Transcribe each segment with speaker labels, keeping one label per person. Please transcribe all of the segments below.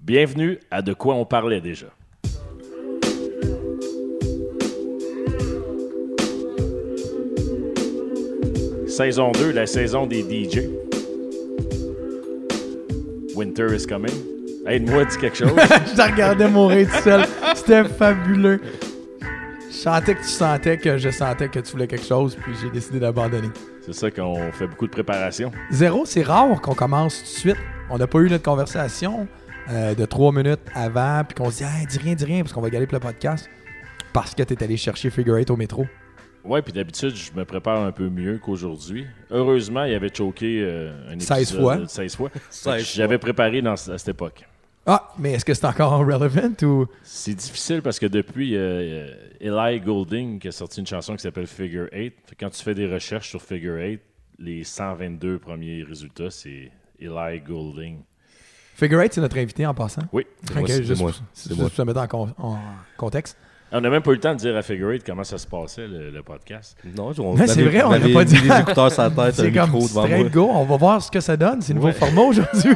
Speaker 1: Bienvenue à De quoi on parlait déjà. Saison 2, la saison des DJ. Winter is coming. Aide-moi, dis quelque chose.
Speaker 2: je la regardais mourir tout seul. C'était fabuleux. Je sentais que tu sentais que je sentais que tu voulais quelque chose, puis j'ai décidé d'abandonner.
Speaker 1: C'est ça qu'on fait beaucoup de préparation.
Speaker 2: Zéro, c'est rare qu'on commence tout de suite. On n'a pas eu notre conversation euh, de trois minutes avant, puis qu'on se dit Hey, dis rien, dis rien, parce qu'on va galer pour le podcast. Parce que t'es allé chercher Figure 8 au métro.
Speaker 1: Ouais, puis d'habitude, je me prépare un peu mieux qu'aujourd'hui. Heureusement, il avait choqué euh, un épisode
Speaker 2: 16 fois.
Speaker 1: de 16 fois.
Speaker 3: 16
Speaker 1: J'avais préparé dans, à cette époque.
Speaker 2: Ah, mais est-ce que c'est encore relevant ou.
Speaker 1: C'est difficile parce que depuis euh, euh, Eli Goulding qui a sorti une chanson qui s'appelle Figure 8, Fait que quand tu fais des recherches sur Figure 8, les 122 premiers résultats, c'est Eli Goulding.
Speaker 2: Figure 8, c'est notre invité en passant.
Speaker 1: Oui.
Speaker 2: Ok,
Speaker 3: c'est
Speaker 2: juste,
Speaker 3: moi,
Speaker 2: pour-
Speaker 3: c'est
Speaker 2: juste
Speaker 3: moi.
Speaker 2: pour se mettre en, con- en contexte.
Speaker 1: On n'a même pas eu le temps de dire à Figure 8 comment ça se passait, le, le podcast.
Speaker 3: Non, on
Speaker 2: Mais c'est
Speaker 3: vous
Speaker 2: vrai, on
Speaker 3: avez
Speaker 2: l'a pas dit.
Speaker 3: mis les écouteurs sur la tête, un
Speaker 2: C'est comme
Speaker 3: micro devant moi.
Speaker 2: straight go, on va voir ce que ça donne, ces nouveaux
Speaker 1: Ouais.
Speaker 2: formats aujourd'hui.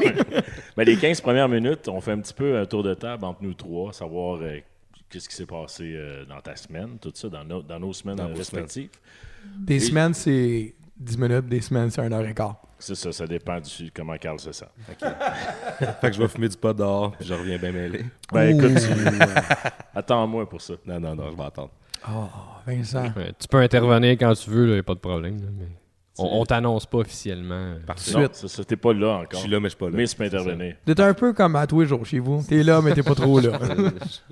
Speaker 1: Mais les 15 premières minutes, on fait un petit peu un tour de table entre nous trois, savoir euh, qu'est-ce qui s'est passé euh, dans ta semaine, tout ça, dans, nos- dans nos semaines
Speaker 3: Dans
Speaker 1: euh,
Speaker 3: vos semaines.
Speaker 1: respectives.
Speaker 2: Des semaines, c'est 10 minutes. Des semaines, c'est 1h15.
Speaker 1: C'est ça, ça dépend du comment Carl se sent.
Speaker 3: Fait que je vais fumer du pot dehors, puis je reviens bien mêlé.
Speaker 1: Ben écoute, tu- attends-moi pour ça.
Speaker 3: Non, non, non, je vais attendre.
Speaker 2: Oh, Vincent.
Speaker 4: Ouais, tu peux intervenir quand tu veux, il n'y a pas de problème. là, mais on, on t'annonce pas officiellement.
Speaker 3: Parfait.
Speaker 1: Non,
Speaker 2: Suite.
Speaker 1: c'est ça, t'es pas là
Speaker 3: Je
Speaker 1: encore.
Speaker 3: suis là, mais je suis pas là.
Speaker 1: Mais tu peux intervenir.
Speaker 2: T'es un peu comme à tous les jours chez vous. T'es là, mais t'es pas trop là.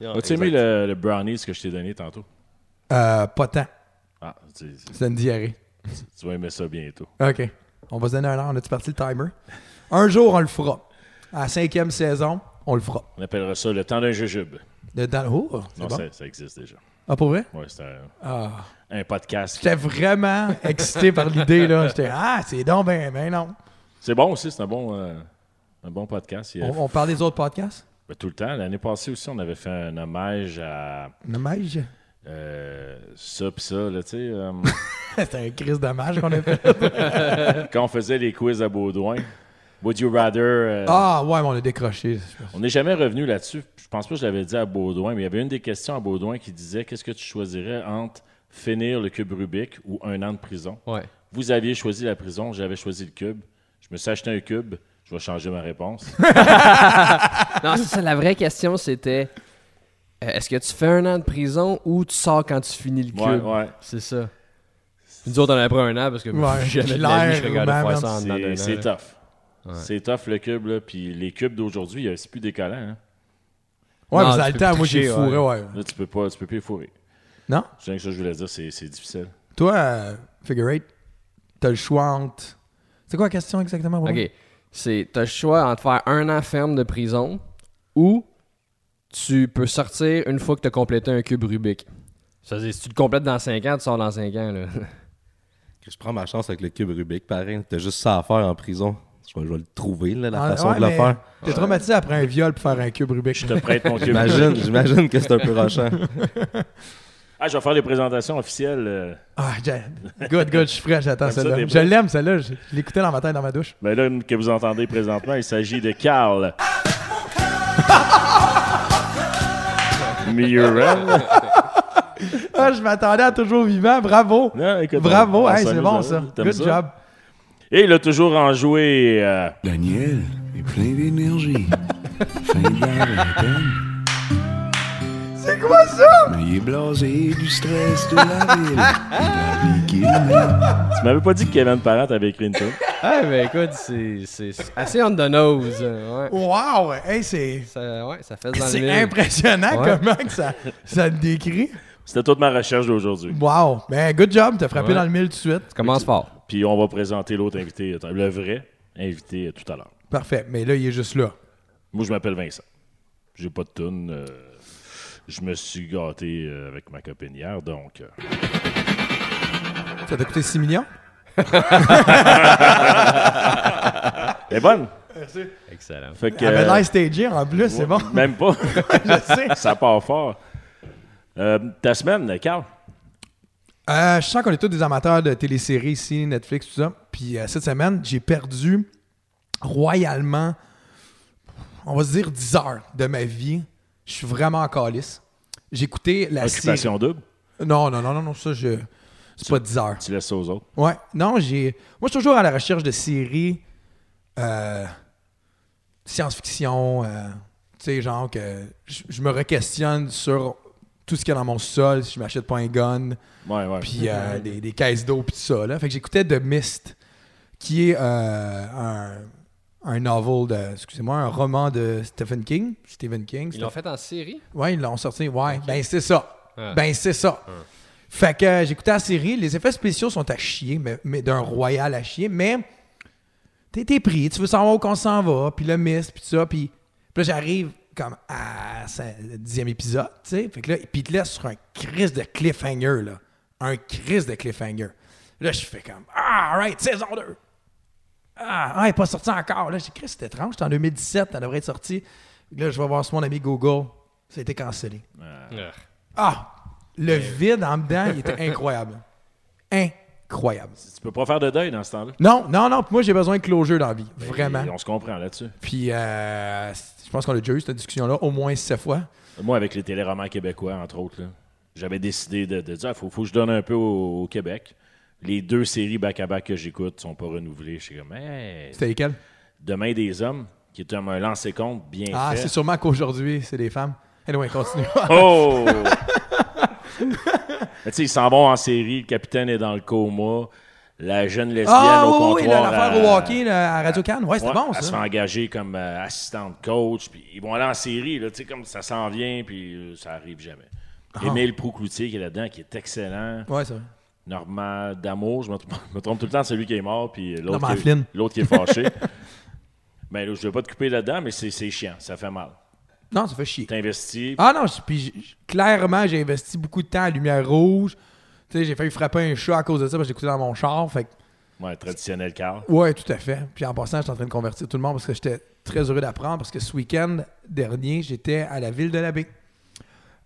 Speaker 3: Ah,
Speaker 1: As-tu aimé le, le brownies que je t'ai donné tantôt?
Speaker 2: Euh, pas tant.
Speaker 1: Ah, tu, tu-
Speaker 2: C'est une diarrhée.
Speaker 1: tu vas aimer ça bientôt.
Speaker 2: OK. On va se donner un an. On a-tu parti le timer? Un jour, on le fera. À la cinquième saison, on le fera.
Speaker 1: On appellera ça le temps d'un jujube.
Speaker 2: De dans... Oh, c'est
Speaker 1: Non,
Speaker 2: bon.
Speaker 1: ça, ça existe déjà.
Speaker 2: Ah, pour vrai?
Speaker 1: Ouais, c'est un,
Speaker 2: Ah.
Speaker 1: un podcast.
Speaker 2: J'étais vraiment excité par l'idée, là. J'étais, ah, c'est donc ben, ben non.
Speaker 1: C'est bon aussi, c'est un bon, euh, un bon podcast. Il y a-
Speaker 2: On, on parle des autres podcasts?
Speaker 1: ben, tout le temps. L'année passée aussi, on avait fait un hommage à
Speaker 2: Dommage.
Speaker 1: euh, ça pis ça. Là, tu sais, euh,
Speaker 2: C'était un crise dommage qu'on a fait.
Speaker 1: quand on faisait les quiz à Baudouin, Would you rather. euh,
Speaker 2: Ah, ouais, mais on a décroché.
Speaker 1: On n'est jamais revenu là-dessus. Je pense pas que je l'avais dit à Baudouin, mais il y avait une des questions à Baudouin qui disait Qu'est-ce que tu choisirais entre finir le cube Rubik ou un an de prison
Speaker 4: Ouais.
Speaker 1: Vous aviez choisi la prison, j'avais choisi le cube. Je me suis acheté un cube. Je vais changer ma réponse.
Speaker 5: Non, c'est ça, la vraie question, c'était euh, est-ce que tu fais un an de prison ou tu sors quand tu finis le cube?
Speaker 1: ouais, ouais.
Speaker 5: C'est ça.
Speaker 4: Nous autres, on avait pris un an parce que
Speaker 2: Ouais,
Speaker 4: jamais de la vie, je
Speaker 2: l'air,
Speaker 4: regarde faire
Speaker 2: man,
Speaker 4: ça en dedans d'un
Speaker 1: C'est
Speaker 4: an,
Speaker 1: c'est
Speaker 4: là.
Speaker 1: tough.
Speaker 4: Ouais.
Speaker 1: C'est tough le cube. Là. Puis les cubes d'aujourd'hui, euh, c'est plus décollant. hein.
Speaker 2: Ouais,
Speaker 4: Non,
Speaker 2: mais dans le
Speaker 4: tu peux
Speaker 2: temps, moi,
Speaker 4: tricher,
Speaker 2: j'ai fourré, ouais.
Speaker 1: Là, tu peux pas, tu peux plus les fourrer.
Speaker 2: Non?
Speaker 1: C'est rien que ça que je voulais dire, c'est c'est difficile.
Speaker 2: Toi, euh, Figure 8, t'as le choix entre. C'est quoi la question exactement? Romain?
Speaker 5: Ok. C'est t'as le choix entre faire un an ferme de prison ou tu peux sortir une fois que tu as complété un cube Rubik. Ça veut dire, si tu le complètes dans 5 ans, tu sors dans 5 ans. Là.
Speaker 3: Je prends ma chance avec le cube Rubik, pareil. T'as juste ça à faire en prison. Je vais, je vais le trouver, là, la
Speaker 2: Ah,
Speaker 3: façon
Speaker 2: ouais,
Speaker 3: de le
Speaker 2: mais
Speaker 3: faire.
Speaker 2: T'es traumatisé après un viol pour faire un cube Rubik.
Speaker 1: Je te prête mon cube.
Speaker 3: J'imagine, j'imagine que c'est un peu rochant.
Speaker 1: Ah, je vais faire les présentations officielles. euh.
Speaker 2: Ah, j'ai- good, good, je suis frais, j'attends
Speaker 1: Comme ça,
Speaker 2: celle-là.
Speaker 1: t'es
Speaker 2: Je
Speaker 1: prêt.
Speaker 2: l'aime, celle-là. Je je l'écoutais dans ma tête, dans ma douche.
Speaker 1: Ben là, que vous entendez présentement, il s'agit de Carl. Murel.
Speaker 2: Ah, je m'attendais à toujours vivant. Bravo.
Speaker 1: Non, écoute, on-
Speaker 2: Bravo.
Speaker 1: on
Speaker 2: Hey, c'est
Speaker 1: s'amuse
Speaker 2: bon,
Speaker 1: à-
Speaker 2: ça.
Speaker 1: t'aimes
Speaker 2: Good
Speaker 1: ça?
Speaker 2: job.
Speaker 1: Et il a toujours enjoué. euh,
Speaker 6: Daniel est plein d'énergie. fin de la vingtaine.
Speaker 2: C'est quoi ça?
Speaker 6: Mais il est blasé du stress de la ville. et de la vie qu'il mène.
Speaker 1: tu m'avais pas dit que Kevin Parent avait écrit une tune.
Speaker 4: Ah, ben écoute,
Speaker 5: c'est, c'est c'est assez on the nose. euh, Ouais.
Speaker 2: Wow. Hey, c'est.
Speaker 5: Ça, ouais, ça fait dans le
Speaker 2: C'est
Speaker 5: mille.
Speaker 2: impressionnant
Speaker 5: Ouais.
Speaker 2: comment que ça, ça le décrit.
Speaker 1: C'était toute ma recherche d'aujourd'hui.
Speaker 2: Wow. Ben, good job. T'as frappé
Speaker 4: Ouais.
Speaker 2: dans le mille tout de suite.
Speaker 5: Tu commences fort.
Speaker 1: Puis on va présenter l'autre invité, euh, le vrai invité euh, tout à l'heure.
Speaker 2: Parfait. Mais là, il est juste là.
Speaker 1: Moi, je m'appelle Vincent. J'ai pas de tune. euh, je me suis gâté euh, avec ma copine hier, donc. euh,
Speaker 2: Ça t'a coûté 6 millions?
Speaker 1: Elle est bonne.
Speaker 4: excellent.
Speaker 1: Fait que,
Speaker 2: Elle avait
Speaker 1: euh,
Speaker 2: l'air stagée en plus, c'est bon.
Speaker 1: Même pas.
Speaker 2: je sais.
Speaker 1: ça part fort. Euh, ta semaine, Carl.
Speaker 2: Euh, je sens qu'on est tous des amateurs de téléséries ici, Netflix, tout ça. Puis euh, cette semaine, j'ai perdu royalement on va se dire 10 heures de ma vie, je suis vraiment en calice. J'écoutais la série.
Speaker 1: Occupation double,
Speaker 2: Non, non, non, non, non, ça, je. C'est pas 10 heures.
Speaker 1: tu laisses ça aux autres.
Speaker 2: Ouais. Non, j'ai. Moi, je suis toujours à la recherche de séries euh, science-fiction. euh, tu sais, genre que je je me re-questionne sur tout ce qu'il y a dans mon sol si je m'achète pas un gun,
Speaker 1: Ouais, ouais.
Speaker 2: puis euh,
Speaker 1: Mm-hmm.
Speaker 2: des, des caisses d'eau, puis tout ça. Là. Fait que j'écoutais The Mist, qui est euh, un, un novel de. Excusez-moi, un roman de Stephen King. Stephen King.
Speaker 5: Ils l'ont fait en série?
Speaker 2: Ouais, ils l'ont sorti. Ouais, ben c'est ça.
Speaker 5: Ah.
Speaker 2: Ben c'est ça. Fait que euh, j'écoutais la série, les effets spéciaux sont à chier, mais, mais d'un royal à chier, mais t'es, t'es pris, tu veux savoir où qu'on s'en va, puis le mist, puis tout ça, puis puis là j'arrive comme à sa- le dixième épisode, tu sais, fait que là, puis il te laisse sur un crise de cliffhanger, là. Un crise de cliffhanger. Là, je fais comme, ah, alright, saison 2. Ah, ah, il n'est pas sorti encore. Là, j'ai dit, Chris, c'est étrange, c'est en 2017, ça devrait être sorti. Là, je vais voir sur mon ami Google. Ça a été cancellé. Ah!
Speaker 1: Ben
Speaker 2: Le vide en dedans, il était incroyable. Incroyable.
Speaker 1: Tu peux pas faire de deuil dans ce temps-là.
Speaker 2: Non, non, non, moi j'ai besoin de closure dans la vie. Vraiment.
Speaker 1: Et Ben on se comprend là-dessus.
Speaker 2: Puis euh, je pense qu'on a déjà eu cette discussion-là au moins sept fois.
Speaker 1: Moi, avec les téléromans québécois, entre autres, là, j'avais décidé de, de dire il faut, faut que je donne un peu au, au Québec. Les deux séries back-à-back que j'écoute sont pas renouvelées. Je suis comme, Hey,
Speaker 2: C'était lesquelles?
Speaker 1: Demain des hommes, qui est un, un lancer-compte bien
Speaker 2: Ah,
Speaker 1: fait.
Speaker 2: c'est sûrement qu'aujourd'hui, c'est des femmes. Anyway, continue.
Speaker 1: Oh! Mais tu sais, ils s'en vont en série. Le capitaine est dans le coma. La jeune lesbienne
Speaker 2: ah
Speaker 1: au comptoir.
Speaker 2: oui, oui, oui, la- l'affaire
Speaker 1: à-
Speaker 2: au hockey là, à Radio Cannes. Ouais, c'était
Speaker 1: Ouais,
Speaker 2: bon
Speaker 1: Elle se fait
Speaker 2: ça.
Speaker 1: engager comme euh, assistante coach, puis ils vont aller en série, là, tu sais, comme ça s'en vient, puis euh, ça arrive jamais.
Speaker 2: Ah.
Speaker 1: Émile Proucloutier qui est là-dedans, qui est excellent.
Speaker 2: Ouais, ça.
Speaker 1: Normand D'Amour, je me, trompe- me trompe tout le temps, celui qui est mort, puis euh, l'autre
Speaker 2: Normand
Speaker 1: qui, est-
Speaker 2: Flynn.
Speaker 1: l'autre qui est fâché. Mais là, je ne veux pas te couper là-dedans, mais c'est c'est chiant, ça fait mal.
Speaker 2: Non, ça fait chier.
Speaker 1: T'investis,
Speaker 2: Ah non, je- puis j- clairement, j'ai investi beaucoup de temps à Lumière Rouge. Tu sais, j'ai failli frapper un chat à cause de ça parce que j'écoutais dans mon char. Fait que
Speaker 1: ouais, traditionnel Carl.
Speaker 2: Oui, tout à fait. Puis en passant, je suis en train de convertir tout le monde parce que j'étais très heureux d'apprendre parce que ce week-end dernier, j'étais à la ville de la baie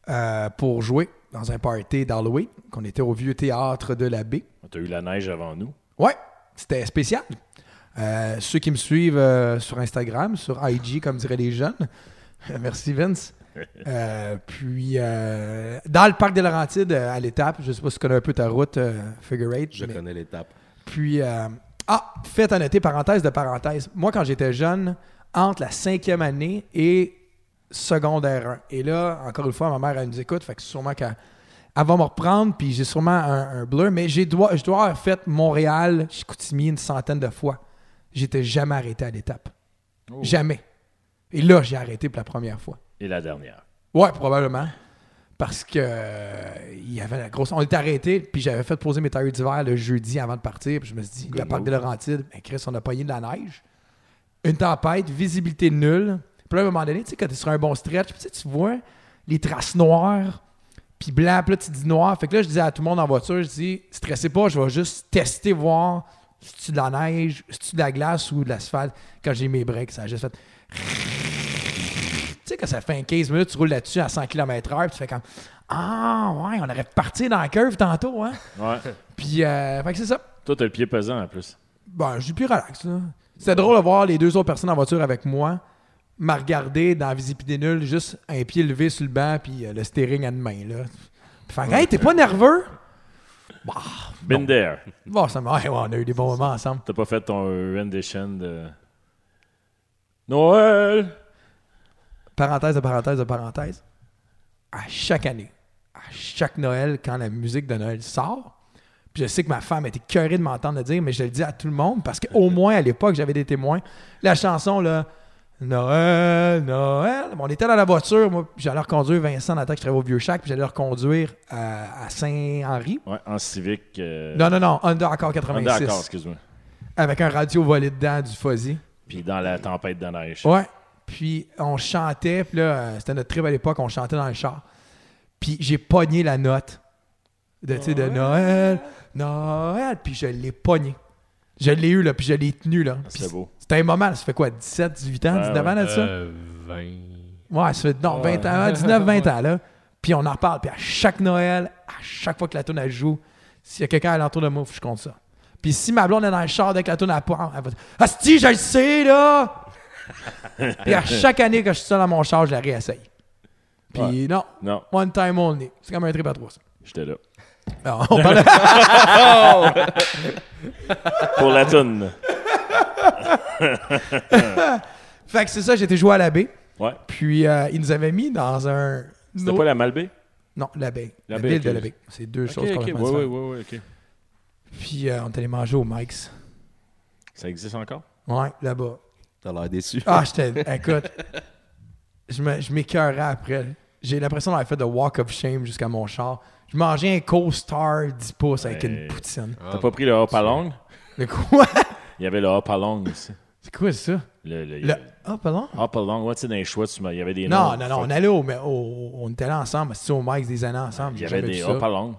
Speaker 2: euh, pour jouer dans un party d'Halloween qu'on était au vieux théâtre de la baie.
Speaker 1: T'as eu la neige avant nous.
Speaker 2: Ouais, c'était spécial. Euh, ceux qui me suivent euh, sur Instagram, sur IG, comme diraient les jeunes. Merci Vince. Euh, puis euh, dans le parc de Laurentides, euh, à l'étape, je sais pas si tu connais un peu ta route, euh, Figure 8.
Speaker 3: Je connais l'étape.
Speaker 2: Puis, euh, ah, faites à noter, parenthèse de parenthèse. Moi, quand j'étais jeune, entre la cinquième année et secondaire 1. Et là, encore une fois, ma mère, elle nous écoute, fait que sûrement qu'elle elle va me reprendre, puis j'ai sûrement un, un blur, mais j'ai dois- je dois avoir fait Montréal, Chicoutimi une centaine de fois. J'étais jamais arrêté à l'étape. Jamais. Et là, j'ai arrêté pour la première fois.
Speaker 1: Et la dernière.
Speaker 2: Ouais, probablement. Parce que euh, il y avait la grosse. On était arrêté, puis j'avais fait poser mes tailleurs d'hiver le jeudi avant de partir. Puis je me suis dit, la parc de Laurentides, ben Chris, on a pogné de la neige. Une tempête, visibilité nulle. Puis là, à un moment donné, tu sais, quand t'es sur un bon stretch, puis tu sais, tu vois les traces noires, puis blanc, puis là, tu dis noir. Fait que là, je disais à tout le monde en voiture, je dis, stressez pas, je vais juste tester, voir si tu de la neige, si tu de la glace ou de l'asphalte. Quand j'ai mis mes breaks, ça a juste fait. Tu sais, quand ça fait un 15 minutes, tu roules là-dessus à 100 km/h, puis tu fais comme Ah, ouais, on aurait parti dans la curve tantôt, hein.
Speaker 1: Ouais.
Speaker 2: Puis, euh, fait que c'est ça.
Speaker 1: Toi, t'as le pied pesant en plus.
Speaker 2: Ben, je suis plus relax, là. C'était drôle de voir les deux autres personnes en voiture avec moi m'a regardé dans la visibilité nulle, juste un pied levé sur le banc, puis euh, le steering à une main, là. Puis, fait que, hey, t'es pas nerveux?
Speaker 1: Been there.
Speaker 2: Bon, ça m'a. ouais, ouais, on a eu des bons moments ensemble.
Speaker 1: T'as pas fait ton rendition de Noël.
Speaker 2: parenthèse de parenthèse de parenthèse, à chaque année, à chaque Noël, quand la musique de Noël sort, puis je sais que ma femme était curée de m'entendre le dire, mais je le dis à tout le monde parce qu'au moins à l'époque, j'avais des témoins. La chanson, là, Noël, Noël, on était dans la voiture, moi, puis j'allais reconduire Vincent dans le temps que je travaillais au vieux chac, puis j'allais reconduire à, à Saint-Henri.
Speaker 1: Ouais, en civique. euh,
Speaker 2: Non, non, non, Honda Accord
Speaker 1: on est
Speaker 2: 86.
Speaker 1: d'accord, excuse-moi.
Speaker 2: Avec un radio volé dedans du Fuzzy.
Speaker 1: Puis dans la tempête de neige.
Speaker 2: Ouais. Puis on chantait, puis là, euh, c'était notre trip à l'époque, on chantait dans le char. Puis j'ai pogné la note de, tu sais, de Noël, Noël, puis je l'ai pogné. Je l'ai eu, là, puis je l'ai tenu, là. Puis
Speaker 1: C'était beau.
Speaker 2: C'était un moment, ça fait quoi, 17, 18 ans,
Speaker 1: Ouais,
Speaker 2: 19 ans, là, de ça?
Speaker 4: Euh, 20.
Speaker 2: Ouais, ça fait, non, 20 ans, 19, 20 ans, là. Puis on en reparle, puis à chaque Noël, à chaque fois que la tourne, elle joue, s'il y a quelqu'un à l'entour de moi, faut que je compte ça. Puis si ma blonde est dans le char avec la tourne, elle part, elle va dire « Asti, je le sais, là! » Puis à chaque année que je suis seul à mon char, je la réessaye. Puis
Speaker 1: Ouais.
Speaker 2: non,
Speaker 1: Non,
Speaker 2: one time only. C'est comme un trip à trois. ça.
Speaker 1: j'étais là.
Speaker 2: Non, on parle-
Speaker 4: Ah!
Speaker 1: Pour la toune.
Speaker 2: fait que c'est ça, j'étais joué à l'abbé.
Speaker 1: Ouais.
Speaker 2: Puis euh, ils nous avaient mis dans un.
Speaker 1: C'était
Speaker 2: No-
Speaker 1: pas la Malbaie?
Speaker 2: Non, l'abbé. La
Speaker 1: L'abbé,
Speaker 2: ville
Speaker 1: ok.
Speaker 2: de l'abbé. C'est deux
Speaker 1: Ok,
Speaker 2: choses
Speaker 1: ok, ouais,
Speaker 2: complètement
Speaker 1: ouais, ouais,
Speaker 2: différentes.
Speaker 1: ouais, ok.
Speaker 2: Puis euh, on est allé manger au Mike's.
Speaker 1: Ça existe encore?
Speaker 2: Ouais, là-bas.
Speaker 3: T'as l'air déçu.
Speaker 2: Ah, j'étais. Écoute, je me- je m'écœurais après. J'ai l'impression d'avoir fait de walk of shame jusqu'à mon char. Je mangeais un co-star 10 pouces avec une
Speaker 1: Hey. Ah.
Speaker 2: poutine.
Speaker 1: T'as pas pris le Hopalong?
Speaker 2: Mais quoi?
Speaker 1: Il y avait le Hopalong aussi.
Speaker 2: C'est quoi ça?
Speaker 1: Le, le,
Speaker 2: Le... Ah, pardon?
Speaker 1: Hopalong, ouais, tu sais, dans les choix, tu m'as- il y avait des
Speaker 2: Non,
Speaker 1: noms.
Speaker 2: non, non, on
Speaker 1: Fuck.
Speaker 2: allait au, mais au- on était là ensemble, c'était au Mike's des années ensemble.
Speaker 1: Il y avait
Speaker 2: j'avais vu
Speaker 1: des
Speaker 2: ça.
Speaker 1: Hopalong,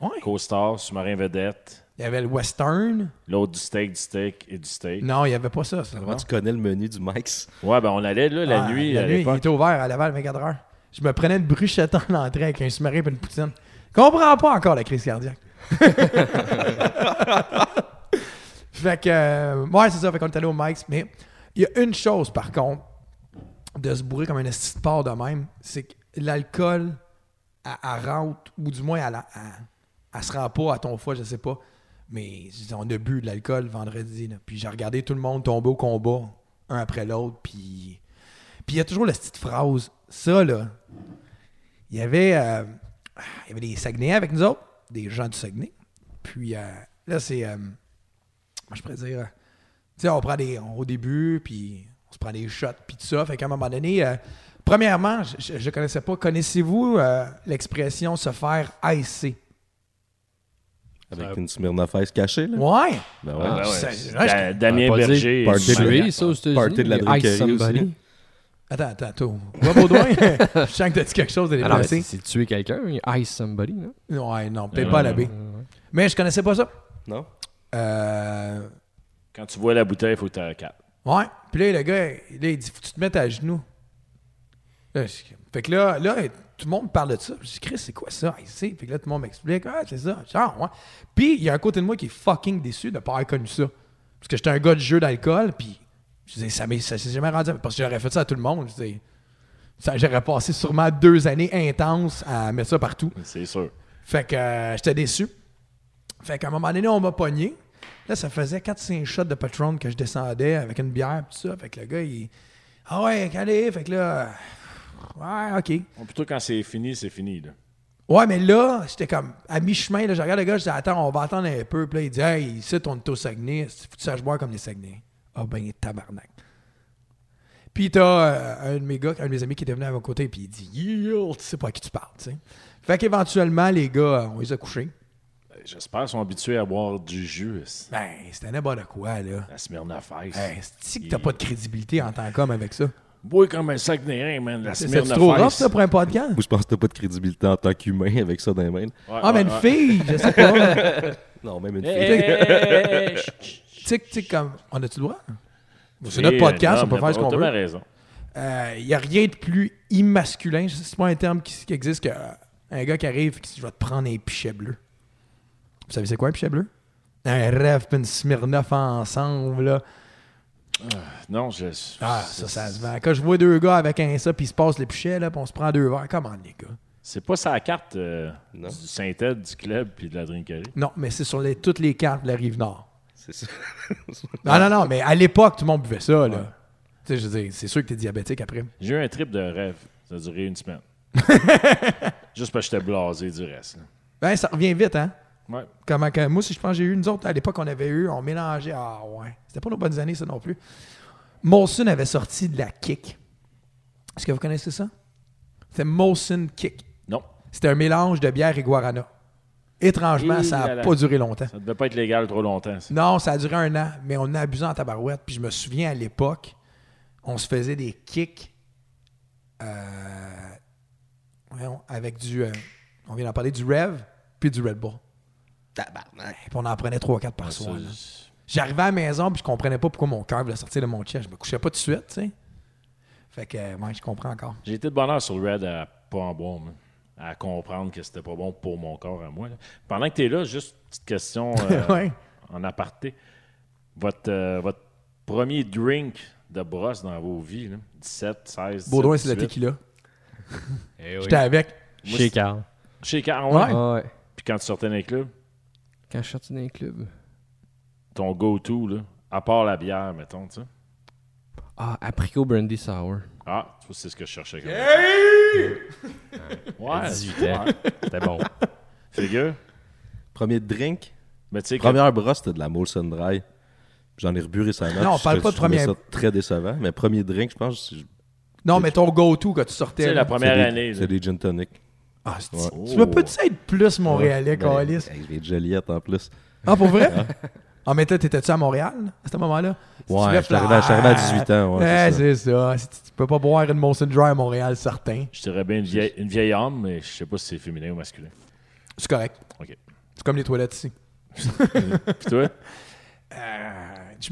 Speaker 2: Ouais.
Speaker 1: Co-Star, Sous-Marin Vedette,
Speaker 2: Il y avait le Western.
Speaker 1: l'autre du steak, du steak et du steak.
Speaker 2: Non, il n'y avait pas ça. ça.
Speaker 3: Comment tu connais le menu du Mike's?
Speaker 1: Ouais, ben on allait là la
Speaker 2: Ah,
Speaker 1: nuit
Speaker 2: La
Speaker 1: à
Speaker 2: nuit, il
Speaker 1: l'époque.
Speaker 2: était ouvert à Laval 24 heures. Je me prenais une bruchette en entrée avec un sous-marin et une poutine. Comprends pas encore la crise cardiaque. fait que, euh, ouais, c'est ça. Fait qu'on est allé au Mike's. Mais il y a une chose, par contre, de se bourrer comme un esti de porc de même, c'est que l'alcool, elle, elle rentre, ou du moins, elle, elle, elle se rend pas à ton foie, je sais pas. Mais on a bu de l'alcool vendredi. là. Puis j'ai regardé tout le monde tomber au combat, un après l'autre. Puis puis il y a toujours la petite phrase. Ça, là, il y avait, euh, ah, il y avait des Saguenayens avec nous autres, des gens du Saguenay. Puis euh, là, c'est, euh, comment je pourrais dire, euh, tu sais, on prend des, on- au début, puis on se prend des shots, puis tout ça. Fait qu'à un moment donné, euh, premièrement, je- je ne connaissais pas, connaissez-vous euh, l'expression se faire haïsser?
Speaker 3: Avec une Smirnoff Ice cachée, là?
Speaker 2: Ouais!
Speaker 3: Ben ouais.
Speaker 1: Ah, ben ouais.
Speaker 2: Ça, je-
Speaker 1: Da- Damien
Speaker 4: On va pas
Speaker 1: Berger.
Speaker 4: dire
Speaker 3: Party
Speaker 1: Sous-Marin.
Speaker 3: de
Speaker 4: Tué, ça, aux États-Unis.
Speaker 3: Party de la
Speaker 4: Ice
Speaker 3: druguerie
Speaker 4: somebody.
Speaker 3: aussi.
Speaker 2: Attends, attends, attends. Va, Baudouin, je sens que t'as dit quelque chose de
Speaker 4: Ah non, mais
Speaker 2: déplacé.
Speaker 4: c'est c'est tuer quelqu'un, il ice somebody, non?
Speaker 2: Ouais, non, peut-être
Speaker 1: Non,
Speaker 2: pas à
Speaker 1: non,
Speaker 2: l'abbé. Mais je connaissais pas ça.
Speaker 3: Non?
Speaker 2: Euh,
Speaker 1: Quand tu vois la bouteille, il faut que tu quatre.
Speaker 2: Ouais. Puis là, le gars, là, il dit Faut que tu te mettes à genoux. Là, je- Fait que là, là, tout le monde parle de ça. Je dis Chris, c'est quoi ça ici? Fait que là, tout le monde m'explique Ah, c'est ça. Genre, ouais. Puis il y a un côté de moi qui est fucking déçu de ne pas avoir connu ça. Parce que j'étais un gars de jeu d'alcool, puis je disais Ça, m'est- ça s'est jamais rendu. Parce que j'aurais fait ça à tout le monde. Je disais, ça- J'aurais passé sûrement deux années intenses à mettre ça partout.
Speaker 1: C'est sûr.
Speaker 2: Fait que euh, j'étais déçu. Fait qu'à un moment donné, on m'a pogné. Là, ça faisait 4-5 shots de Patron que je descendais avec une bière pis tout ça. Fait que le gars, il. Ah ouais, allez, fait que là. euh, Ouais, ok.
Speaker 1: Bon, plutôt quand c'est fini, c'est fini. Là.
Speaker 2: Ouais, mais là, j'étais comme à mi-chemin, là, je regarde le gars, je dis Attends, on va attendre un peu. Puis là, il dit Hey, ici, on est au Saguenay, faut que tu saches boire comme les Saguenay. Ah ben, tabarnak. Puis t'as euh, un de mes gars, un de mes amis qui était venu à mon côté, puis il dit Yo, tu sais pas à qui tu parles, tu sais. Fait qu'éventuellement, les gars, euh, on les a couchés.
Speaker 1: Ben, J'espère qu'ils sont habitués à boire du jus. c'est-
Speaker 2: Ben, c'était n'importe quoi, là.
Speaker 1: La Smirnoff Ice.
Speaker 2: Hey, cest que t'as pas de crédibilité en tant qu'homme avec ça?
Speaker 1: Bois comme un sac d'air, man. La
Speaker 2: C'est c'est-tu
Speaker 1: Smirnoff
Speaker 2: trop rough,
Speaker 1: Ice.
Speaker 2: ça, pour un podcast?
Speaker 3: Ou je pense que t'as pas de crédibilité en tant qu'humain avec ça dans les mains. là.
Speaker 1: Ouais,
Speaker 2: Ah, mais
Speaker 1: ouais,
Speaker 2: une
Speaker 1: ouais.
Speaker 2: fille, je sais pas.
Speaker 3: Non, même une
Speaker 1: Hey,
Speaker 3: fille.
Speaker 1: hey, hey, hey, hey, chut, chut.
Speaker 2: Tu sais, tu sais, comme, on a-tu le droit? C'est
Speaker 1: Oui,
Speaker 2: notre podcast,
Speaker 1: euh,
Speaker 2: on peut
Speaker 1: non,
Speaker 2: faire ce
Speaker 1: mais
Speaker 2: qu'on
Speaker 1: t'as bien
Speaker 2: veut.
Speaker 1: raison.
Speaker 2: Il n'y a rien de plus immasculin, je sais- c'est pas un terme qui, qui existe, que, euh, un gars qui arrive et qui dit « je vais te prendre un pichet bleu ». Vous savez c'est quoi un pichet bleu? Un rêve puis une Smirnoff ensemble, là.
Speaker 1: Non, je.
Speaker 2: Ah, ça, ça se vend. Quand je vois deux gars avec un ça, puis ils se passent les pichets, là, puis on se prend deux verres, comment les gars?
Speaker 1: C'est pas sa carte euh,
Speaker 3: Non.
Speaker 1: du Saint-Ed, du club puis de la Drinkerie.
Speaker 2: Non, mais c'est sur les- toutes les cartes de la Rive-Nord.
Speaker 3: C'est ça.
Speaker 2: Non, non, non, mais à l'époque, tout le monde buvait ça, là. Tu sais, je veux dire, c'est sûr que t'es diabétique après.
Speaker 1: J'ai eu un trip de rêve. Ça a duré une semaine. Juste parce que j'étais blasé du reste. là.
Speaker 2: Ben, ça revient vite, hein?
Speaker 1: Ouais.
Speaker 2: Comment que- moi, si je pense que j'ai eu, nous autres, à l'époque, on avait eu, on mélangeait. Ah, ouais. C'était pas nos bonnes années, ça non plus. Molson avait sorti de la kick. Est-ce que vous connaissez ça? C'était Molson Kick.
Speaker 1: Non.
Speaker 2: C'était un mélange de bière et guarana. Étrangement,
Speaker 1: Et
Speaker 2: ça
Speaker 1: là
Speaker 2: n'a
Speaker 1: là.
Speaker 2: pas duré longtemps.
Speaker 1: Ça devait pas être légal trop longtemps. ça.
Speaker 2: Non, ça a duré un an, mais on a abusé en tabarouette. Puis je me souviens à l'époque, on se faisait des kicks euh, voyons, avec du. euh, on vient d'en parler, du Rev puis du Red Bull.
Speaker 3: Tabarnak.
Speaker 2: Puis on en prenait 3-4 par
Speaker 1: Ah, Ça,
Speaker 2: soir. là.
Speaker 1: c'est-
Speaker 2: J'arrivais à la maison puis je comprenais pas pourquoi mon cœur voulait sortir de mon chest. Je me couchais pas tout de suite, tu sais. Fait que, euh, ouais, je comprends encore.
Speaker 1: J'ai été de bonheur sur le Red à pas en boire, man. à comprendre que c'était pas bon pour mon corps à moi. là. Pendant que t'es là, juste petite question euh,
Speaker 2: Ouais.
Speaker 1: en aparté. Votre, euh, votre premier drink de brosse dans vos vies. là. 17, 16,
Speaker 2: Baudouin,
Speaker 1: 17,
Speaker 2: c'est la
Speaker 1: 18.
Speaker 2: tequila.
Speaker 4: Eh oui.
Speaker 2: J'étais avec.
Speaker 1: Moi,
Speaker 4: Chez
Speaker 1: c'est-
Speaker 4: Carl.
Speaker 1: Chez Carl,
Speaker 2: Ouais.
Speaker 1: ouais.
Speaker 5: Ah ouais.
Speaker 1: Puis quand tu sortais dans les clubs,
Speaker 5: Quand je suis sorti dans les clubs.
Speaker 1: ton go-to, là, à part la bière, mettons, tu sais.
Speaker 5: Ah, apricot brandy sour.
Speaker 4: Ben
Speaker 1: Ah, tu vois, c'est ce que je cherchais. Quand
Speaker 4: À
Speaker 1: Ouais,
Speaker 4: 18 ans. C'était bon.
Speaker 1: figure.
Speaker 3: Premier drink,
Speaker 1: Mais tu sais, que-
Speaker 3: première brosse, c'était de la Molson Dry. J'en ai rebu récemment.
Speaker 2: Non, on
Speaker 3: puis
Speaker 2: parle
Speaker 3: je-
Speaker 2: pas de
Speaker 3: je trouvais
Speaker 2: première-
Speaker 3: ça très décevant, mais premier drink, je pense, c'est
Speaker 2: Non, mais ton go-to quand tu
Speaker 1: tu sais,
Speaker 2: sortais.
Speaker 1: la
Speaker 2: là.
Speaker 1: première
Speaker 3: c'est des-
Speaker 1: année, là,
Speaker 3: c'est des gin tonic.
Speaker 2: Ah, c'est-
Speaker 1: Ouais.
Speaker 2: Tu veux peut-être être plus montréalais, Calis.
Speaker 3: Avec des Joliette en plus.
Speaker 2: Ah, pour vrai? Ah, mais toi, t'étais-tu à Montréal à ce moment-là? Si tu
Speaker 3: Ouais,
Speaker 2: lèves
Speaker 3: je suis arrivé à- je suis arrivé à 18 ans.
Speaker 2: Ouais,
Speaker 3: ouais, c'est ça.
Speaker 2: c'est ça. Si Tu tu peux pas boire une Molson Dry à Montréal, certain.
Speaker 1: je dirais bien une vieille, une vieille homme, mais je sais pas si c'est féminin ou masculin.
Speaker 2: C'est correct.
Speaker 1: OK.
Speaker 2: C'est comme les toilettes ici.
Speaker 1: Puis toi,
Speaker 2: Euh, je,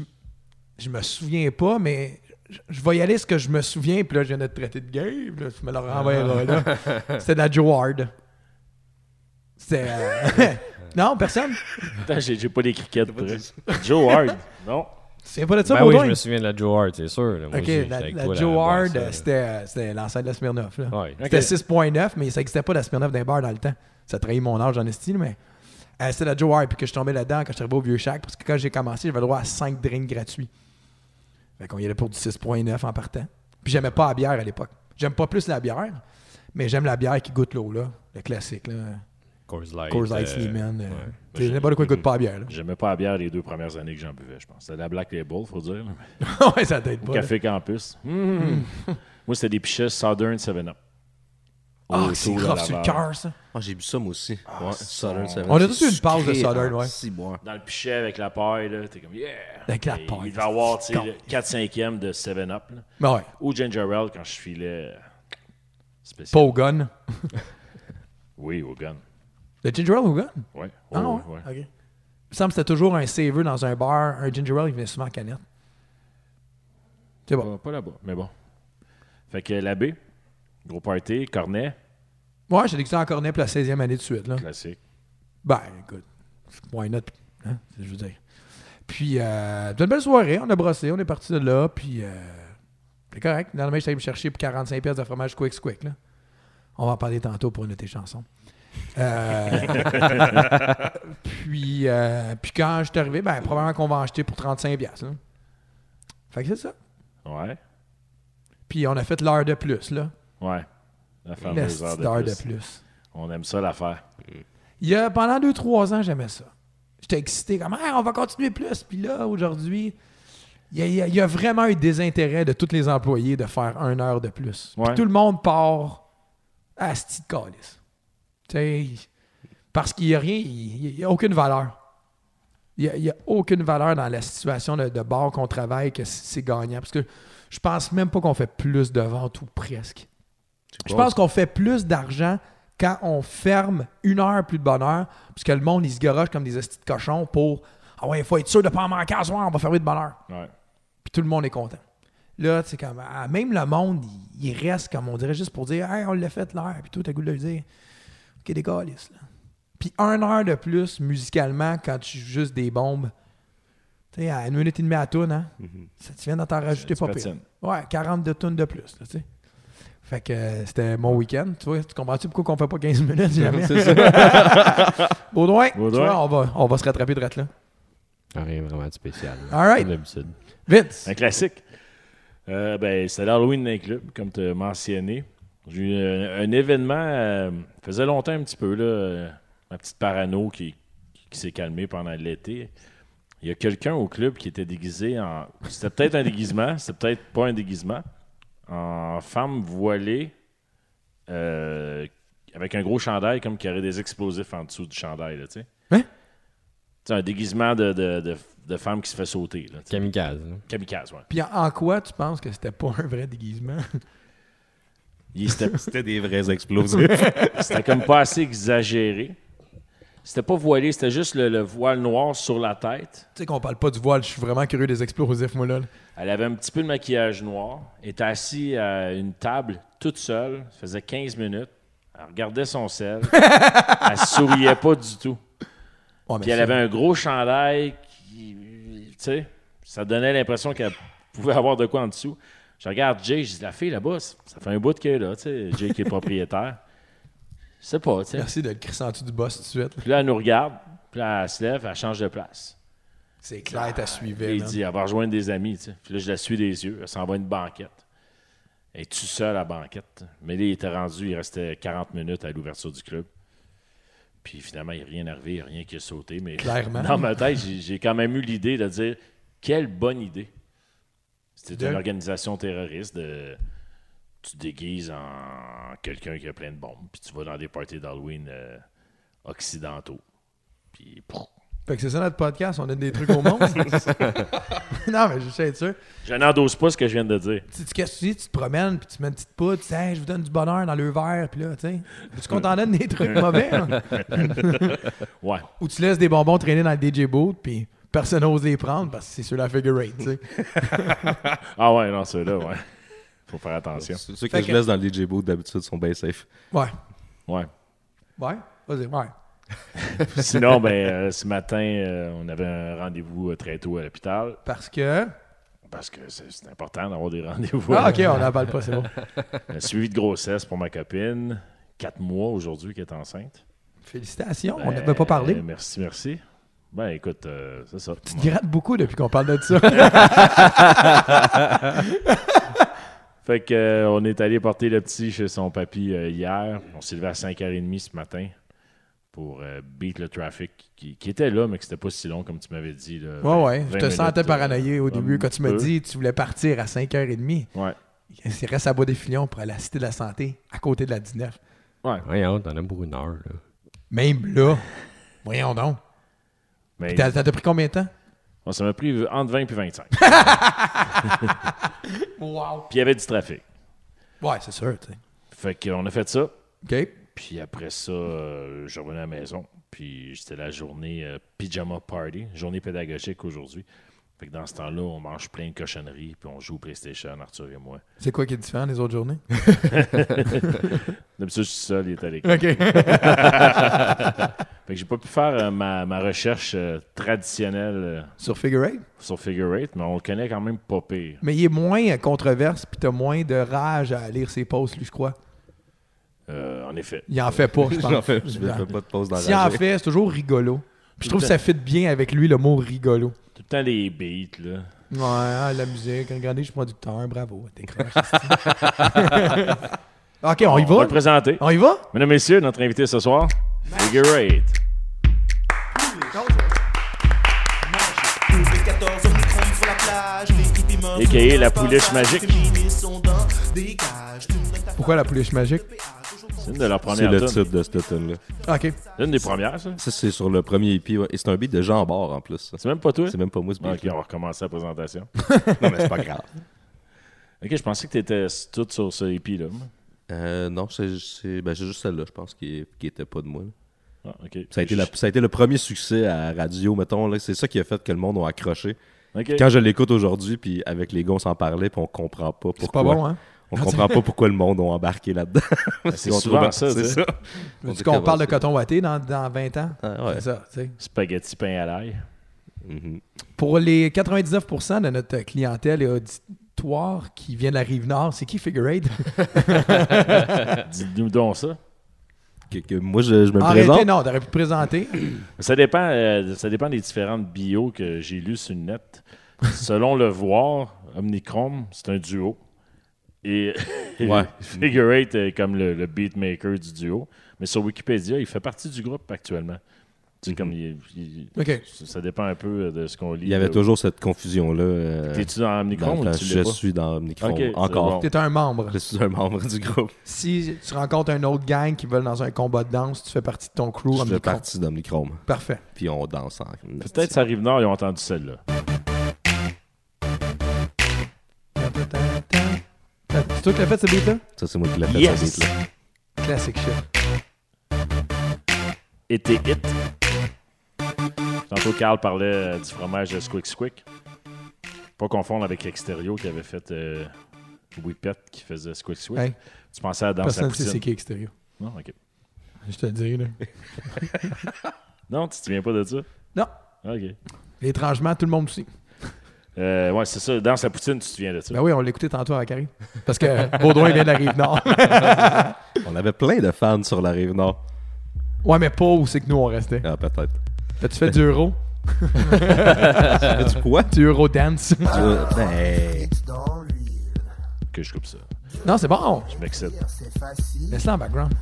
Speaker 2: je me souviens pas, mais je, je vais y aller ce que je me souviens, puis là, je viens de te traiter de gay, puis là, tu me le renverras, là. C'était de la Joe Hard. C'était... euh, non, personne?
Speaker 1: Attends, j'ai j'ai pas des criquettes pour Joe Hard, non.
Speaker 2: Tu souviens pas de ça,
Speaker 4: Ben oui,
Speaker 2: Baudouin?
Speaker 4: je me souviens de la Joe Hart, c'est sûr. là. Moi
Speaker 2: OK,
Speaker 4: aussi, j'étais
Speaker 2: la,
Speaker 4: avec
Speaker 2: la
Speaker 4: toi, là,
Speaker 2: Joe
Speaker 4: à euh,
Speaker 2: Hard,
Speaker 4: boire ça.
Speaker 2: c'était c'était l'ancêtre de la Smirnoff, là.
Speaker 4: Ouais.
Speaker 1: Ok.
Speaker 2: C'était 6.9, mais ça n'existait pas la Smirnoff d'un bar dans le temps. Ça trahit mon âge en estime, mais euh, c'était la Joe Hard, puis que je tombais là-dedans quand je suis arrivé au vieux shack, parce que quand j'ai commencé, j'avais le droit à 5 drinks gratuits. Fait qu'on y allait pour du 6.9 en partant. Puis j'aimais pas la bière à l'époque. J'aime pas plus la bière, mais j'aime la bière qui goûte l'eau, là. Le classique, là.
Speaker 4: Coors Light.
Speaker 2: Coors Light,
Speaker 4: euh,
Speaker 2: Sleeman. euh,
Speaker 4: ouais.
Speaker 2: tu sais, N'importe quoi qui goûte pas la bière,
Speaker 1: J'aimais pas la bière les deux premières années que j'en buvais, je pense. C'était de la Black Label, faut dire. là.
Speaker 2: là. ouais, ça t'aide pas. là.
Speaker 1: Café Campus. Mmh. Moi, c'était des pichets Southern 7-Up.
Speaker 2: Ah,
Speaker 1: Autour
Speaker 2: c'est
Speaker 1: de
Speaker 2: rough sur le
Speaker 1: Laval.
Speaker 2: cœur, ça.
Speaker 3: Ah, j'ai bu ça, moi aussi. ouais, Southern Seven.
Speaker 2: On a tous eu une pause de
Speaker 3: Sucré
Speaker 2: Southern,
Speaker 3: en
Speaker 2: ouais.
Speaker 3: six mois.
Speaker 1: Dans le pichet avec la paille, là, t'es comme, yeah!
Speaker 2: Avec la
Speaker 1: Et
Speaker 2: paille.
Speaker 1: Il devait avoir, tu sais,
Speaker 2: Con.
Speaker 1: le 4-5e de 7-Up, là.
Speaker 2: Mais ouais,
Speaker 1: Ou Ginger Ale quand je filais spécial.
Speaker 2: pas au gun.
Speaker 1: Oui, au gun.
Speaker 2: Le ginger ale au gun?
Speaker 1: Ouais.
Speaker 2: Ah
Speaker 1: Oh,
Speaker 2: ouais? OK. Il me semble que c'était toujours un saver dans un bar, un ginger ale, il venait souvent en canette. C'est bon.
Speaker 1: Pas, pas là-bas, mais bon. Fait que l'abbé, gros party, cornet,
Speaker 2: Ouais, j'ai déguisé en cornet pour la 16e année de suite. Là.
Speaker 1: classique.
Speaker 2: Ben, écoute, why not? Hein? Je veux dire. Puis, euh, c'était une belle soirée, on a brossé, on est parti de là, puis euh, c'est correct. Le lendemain, j'étais allé me chercher pour 45 pièces de fromage Quick Quick. Là. On va en parler tantôt pour une de tes chansons. Euh, puis, euh, puis quand je suis arrivé, ben, probablement qu'on va en acheter pour 35 pièces. Fait que c'est ça.
Speaker 1: Ouais.
Speaker 2: Puis on a fait l'heure de plus, là.
Speaker 1: Ouais. La
Speaker 2: La
Speaker 1: fameuse heure
Speaker 2: petite
Speaker 1: de,
Speaker 2: heure
Speaker 1: plus.
Speaker 2: de plus.
Speaker 1: On aime ça l'affaire.
Speaker 2: Il y a, pendant 2-3 ans, j'aimais ça. J'étais excité, comme Hey, on va continuer plus. Puis là, aujourd'hui, il y, a- il y a- il y a vraiment eu des intérêts de tous les employés de faire une heure de plus. Puis
Speaker 1: Ouais.
Speaker 2: tout le monde part à ce petit calice. Tu sais, parce qu'il n'y a rien, il n'y a aucune valeur. Il n'y a, aucune valeur dans la situation de, de bar qu'on travaille que c- c'est gagnant. Parce que je pense même pas qu'on fait plus de ventes ou presque. Je pense qu'on fait plus d'argent quand on ferme une heure plus de bonheur, puisque le monde, il se garoche comme des hosties de cochons pour Ah ouais, il faut être sûr de ne pas en manquer à soir, on va fermer de bonheur.
Speaker 1: Ouais.
Speaker 2: Puis tout le monde est content. Là, tu sais, comme, ah, même le monde, il, il reste, comme on dirait, juste pour dire Hey, on l'a fait l'heure, puis tout, t'as le goût de le dire. Ok, des câlisses, là. Puis une heure de plus, musicalement, quand tu joues juste des bombes, tu sais, à une minute et demie à toune, hein, ça te vient d'en t'en rajouter
Speaker 1: Tu
Speaker 2: pas pire.
Speaker 1: patines.
Speaker 2: Ouais, 42 tonnes de plus, là, tu sais. Fait que euh, c'était mon week-end. Tu vois, tu comprends-tu pourquoi on fait pas 15 minutes jamais?
Speaker 3: C'est ça.
Speaker 2: Baudouin, tu
Speaker 1: Baudouin.
Speaker 2: vois, on va, on va se rattraper de là.
Speaker 4: Ah, Rien vraiment de spécial. là,
Speaker 2: All right.
Speaker 4: Comme d'habitude.
Speaker 2: Vince!
Speaker 1: Un classique. Euh, ben, c'était l'Halloween d'un club, comme tu as mentionné. J'ai eu euh, un événement, euh, faisait longtemps un petit peu, là, euh, ma petite parano qui, qui s'est calmée pendant l'été. Il y a quelqu'un au club qui était déguisé en. C'était peut-être un déguisement, c'était peut-être pas un déguisement. En femme voilée, euh, avec un gros chandail, comme qui aurait des explosifs en dessous du chandail, là, tu sais.
Speaker 2: Hein?
Speaker 1: Tu sais, un déguisement de, de, de- de femme qui se fait sauter, là, tu sais.
Speaker 4: Kamikaze. là.
Speaker 1: Kamikaze, ouais.
Speaker 2: Puis en, en quoi tu penses que c'était pas un vrai déguisement?
Speaker 1: Il- C'était
Speaker 3: C'était des vrais explosifs.
Speaker 1: c'était comme pas assez exagéré. C'était pas voilé, c'était juste le, le voile noir sur la tête.
Speaker 2: Tu sais qu'on parle pas du voile, je suis vraiment curieux des explosifs, moi là.
Speaker 1: Elle avait un petit peu de maquillage noir, était assise à une table toute seule, ça faisait 15 minutes. Elle regardait son sel, elle souriait pas du tout.
Speaker 2: Ouais, mais
Speaker 1: Puis elle
Speaker 2: ça-
Speaker 1: avait un gros chandail qui. Tu sais, ça donnait l'impression qu'elle pouvait avoir de quoi en dessous. Je regarde Jay, je dis la fille là-bas, c- ça fait un bout de qu'elle est là, tu sais, Jay qui est propriétaire. Je sais pas, tu sais.
Speaker 2: Merci de le crisser en dessous du boss tout de suite. là.
Speaker 1: Puis là, elle nous regarde, puis là, elle se lève, elle change de place.
Speaker 2: C'est clair, t'as
Speaker 1: Et
Speaker 2: suivi.
Speaker 1: il dit, elle va rejoindre des amis. tu sais. Puis là, je la suis des yeux. Elle s'en va à une banquette. Elle est tout seule à la banquette. Mais là, il était rendu, il restait 40 minutes à l'ouverture du club. Puis finalement, il n'est rien arrivé, il n'y a rien qui a sauté. Mais
Speaker 2: Clairement.
Speaker 1: dans ma tête, j'ai j'ai quand même eu l'idée de dire, quelle bonne idée. C'était
Speaker 2: De-
Speaker 1: une organisation terroriste de... Tu te déguises en quelqu'un qui a plein de bombes, puis tu vas dans des parties d'Halloween euh, occidentaux. Puis, prou.
Speaker 2: Fait que c'est ça notre podcast, on donne des trucs au monde. non, mais je sais être sûr.
Speaker 1: je n'endosse pas ce que je viens de dire.
Speaker 2: Tu, tu, qu'est-ce que tu dis? Tu te promènes, puis tu mets une petite poudre, tu dis, Hey, je vous donne du bonheur dans le verre, puis là, tu sais. Tu qu'on t'en donne des trucs mauvais, hein?
Speaker 1: Ouais.
Speaker 2: Ou tu laisses des bonbons traîner dans le DJ Booth, puis personne n'ose les prendre parce que c'est sur la figure eight, tu sais.
Speaker 1: Ah ouais, non, ceux-là, ouais. Faut faire attention.
Speaker 3: Ceux ceux que
Speaker 2: Fait
Speaker 3: je
Speaker 2: que-
Speaker 3: laisse dans le DJ Booth d'habitude sont bien safe.
Speaker 2: Ouais.
Speaker 1: Ouais.
Speaker 2: Ouais? Vas-y, ouais.
Speaker 1: Sinon, ben, euh, ce matin, euh, on avait un rendez-vous euh, très tôt à l'hôpital
Speaker 2: Parce que.
Speaker 1: parce que c'est c'est important d'avoir des rendez-vous. euh,
Speaker 2: Ah, ok, on n'en parle pas, c'est bon.
Speaker 1: Un suivi de grossesse pour ma copine, quatre mois aujourd'hui qui est enceinte.
Speaker 2: Félicitations, on
Speaker 1: Ben,
Speaker 2: n'avait pas parlé.
Speaker 1: euh, merci, merci. Ben écoute, euh, c'est ça.
Speaker 2: Tu te grattes beaucoup depuis qu'on parle de ça.
Speaker 1: Fait que euh, on est allé porter le petit chez son papy euh, hier. On s'est levé à 5h30 ce matin pour euh, beat le trafic qui, qui était là, mais que c'était pas si long comme tu m'avais dit. là,
Speaker 2: Ouais,
Speaker 1: vingt-
Speaker 2: ouais. Je
Speaker 1: 20
Speaker 2: te sentais
Speaker 1: minutes,
Speaker 2: paranoïé
Speaker 1: euh,
Speaker 2: au
Speaker 1: un
Speaker 2: début quand tu me
Speaker 1: peu.
Speaker 2: dis que tu voulais partir à 5h30.
Speaker 1: Ouais.
Speaker 2: Il reste à Bois des Filions pour aller à la Cité de la Santé, à côté de la 19.
Speaker 1: Ouais.
Speaker 4: Voyons, t'en as pour une heure, là.
Speaker 2: Même là. Voyons donc.
Speaker 1: Mais
Speaker 2: T'as t'as pris combien de temps?
Speaker 1: on ça m'a pris entre 20 et 25.
Speaker 2: Wow.
Speaker 1: Puis il y avait du trafic.
Speaker 2: Ouais, c'est sûr, tu
Speaker 1: Fait qu'on a fait ça.
Speaker 2: sais. OK.
Speaker 1: Puis après ça, euh, je revenais à la maison. Puis c'était la journée euh, pyjama party, journée pédagogique aujourd'hui. Fait que dans ce temps-là, on mange plein de cochonneries, puis on joue au PlayStation, Arthur et moi.
Speaker 2: C'est quoi qui est différent des autres journées?
Speaker 1: D'habitude, je suis seul, il est à l'école.
Speaker 2: OK.
Speaker 1: Fait que j'ai pas pu faire euh, ma, ma recherche euh, traditionnelle euh,
Speaker 2: Sur Figure eight.
Speaker 1: sur Figure 8, mais on le connaît quand même pas pire.
Speaker 2: Mais il est moins euh, controverse, puis t'as moins de rage à lire ses posts, lui, je crois.
Speaker 1: Euh, en effet.
Speaker 2: Il en fait pas, Oh, je pense.
Speaker 3: J'en fais, je fais pas de pause dans
Speaker 2: S'il en
Speaker 3: la
Speaker 2: fait, c'est toujours rigolo. Puis je trouve que ça fit bien avec lui, le mot rigolo.
Speaker 1: Tout le temps les beats, là.
Speaker 2: Ouais, ah, la musique. Regardez, je suis producteur. Bravo. T'es croche, OK, on y
Speaker 1: On va
Speaker 2: va?
Speaker 1: le présenter.
Speaker 2: On y va?
Speaker 1: Mesdames et messieurs, notre invité ce soir, Figure 8.
Speaker 7: Levé 14 au micro, il faut la plage. Les hippies meufs
Speaker 1: AKA
Speaker 7: font du
Speaker 1: la
Speaker 7: sport,
Speaker 1: pouliche
Speaker 7: ça,
Speaker 1: magique.
Speaker 7: Les féministes sont dans des cages. Tu me donnes ta
Speaker 2: Pourquoi la pouliche magique?
Speaker 7: page, toujours
Speaker 1: C'est une de leurs
Speaker 3: C'est
Speaker 1: premières
Speaker 3: le
Speaker 1: tunes.
Speaker 3: titre de cette tune là
Speaker 2: OK.
Speaker 1: C'est une des premières, ça.
Speaker 3: Ça, c'est sur le premier EP. ouais. Et c'est un beat de Jean Bart en plus. ça.
Speaker 1: C'est même pas toi?
Speaker 3: C'est même pas moi ce
Speaker 1: Bon,
Speaker 3: beat.
Speaker 1: ok, on va recommencer la présentation.
Speaker 3: Non, mais c'est pas grave.
Speaker 1: Ok, je pensais que t'étais s- tout sur ce hippie là. moi.
Speaker 3: Euh, non, c'est c'est- ben, c'est juste celle-là, je pense, qui, qui était pas de moi. là.
Speaker 1: Ah, ok.
Speaker 3: Ça a, été la- ça a été le premier succès à radio, mettons. là. C'est ça qui a fait que le monde a accroché.
Speaker 1: Ok.
Speaker 3: Puis Quand je l'écoute aujourd'hui, puis avec les gars, on s'en parlait, puis on comprend pas pourquoi.
Speaker 2: C'est pas bon, hein?
Speaker 3: On comprend pas pourquoi le monde a embarqué là-dedans.
Speaker 1: Ben, c'est
Speaker 3: Ils ont
Speaker 1: souvent ça, tu
Speaker 3: trouvé- c'est
Speaker 1: sais.
Speaker 3: ça. On
Speaker 2: Veux-tu
Speaker 3: dit
Speaker 2: qu'on
Speaker 3: comment
Speaker 2: parle de
Speaker 3: ça?
Speaker 2: coton watté dans, dans 20 ans?
Speaker 3: Ah, Mm-hmm. ouais.
Speaker 2: C'est ça, tu sais.
Speaker 1: Spaghetti pain à l'ail.
Speaker 2: Pour les 99% de notre clientèle et auditoire qui vient de la Rive-Nord, c'est qui Figure Eight?
Speaker 1: Dis-nous donc ça.
Speaker 3: Que, que moi, je, je me
Speaker 2: En
Speaker 3: présente.
Speaker 2: réalité, non, t'aurais pu te présenter.
Speaker 1: Ça dépend, euh, ça dépend des différentes bios que j'ai lues sur le net. Selon le voir, Omnichrome, c'est un duo. Et
Speaker 3: Ouais.
Speaker 1: Figure Eight est comme le, le beatmaker du duo. Mais sur Wikipédia, il fait partie du groupe actuellement. C'est comme il- il-
Speaker 2: OK.
Speaker 1: ça dépend un peu de ce qu'on lit.
Speaker 3: Mhm. Il y avait
Speaker 1: de-
Speaker 3: toujours cette confusion-là. euh,
Speaker 1: T'es-tu dans
Speaker 3: dans
Speaker 1: Omnichrome
Speaker 3: le
Speaker 1: ou
Speaker 3: plan.
Speaker 1: tu
Speaker 3: je
Speaker 1: l'es pas?
Speaker 3: suis dans Omnicron
Speaker 1: Ok, c'est
Speaker 3: encore.
Speaker 1: bon.
Speaker 2: T'es un membre.
Speaker 3: Je suis un membre du groupe.
Speaker 2: Si tu rencontres un autre gang qui veulent dans un combat de danse, tu fais partie de ton crew.
Speaker 3: Je fais
Speaker 2: Omnicron.
Speaker 3: partie d'Omnicron.
Speaker 2: Parfait.
Speaker 3: Puis on danse en.
Speaker 1: Peut-être ça arrive nord, ils ont entendu celle-là.
Speaker 2: C'est toi qui l'as fait, ce beat-là?
Speaker 3: Ça, c'est moi qui l'ai fait,
Speaker 1: Yes!
Speaker 3: ce beat-là.
Speaker 2: Classic shit.
Speaker 1: Et t'es hit. Tantôt, Carl parlait euh, du fromage de Squick Squick. Pas confondre avec Exterio qui avait fait euh, Whippet qui faisait Squick Squick.
Speaker 2: Hey,
Speaker 1: Tu pensais à Danse à
Speaker 2: personne ne sait
Speaker 1: Poutine.
Speaker 2: c'est qui extérieur.
Speaker 1: Non, ok.
Speaker 2: Je te le dis, là.
Speaker 1: Non, tu te souviens pas de ça?
Speaker 2: Non.
Speaker 1: Ok.
Speaker 2: Étrangement, tout le monde aussi.
Speaker 1: Euh, ouais, c'est ça. Dans sa poutine, tu te souviens de ça.
Speaker 2: Ben oui, on l'écoutait tantôt à Carré. Parce que Baudouin vient de la Rive-Nord.
Speaker 3: On avait plein de fans sur la rive nord.
Speaker 2: ouais, mais pas où c'est que nous, on restait.
Speaker 3: Ah, peut-être.
Speaker 2: T'as-tu
Speaker 3: Ben.
Speaker 2: fait du euro?
Speaker 3: Du quoi?
Speaker 2: Du euro dance?
Speaker 3: Tu- Ben,
Speaker 1: Que je coupe ça.
Speaker 2: non, c'est bon.
Speaker 1: Je m'excite.
Speaker 2: Laisse-la en background.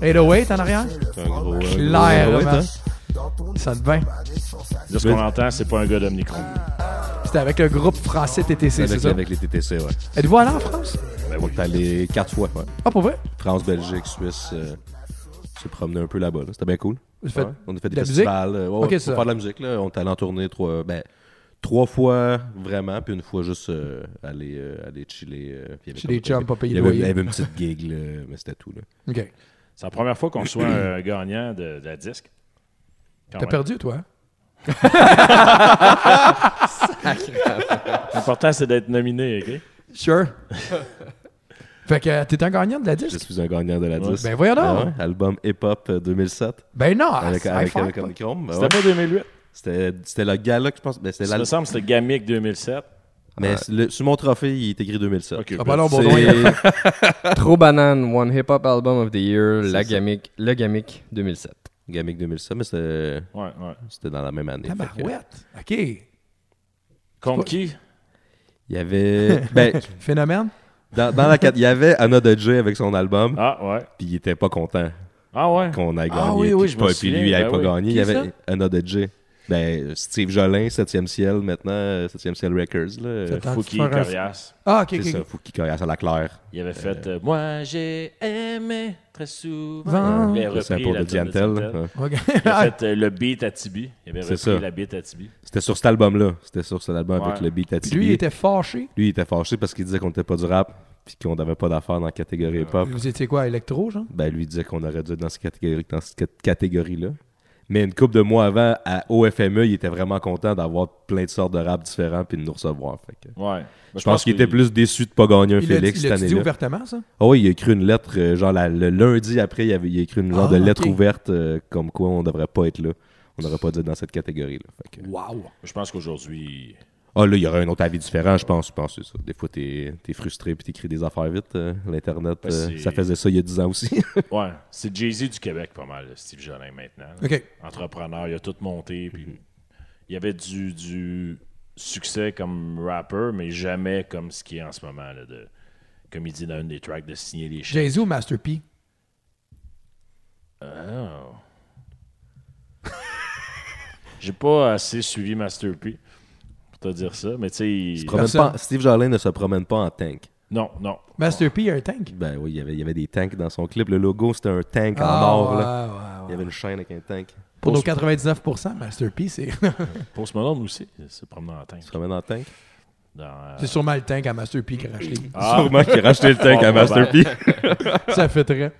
Speaker 2: 808 en arrière?
Speaker 3: c'est un gros.
Speaker 2: Clairement.
Speaker 3: ouais, hein?
Speaker 2: Ça te bien.
Speaker 1: Là,
Speaker 2: Ben-
Speaker 1: ce qu'on entend, c'est pas un gars d'Omnicron.
Speaker 3: Ah.
Speaker 2: C'était avec le groupe français TTC, c'est
Speaker 3: Avec,
Speaker 2: ça?
Speaker 3: avec les TTC, ouais.
Speaker 2: Êtes-vous allé en France?
Speaker 3: Ben, on est allé quatre fois, ouais.
Speaker 2: Ah, pour vrai?
Speaker 3: France, Belgique, Suisse. euh, on s'est promené un peu là-bas. là. C'était bien cool.
Speaker 2: Vous faites
Speaker 3: Ouais. On a fait
Speaker 2: de
Speaker 3: des
Speaker 2: la
Speaker 3: festivals. euh, ouais,
Speaker 2: Ok,
Speaker 3: ouais, pour
Speaker 2: c'est ça.
Speaker 3: faire de la musique, là. On est allé en tournée trois, ben, trois fois vraiment, puis une fois juste euh, aller, euh, aller chiller. euh, puis il y avait
Speaker 2: Chez des
Speaker 3: comme-
Speaker 2: chums, pas payer
Speaker 3: Il y
Speaker 2: le
Speaker 3: avait, il y
Speaker 2: loyer.
Speaker 3: avait une petite gig, là, mais c'était tout. Là.
Speaker 2: OK.
Speaker 1: C'est la première fois qu'on reçoit un gagnant de, de la disque. Quand
Speaker 2: T'as
Speaker 1: même.
Speaker 2: perdu, toi? hein? Ah,
Speaker 1: L'important, c'est d'être nominé, OK?
Speaker 3: Ben
Speaker 2: Sure. fait que euh, t'es un gagnant de la
Speaker 3: Je
Speaker 2: disque?
Speaker 3: suis un gagnant de la 10.
Speaker 2: Ben voyons donc.
Speaker 3: Ah ouais, album Hip Hop euh, 2007.
Speaker 2: Ben non,
Speaker 3: avec
Speaker 2: ah,
Speaker 3: avec,
Speaker 2: high
Speaker 3: avec
Speaker 2: five.
Speaker 3: Omnicron, ben ouais.
Speaker 1: C'était pas 2008.
Speaker 3: C'était c'était le gala que je pense. ben, c'était
Speaker 1: Ça me
Speaker 3: l'al-
Speaker 1: semble que c'était Gamic 2007.
Speaker 3: Mais le- sur mon trophée, il est écrit 2007.
Speaker 1: OK.
Speaker 2: Ah, ben non,
Speaker 3: C'est-
Speaker 2: Baudouin, il a-
Speaker 5: Trop banane, One Hip Hop Album of the Year, la
Speaker 3: ça.
Speaker 5: Gamic, le Gamic 2007.
Speaker 3: Gamic 2007, mais c'était
Speaker 1: Ouais, ouais.
Speaker 3: c'était dans la même année. Fait que-
Speaker 2: Tabarouette. OK.
Speaker 1: Contre qui?
Speaker 3: Il y avait. Ben,
Speaker 2: Phénomène?
Speaker 3: dans, dans la cat- il y avait Anna Dodger avec son album,
Speaker 1: Ah, ouais.
Speaker 3: puis il était pas content
Speaker 1: Ah, ouais.
Speaker 3: qu'on ait gagné.
Speaker 1: Ah oui, oui,
Speaker 3: puis
Speaker 1: je
Speaker 3: pas-
Speaker 1: me
Speaker 3: Puis
Speaker 1: souviens,
Speaker 3: lui, il n'avait
Speaker 1: ben
Speaker 3: pas
Speaker 1: oui.
Speaker 3: gagné. Il y
Speaker 2: Qui
Speaker 3: avait Anna Dodger. Ben, Steve Jolin, 7e ciel maintenant, euh, 7e ciel Records. Là.
Speaker 2: Attends,
Speaker 1: Fouki
Speaker 2: tu vas faire un-
Speaker 1: Corias.
Speaker 2: Ah, OK,
Speaker 3: C'est
Speaker 2: OK.
Speaker 3: ça,
Speaker 2: ok.
Speaker 3: faut qu'il caillasse à la claire.
Speaker 1: Il avait fait euh, Moi, j'ai aimé très souvent.
Speaker 2: Vent.
Speaker 1: Il avait
Speaker 3: C'est un
Speaker 1: repris
Speaker 3: pour
Speaker 1: la
Speaker 3: de
Speaker 1: tune de
Speaker 3: Diantel.
Speaker 1: Diantel.
Speaker 3: hein.
Speaker 2: OK.
Speaker 1: Il a fait euh, le beat à Tibi. Il avait
Speaker 3: C'est
Speaker 1: repris
Speaker 3: ça.
Speaker 1: la beat à Tibi.
Speaker 3: C'était sur cet album-là. C'était sur cet album
Speaker 1: Ouais.
Speaker 3: avec le beat à
Speaker 2: Puis
Speaker 3: Tibi.
Speaker 2: lui, il était fâché.
Speaker 3: Lui, il était fâché parce qu'il disait qu'on n'était pas du rap puis qu'on n'avait pas d'affaires dans la catégorie hip-hop.
Speaker 2: Vous étiez quoi, électro, genre?
Speaker 3: Ben, lui, il disait qu'on aurait dû être dans cette catégorie- dans cette cat- catégorie-là. Mais une couple de mois avant, à OFME, E, il était vraiment content d'avoir plein de sortes de rap différents puis de nous recevoir. Fait que-
Speaker 1: Ouais. Ben,
Speaker 3: Je pense qu'il était plus déçu de pas gagner un
Speaker 2: Il l'a
Speaker 3: Félix
Speaker 2: il
Speaker 3: cette
Speaker 2: l'a dit
Speaker 3: année-là.
Speaker 2: ouvertement, ça?
Speaker 3: Ah oui, il a écrit une lettre, euh, genre la- le lundi après, il, avait, il a écrit une genre
Speaker 2: Ah,
Speaker 3: de lettre
Speaker 2: ok.
Speaker 3: ouverte euh, comme quoi on devrait pas être là. On n'aurait pas dû être dans cette catégorie-là. Fait que-
Speaker 2: Wow.
Speaker 1: Je pense qu'aujourd'hui.
Speaker 3: Ah, là, il y aurait un autre avis différent, je pense. Je pense que c'est ça. Des fois, t'es es frustré puis t'écris des affaires vite. euh, L'Internet,
Speaker 1: Ben,
Speaker 3: euh,
Speaker 1: c'est-
Speaker 3: ça faisait ça il y a 10 ans aussi.
Speaker 1: Ouais. C'est Jay-Z du Québec, pas mal, Steve Jolin, maintenant. là.
Speaker 2: OK.
Speaker 1: Entrepreneur, il a tout monté. Puis il y avait du, du succès comme rapper, mais jamais comme ce qui est en ce moment. Là, de, comme il dit dans une des tracks, de signer les chèques.
Speaker 2: Jésus ou Master P?
Speaker 1: Oh. J'ai pas assez suivi Master P pour te dire ça, mais tu sais.
Speaker 3: Il se
Speaker 1: il-
Speaker 3: promène
Speaker 2: Personne.
Speaker 3: pas en- Steve Jolin ne se promène pas en tank.
Speaker 1: Non, non.
Speaker 2: Master P, il y a un tank.
Speaker 3: Ben oui, il y avait, il y avait des tanks dans son clip. Le logo, c'était un tank
Speaker 2: Ah,
Speaker 3: en or.
Speaker 2: ouais,
Speaker 3: là.
Speaker 2: ouais, ouais.
Speaker 3: Il y avait une chaîne avec un tank.
Speaker 2: Pour nos 99%, Master P, c'est
Speaker 1: Post Malone aussi, il se promenait en tank.
Speaker 3: Il se promène en tank.
Speaker 1: Dans, euh,
Speaker 2: c'est sûrement le tank à Master P qui a racheté.
Speaker 1: Ah,
Speaker 3: Sûrement qu'il a racheté le tank
Speaker 1: Fort
Speaker 3: à Master
Speaker 2: ben.
Speaker 3: P.
Speaker 2: Ça fait très.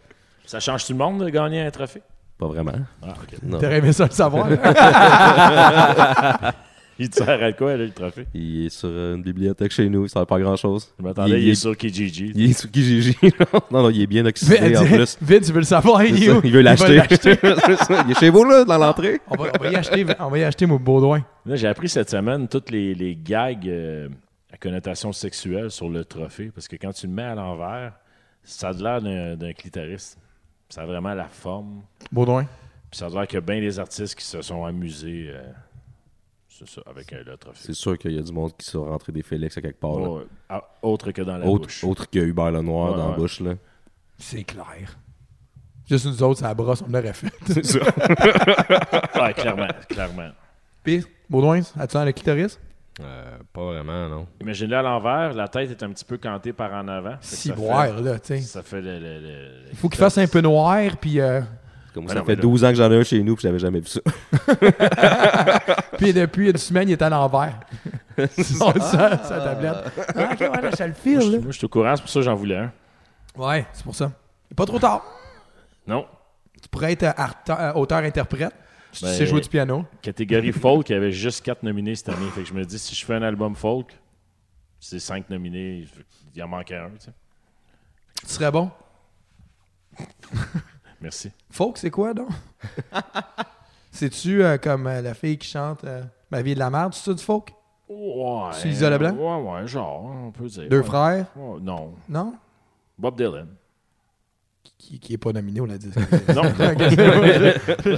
Speaker 1: ça change tout le monde de gagner un trophée?
Speaker 3: Pas vraiment.
Speaker 1: Ah, ok.
Speaker 3: Non.
Speaker 2: T'aurais aimé ça le savoir.
Speaker 1: Il te sert à quoi, là, le trophée?
Speaker 3: Il est sur euh, une bibliothèque chez nous. Il sert pas à grand chose.
Speaker 1: Je m'attendais, il, est sur
Speaker 3: Il
Speaker 1: Kijiji.
Speaker 3: est sous Kijiji. non, non, il est bien oxydé en plus.
Speaker 2: Vite, vite, tu veux le savoir, il
Speaker 3: C'est
Speaker 2: est
Speaker 3: ça,
Speaker 2: où?
Speaker 3: il veut l'acheter.
Speaker 2: va l'acheter.
Speaker 3: il est chez vous, là, dans l'entrée.
Speaker 2: On va, on va y acheter, on va y acheter mon Baudouin.
Speaker 1: Là, j'ai appris cette semaine toutes les, les gags euh, à connotation sexuelle sur le trophée, parce que quand tu le mets à l'envers, ça a de l'air d'un- d'un clitoris. Ça a vraiment la forme.
Speaker 2: Baudouin.
Speaker 1: Puis ça a l'air qu'il y a bien des artistes qui se sont amusés euh, c'est ça, avec euh, le trophée.
Speaker 3: C'est sûr qu'il y a du monde qui sont rentrés des Félix à quelque part. là.
Speaker 1: Ouais, à- ah, autre que dans la bouche.
Speaker 3: Autre, autre que Hubert Lenoir
Speaker 1: Ouais,
Speaker 3: dans la
Speaker 1: ouais.
Speaker 3: bouche. Là.
Speaker 2: C'est clair. Juste nous autres, ça brosse, on l'aurait fait.
Speaker 1: Ouais, clairement, clairement.
Speaker 2: Puis, Baudouin, as-tu dans le clitoris?
Speaker 4: Euh, pas vraiment, non.
Speaker 1: Imaginez à l'envers, la tête est un petit peu cantée par en avant. Fait que
Speaker 2: Si
Speaker 1: ça fait-
Speaker 2: boire, là, tu sais.
Speaker 1: Ça fait le. le- le- le-
Speaker 2: hein. Faut qu'il fasse un peu noir, puis, euh,
Speaker 3: Comme
Speaker 1: Ouais, non,
Speaker 3: ça
Speaker 1: mais
Speaker 3: fait
Speaker 1: là-
Speaker 3: 12 ans que j'en ai un chez nous puis j'avais jamais vu ça.
Speaker 2: puis depuis une semaine, il est à l'envers. C'est ça, ça, sa tablette. Ah, ok, ouais, là, ça le
Speaker 1: Moi,
Speaker 2: file,
Speaker 1: je,
Speaker 2: là.
Speaker 1: moi, je suis au courant, c'est pour ça que j'en voulais un.
Speaker 2: Ouais, c'est pour ça. C'est Pas trop tard.
Speaker 1: Non.
Speaker 2: Tu pourrais être euh, arta- euh, auteur-interprète. Si
Speaker 1: Ben,
Speaker 2: tu sais jouer du piano.
Speaker 1: Catégorie folk, il y avait juste 4 nominés cette année. Fait que je me dis, si je fais un album folk, c'est 5 nominés, il en manquait un, tu sais.
Speaker 2: Tu serais bon.
Speaker 1: Merci.
Speaker 2: Folk, c'est quoi, donc? C'est-tu euh, comme euh, la fille qui chante euh, Ma vie est de la merde? C'est-tu du folk?
Speaker 1: Ouais.
Speaker 2: C'est Lisa Leblanc?
Speaker 1: Ouais, ouais, genre, on peut dire.
Speaker 2: Deux
Speaker 1: Ouais.
Speaker 2: frères,
Speaker 1: Ouais, non.
Speaker 2: non?
Speaker 1: Bob Dylan.
Speaker 2: Qui, qui est pas nominé, on l'a dit.
Speaker 1: Non.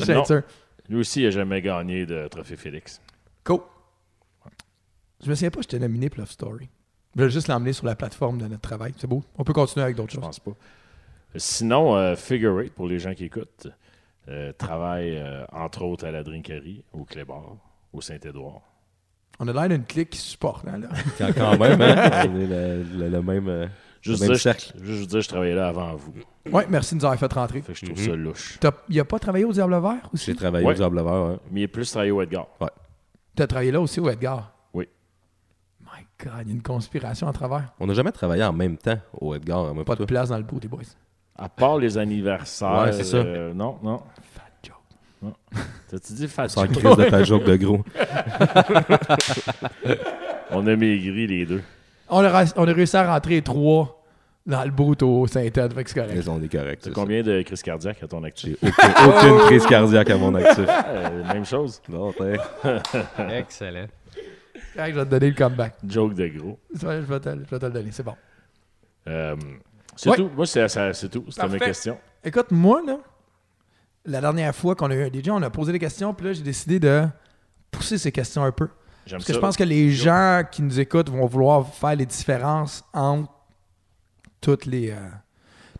Speaker 1: Non.
Speaker 2: sûr.
Speaker 1: Lui aussi, il n'a jamais gagné de trophée Félix.
Speaker 2: Cool. Je me souviens pas, j'étais nominé pour Love Story. Je vais juste l'emmener sur la plateforme de notre travail. C'est beau. On peut continuer avec d'autres
Speaker 1: Je
Speaker 2: choses.
Speaker 1: pense pas. Sinon, euh, Figure Eight, pour les gens qui écoutent, euh, travaille euh, entre autres à la Drinkerie, au Clébar, au Saint-Édouard.
Speaker 2: On a l'air d'une clique qui supporte. hein, Là, là.
Speaker 3: Quand, quand même, hein, on est le, le- le même. euh,
Speaker 1: Juste
Speaker 3: Même
Speaker 1: dire, je,
Speaker 3: cercle.
Speaker 1: juste vous dire, je travaillais là avant vous.
Speaker 2: Ouais, merci de nous avoir fait rentrer.
Speaker 1: Fait que je
Speaker 3: Mm-hmm.
Speaker 1: trouve ça louche.
Speaker 2: T'as- Il a pas travaillé au Diable Vert aussi?
Speaker 3: J'ai travaillé
Speaker 1: Ouais.
Speaker 3: au Diable Vert, hein.
Speaker 1: Mais il est plus travaillé au Edgar.
Speaker 2: T'as travaillé là aussi au Edgar?
Speaker 1: Oui.
Speaker 2: My God, il y a une conspiration à travers.
Speaker 3: On n'a jamais travaillé en même temps au Edgar, moi,
Speaker 2: Pas
Speaker 3: pas
Speaker 2: de
Speaker 3: toi.
Speaker 2: place dans le pot, des boys.
Speaker 1: À part les anniversaires.
Speaker 3: Ouais, c'est ça.
Speaker 1: euh, non, non.
Speaker 2: Fat joke.
Speaker 1: T'as-tu dit fat
Speaker 3: Sans
Speaker 1: joke?
Speaker 3: crise de ta joke de gros.
Speaker 1: On a maigri les deux.
Speaker 2: On a, ra- on a réussi à rentrer trois dans le bout au Saint-Ed, fait que c'est correct.
Speaker 3: Mais on est correct.
Speaker 1: T'as
Speaker 3: c'est
Speaker 1: combien de crises cardiaques à ton actif?
Speaker 3: ça. Aucune, aucune crise cardiaque à mon actif.
Speaker 1: Euh, même chose.
Speaker 3: Non, t'es-
Speaker 4: Ah. Excellent.
Speaker 2: Correct, je vais te donner le comeback.
Speaker 1: Joke de gros.
Speaker 2: Je vais, je vais te, je vais te le donner, c'est bon.
Speaker 1: Euh, c'est
Speaker 2: Ouais.
Speaker 1: tout. Moi, c'est ça- c'est tout. C'était mes
Speaker 2: Parfait.
Speaker 1: questions.
Speaker 2: Écoute, moi, là, la dernière fois qu'on a eu un DJ, on a posé des questions, puis là, j'ai décidé de pousser ces questions un peu.
Speaker 1: J'aime
Speaker 2: Parce que
Speaker 1: ça.
Speaker 2: je pense que les gens qui nous écoutent vont vouloir faire les différences entre toutes les, euh,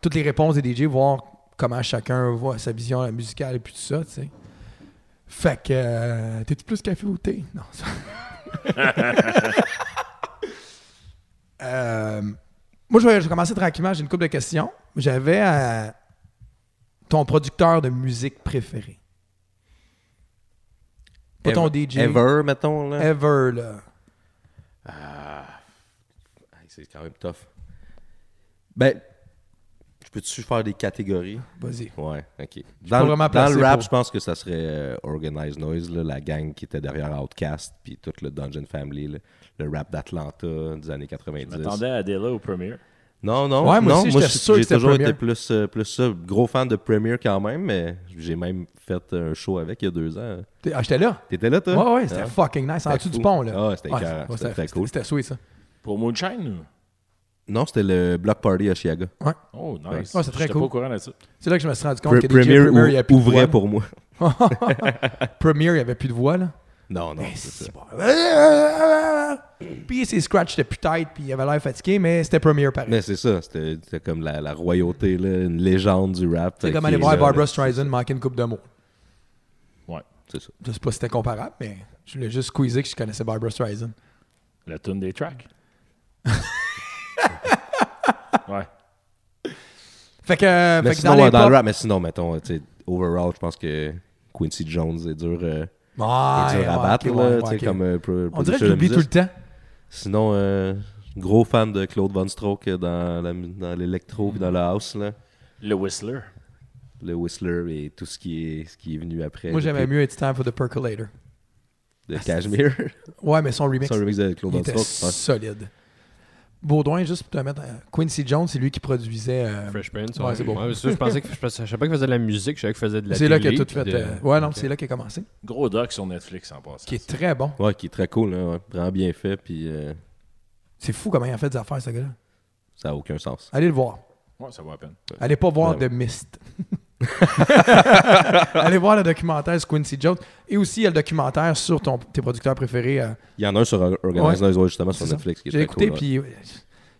Speaker 2: toutes les réponses des DJ, voir comment chacun voit sa vision euh, musicale et puis tout ça, tu sais. Fait que, euh, t'es-tu plus café ou thé? Non. ça- Euh, moi, je vais, je vais commencer tranquillement. J'ai une couple de questions. J'avais euh, ton producteur de musique préféré. Pas ton DJ.
Speaker 3: Ever, mettons. Là.
Speaker 2: Ever, là.
Speaker 3: Hey, C'est quand même tough. Ben, je peux-tu faire des catégories?
Speaker 2: Vas-y.
Speaker 3: Ouais, ok.
Speaker 2: pas
Speaker 3: Dans, le-
Speaker 2: vraiment
Speaker 3: dans
Speaker 2: placé
Speaker 3: le rap,
Speaker 2: pour-
Speaker 3: je pense que ça serait euh, Organized Noise, là, la gang qui était derrière Outcast, puis tout le Dungeon Family, là, le rap d'Atlanta des années 90.
Speaker 1: M'attendais à Adela au premier.
Speaker 3: Non, non,
Speaker 2: Ouais, moi
Speaker 3: non,
Speaker 2: aussi, j'étais
Speaker 3: je-
Speaker 2: sûr que
Speaker 3: j'ai
Speaker 2: c'était
Speaker 3: toujours
Speaker 2: Premier.
Speaker 3: été plus, euh, plus ça. Gros fan de Premier quand même, mais j'ai même fait un show avec il y a deux ans.
Speaker 2: T'es- Ah, j'étais là.
Speaker 3: T'étais là,
Speaker 2: Ouais,
Speaker 3: toi?
Speaker 2: ouais, c'était
Speaker 3: Ah.
Speaker 2: fucking nice. En
Speaker 3: C'était
Speaker 2: dessous du
Speaker 3: cool.
Speaker 2: pont, là.
Speaker 3: Ah, c'était écœurant.
Speaker 2: ouais,
Speaker 3: C'était- c'était cool.
Speaker 2: C'était sweet, ça.
Speaker 1: Pour Moonshine?
Speaker 3: Non, c'était le Block Party à Chicago.
Speaker 1: Oh,
Speaker 3: Ouais,
Speaker 1: nice.
Speaker 2: c'est très
Speaker 1: J'étais
Speaker 2: cool.
Speaker 1: pas au courant là-dessus.
Speaker 2: C'est là que je me suis rendu compte
Speaker 3: Pre-
Speaker 2: que
Speaker 3: Premier
Speaker 2: DJ Premier, il y
Speaker 3: ou-
Speaker 2: a plus de
Speaker 3: ouvrait
Speaker 2: voix.
Speaker 3: pour moi.
Speaker 2: Premier, il n'y avait plus de voix, là.
Speaker 3: Non, non,
Speaker 2: Eh,
Speaker 3: c'est ça.
Speaker 2: c'est bon. Puis ses scratchs étaient plus tight, puis il avait l'air fatigué, mais c'était Premier pareil.
Speaker 3: Mais c'est ça, c'était c'était comme la, la royauté, là, une légende du rap.
Speaker 2: C'est
Speaker 3: euh,
Speaker 2: comme
Speaker 3: qui
Speaker 2: aller
Speaker 3: est
Speaker 2: voir
Speaker 3: là,
Speaker 2: Barbara
Speaker 3: là.
Speaker 2: Streisand manquer une coupe de mots.
Speaker 1: Ouais.
Speaker 3: C'est ça.
Speaker 2: Je sais pas si c'était comparable, mais je voulais juste squeezer que je connaissais Barbara Streisand.
Speaker 1: La tune des tracks. ouais.
Speaker 2: Fait que, euh,
Speaker 3: Mais
Speaker 2: fait que
Speaker 3: sinon,
Speaker 2: dans,
Speaker 3: ouais,
Speaker 2: les
Speaker 3: dans
Speaker 2: pop-
Speaker 3: le rap, mais sinon, mettons, euh, tu sais, overall, je pense que Quincy Jones est dur, euh,
Speaker 2: Ah,
Speaker 3: est dur à
Speaker 2: ouais,
Speaker 3: battre,
Speaker 2: ok,
Speaker 3: là,
Speaker 2: ouais,
Speaker 3: tu sais,
Speaker 2: ouais, ok.
Speaker 3: comme euh, pro-
Speaker 2: On dirait que
Speaker 3: producer de
Speaker 2: j'oublie tout le
Speaker 3: musique.
Speaker 2: temps.
Speaker 3: Sinon, euh, gros fan de Claude Van Stroke euh, dans la mu- dans l'électro puis dans le house, là.
Speaker 1: Le Whistler.
Speaker 3: le Whistler et tout ce qui est, ce qui est venu après.
Speaker 2: Moi,
Speaker 3: le
Speaker 2: j'aimais
Speaker 3: clip
Speaker 2: mieux It's Time for the Percolator.
Speaker 3: De Cashmere.
Speaker 2: Ouais, mais son remix,
Speaker 3: Son remix de Claude
Speaker 2: il
Speaker 3: Van
Speaker 2: était
Speaker 3: Stroke. ouais.
Speaker 2: solide. Baudouin, juste pour te mettre. euh, Quincy Jones, c'est lui qui produisait. euh,
Speaker 4: Ah, Fresh Prince.
Speaker 2: Ouais, c'est bon.
Speaker 4: mais ça, je pensais que je, pensais- je savais pas qu'il faisait de la musique, je savais qu'il faisait de la
Speaker 2: c'est là qu'il a
Speaker 4: télé,
Speaker 2: tout
Speaker 4: puis
Speaker 2: fait.
Speaker 4: de-
Speaker 2: euh, ouais, non,
Speaker 4: Ok.
Speaker 2: c'est là qu'il a commencé.
Speaker 1: Gros doc sur Netflix en passant.
Speaker 2: Qui est très bon.
Speaker 3: Ouais, qui est très cool, là, ouais. vraiment bien fait, puis euh,
Speaker 2: C'est fou comment il a fait des affaires, ce gars-là.
Speaker 3: ça n'a aucun sens.
Speaker 2: Allez le voir.
Speaker 1: Ouais, ça vaut la peine.
Speaker 2: Allez pas voir
Speaker 3: Ouais.
Speaker 2: The Mist. Allez voir le documentaire sur Quincy Jones. Et aussi, il y a le documentaire sur ton- tes producteurs préférés. euh,
Speaker 3: Il y en a un sur Or- Organized Noise, ouais, justement, sur
Speaker 2: c'est ça.
Speaker 3: Netflix. qui est
Speaker 2: J'ai
Speaker 3: très
Speaker 2: écouté,
Speaker 3: cool, ouais.
Speaker 2: puis euh,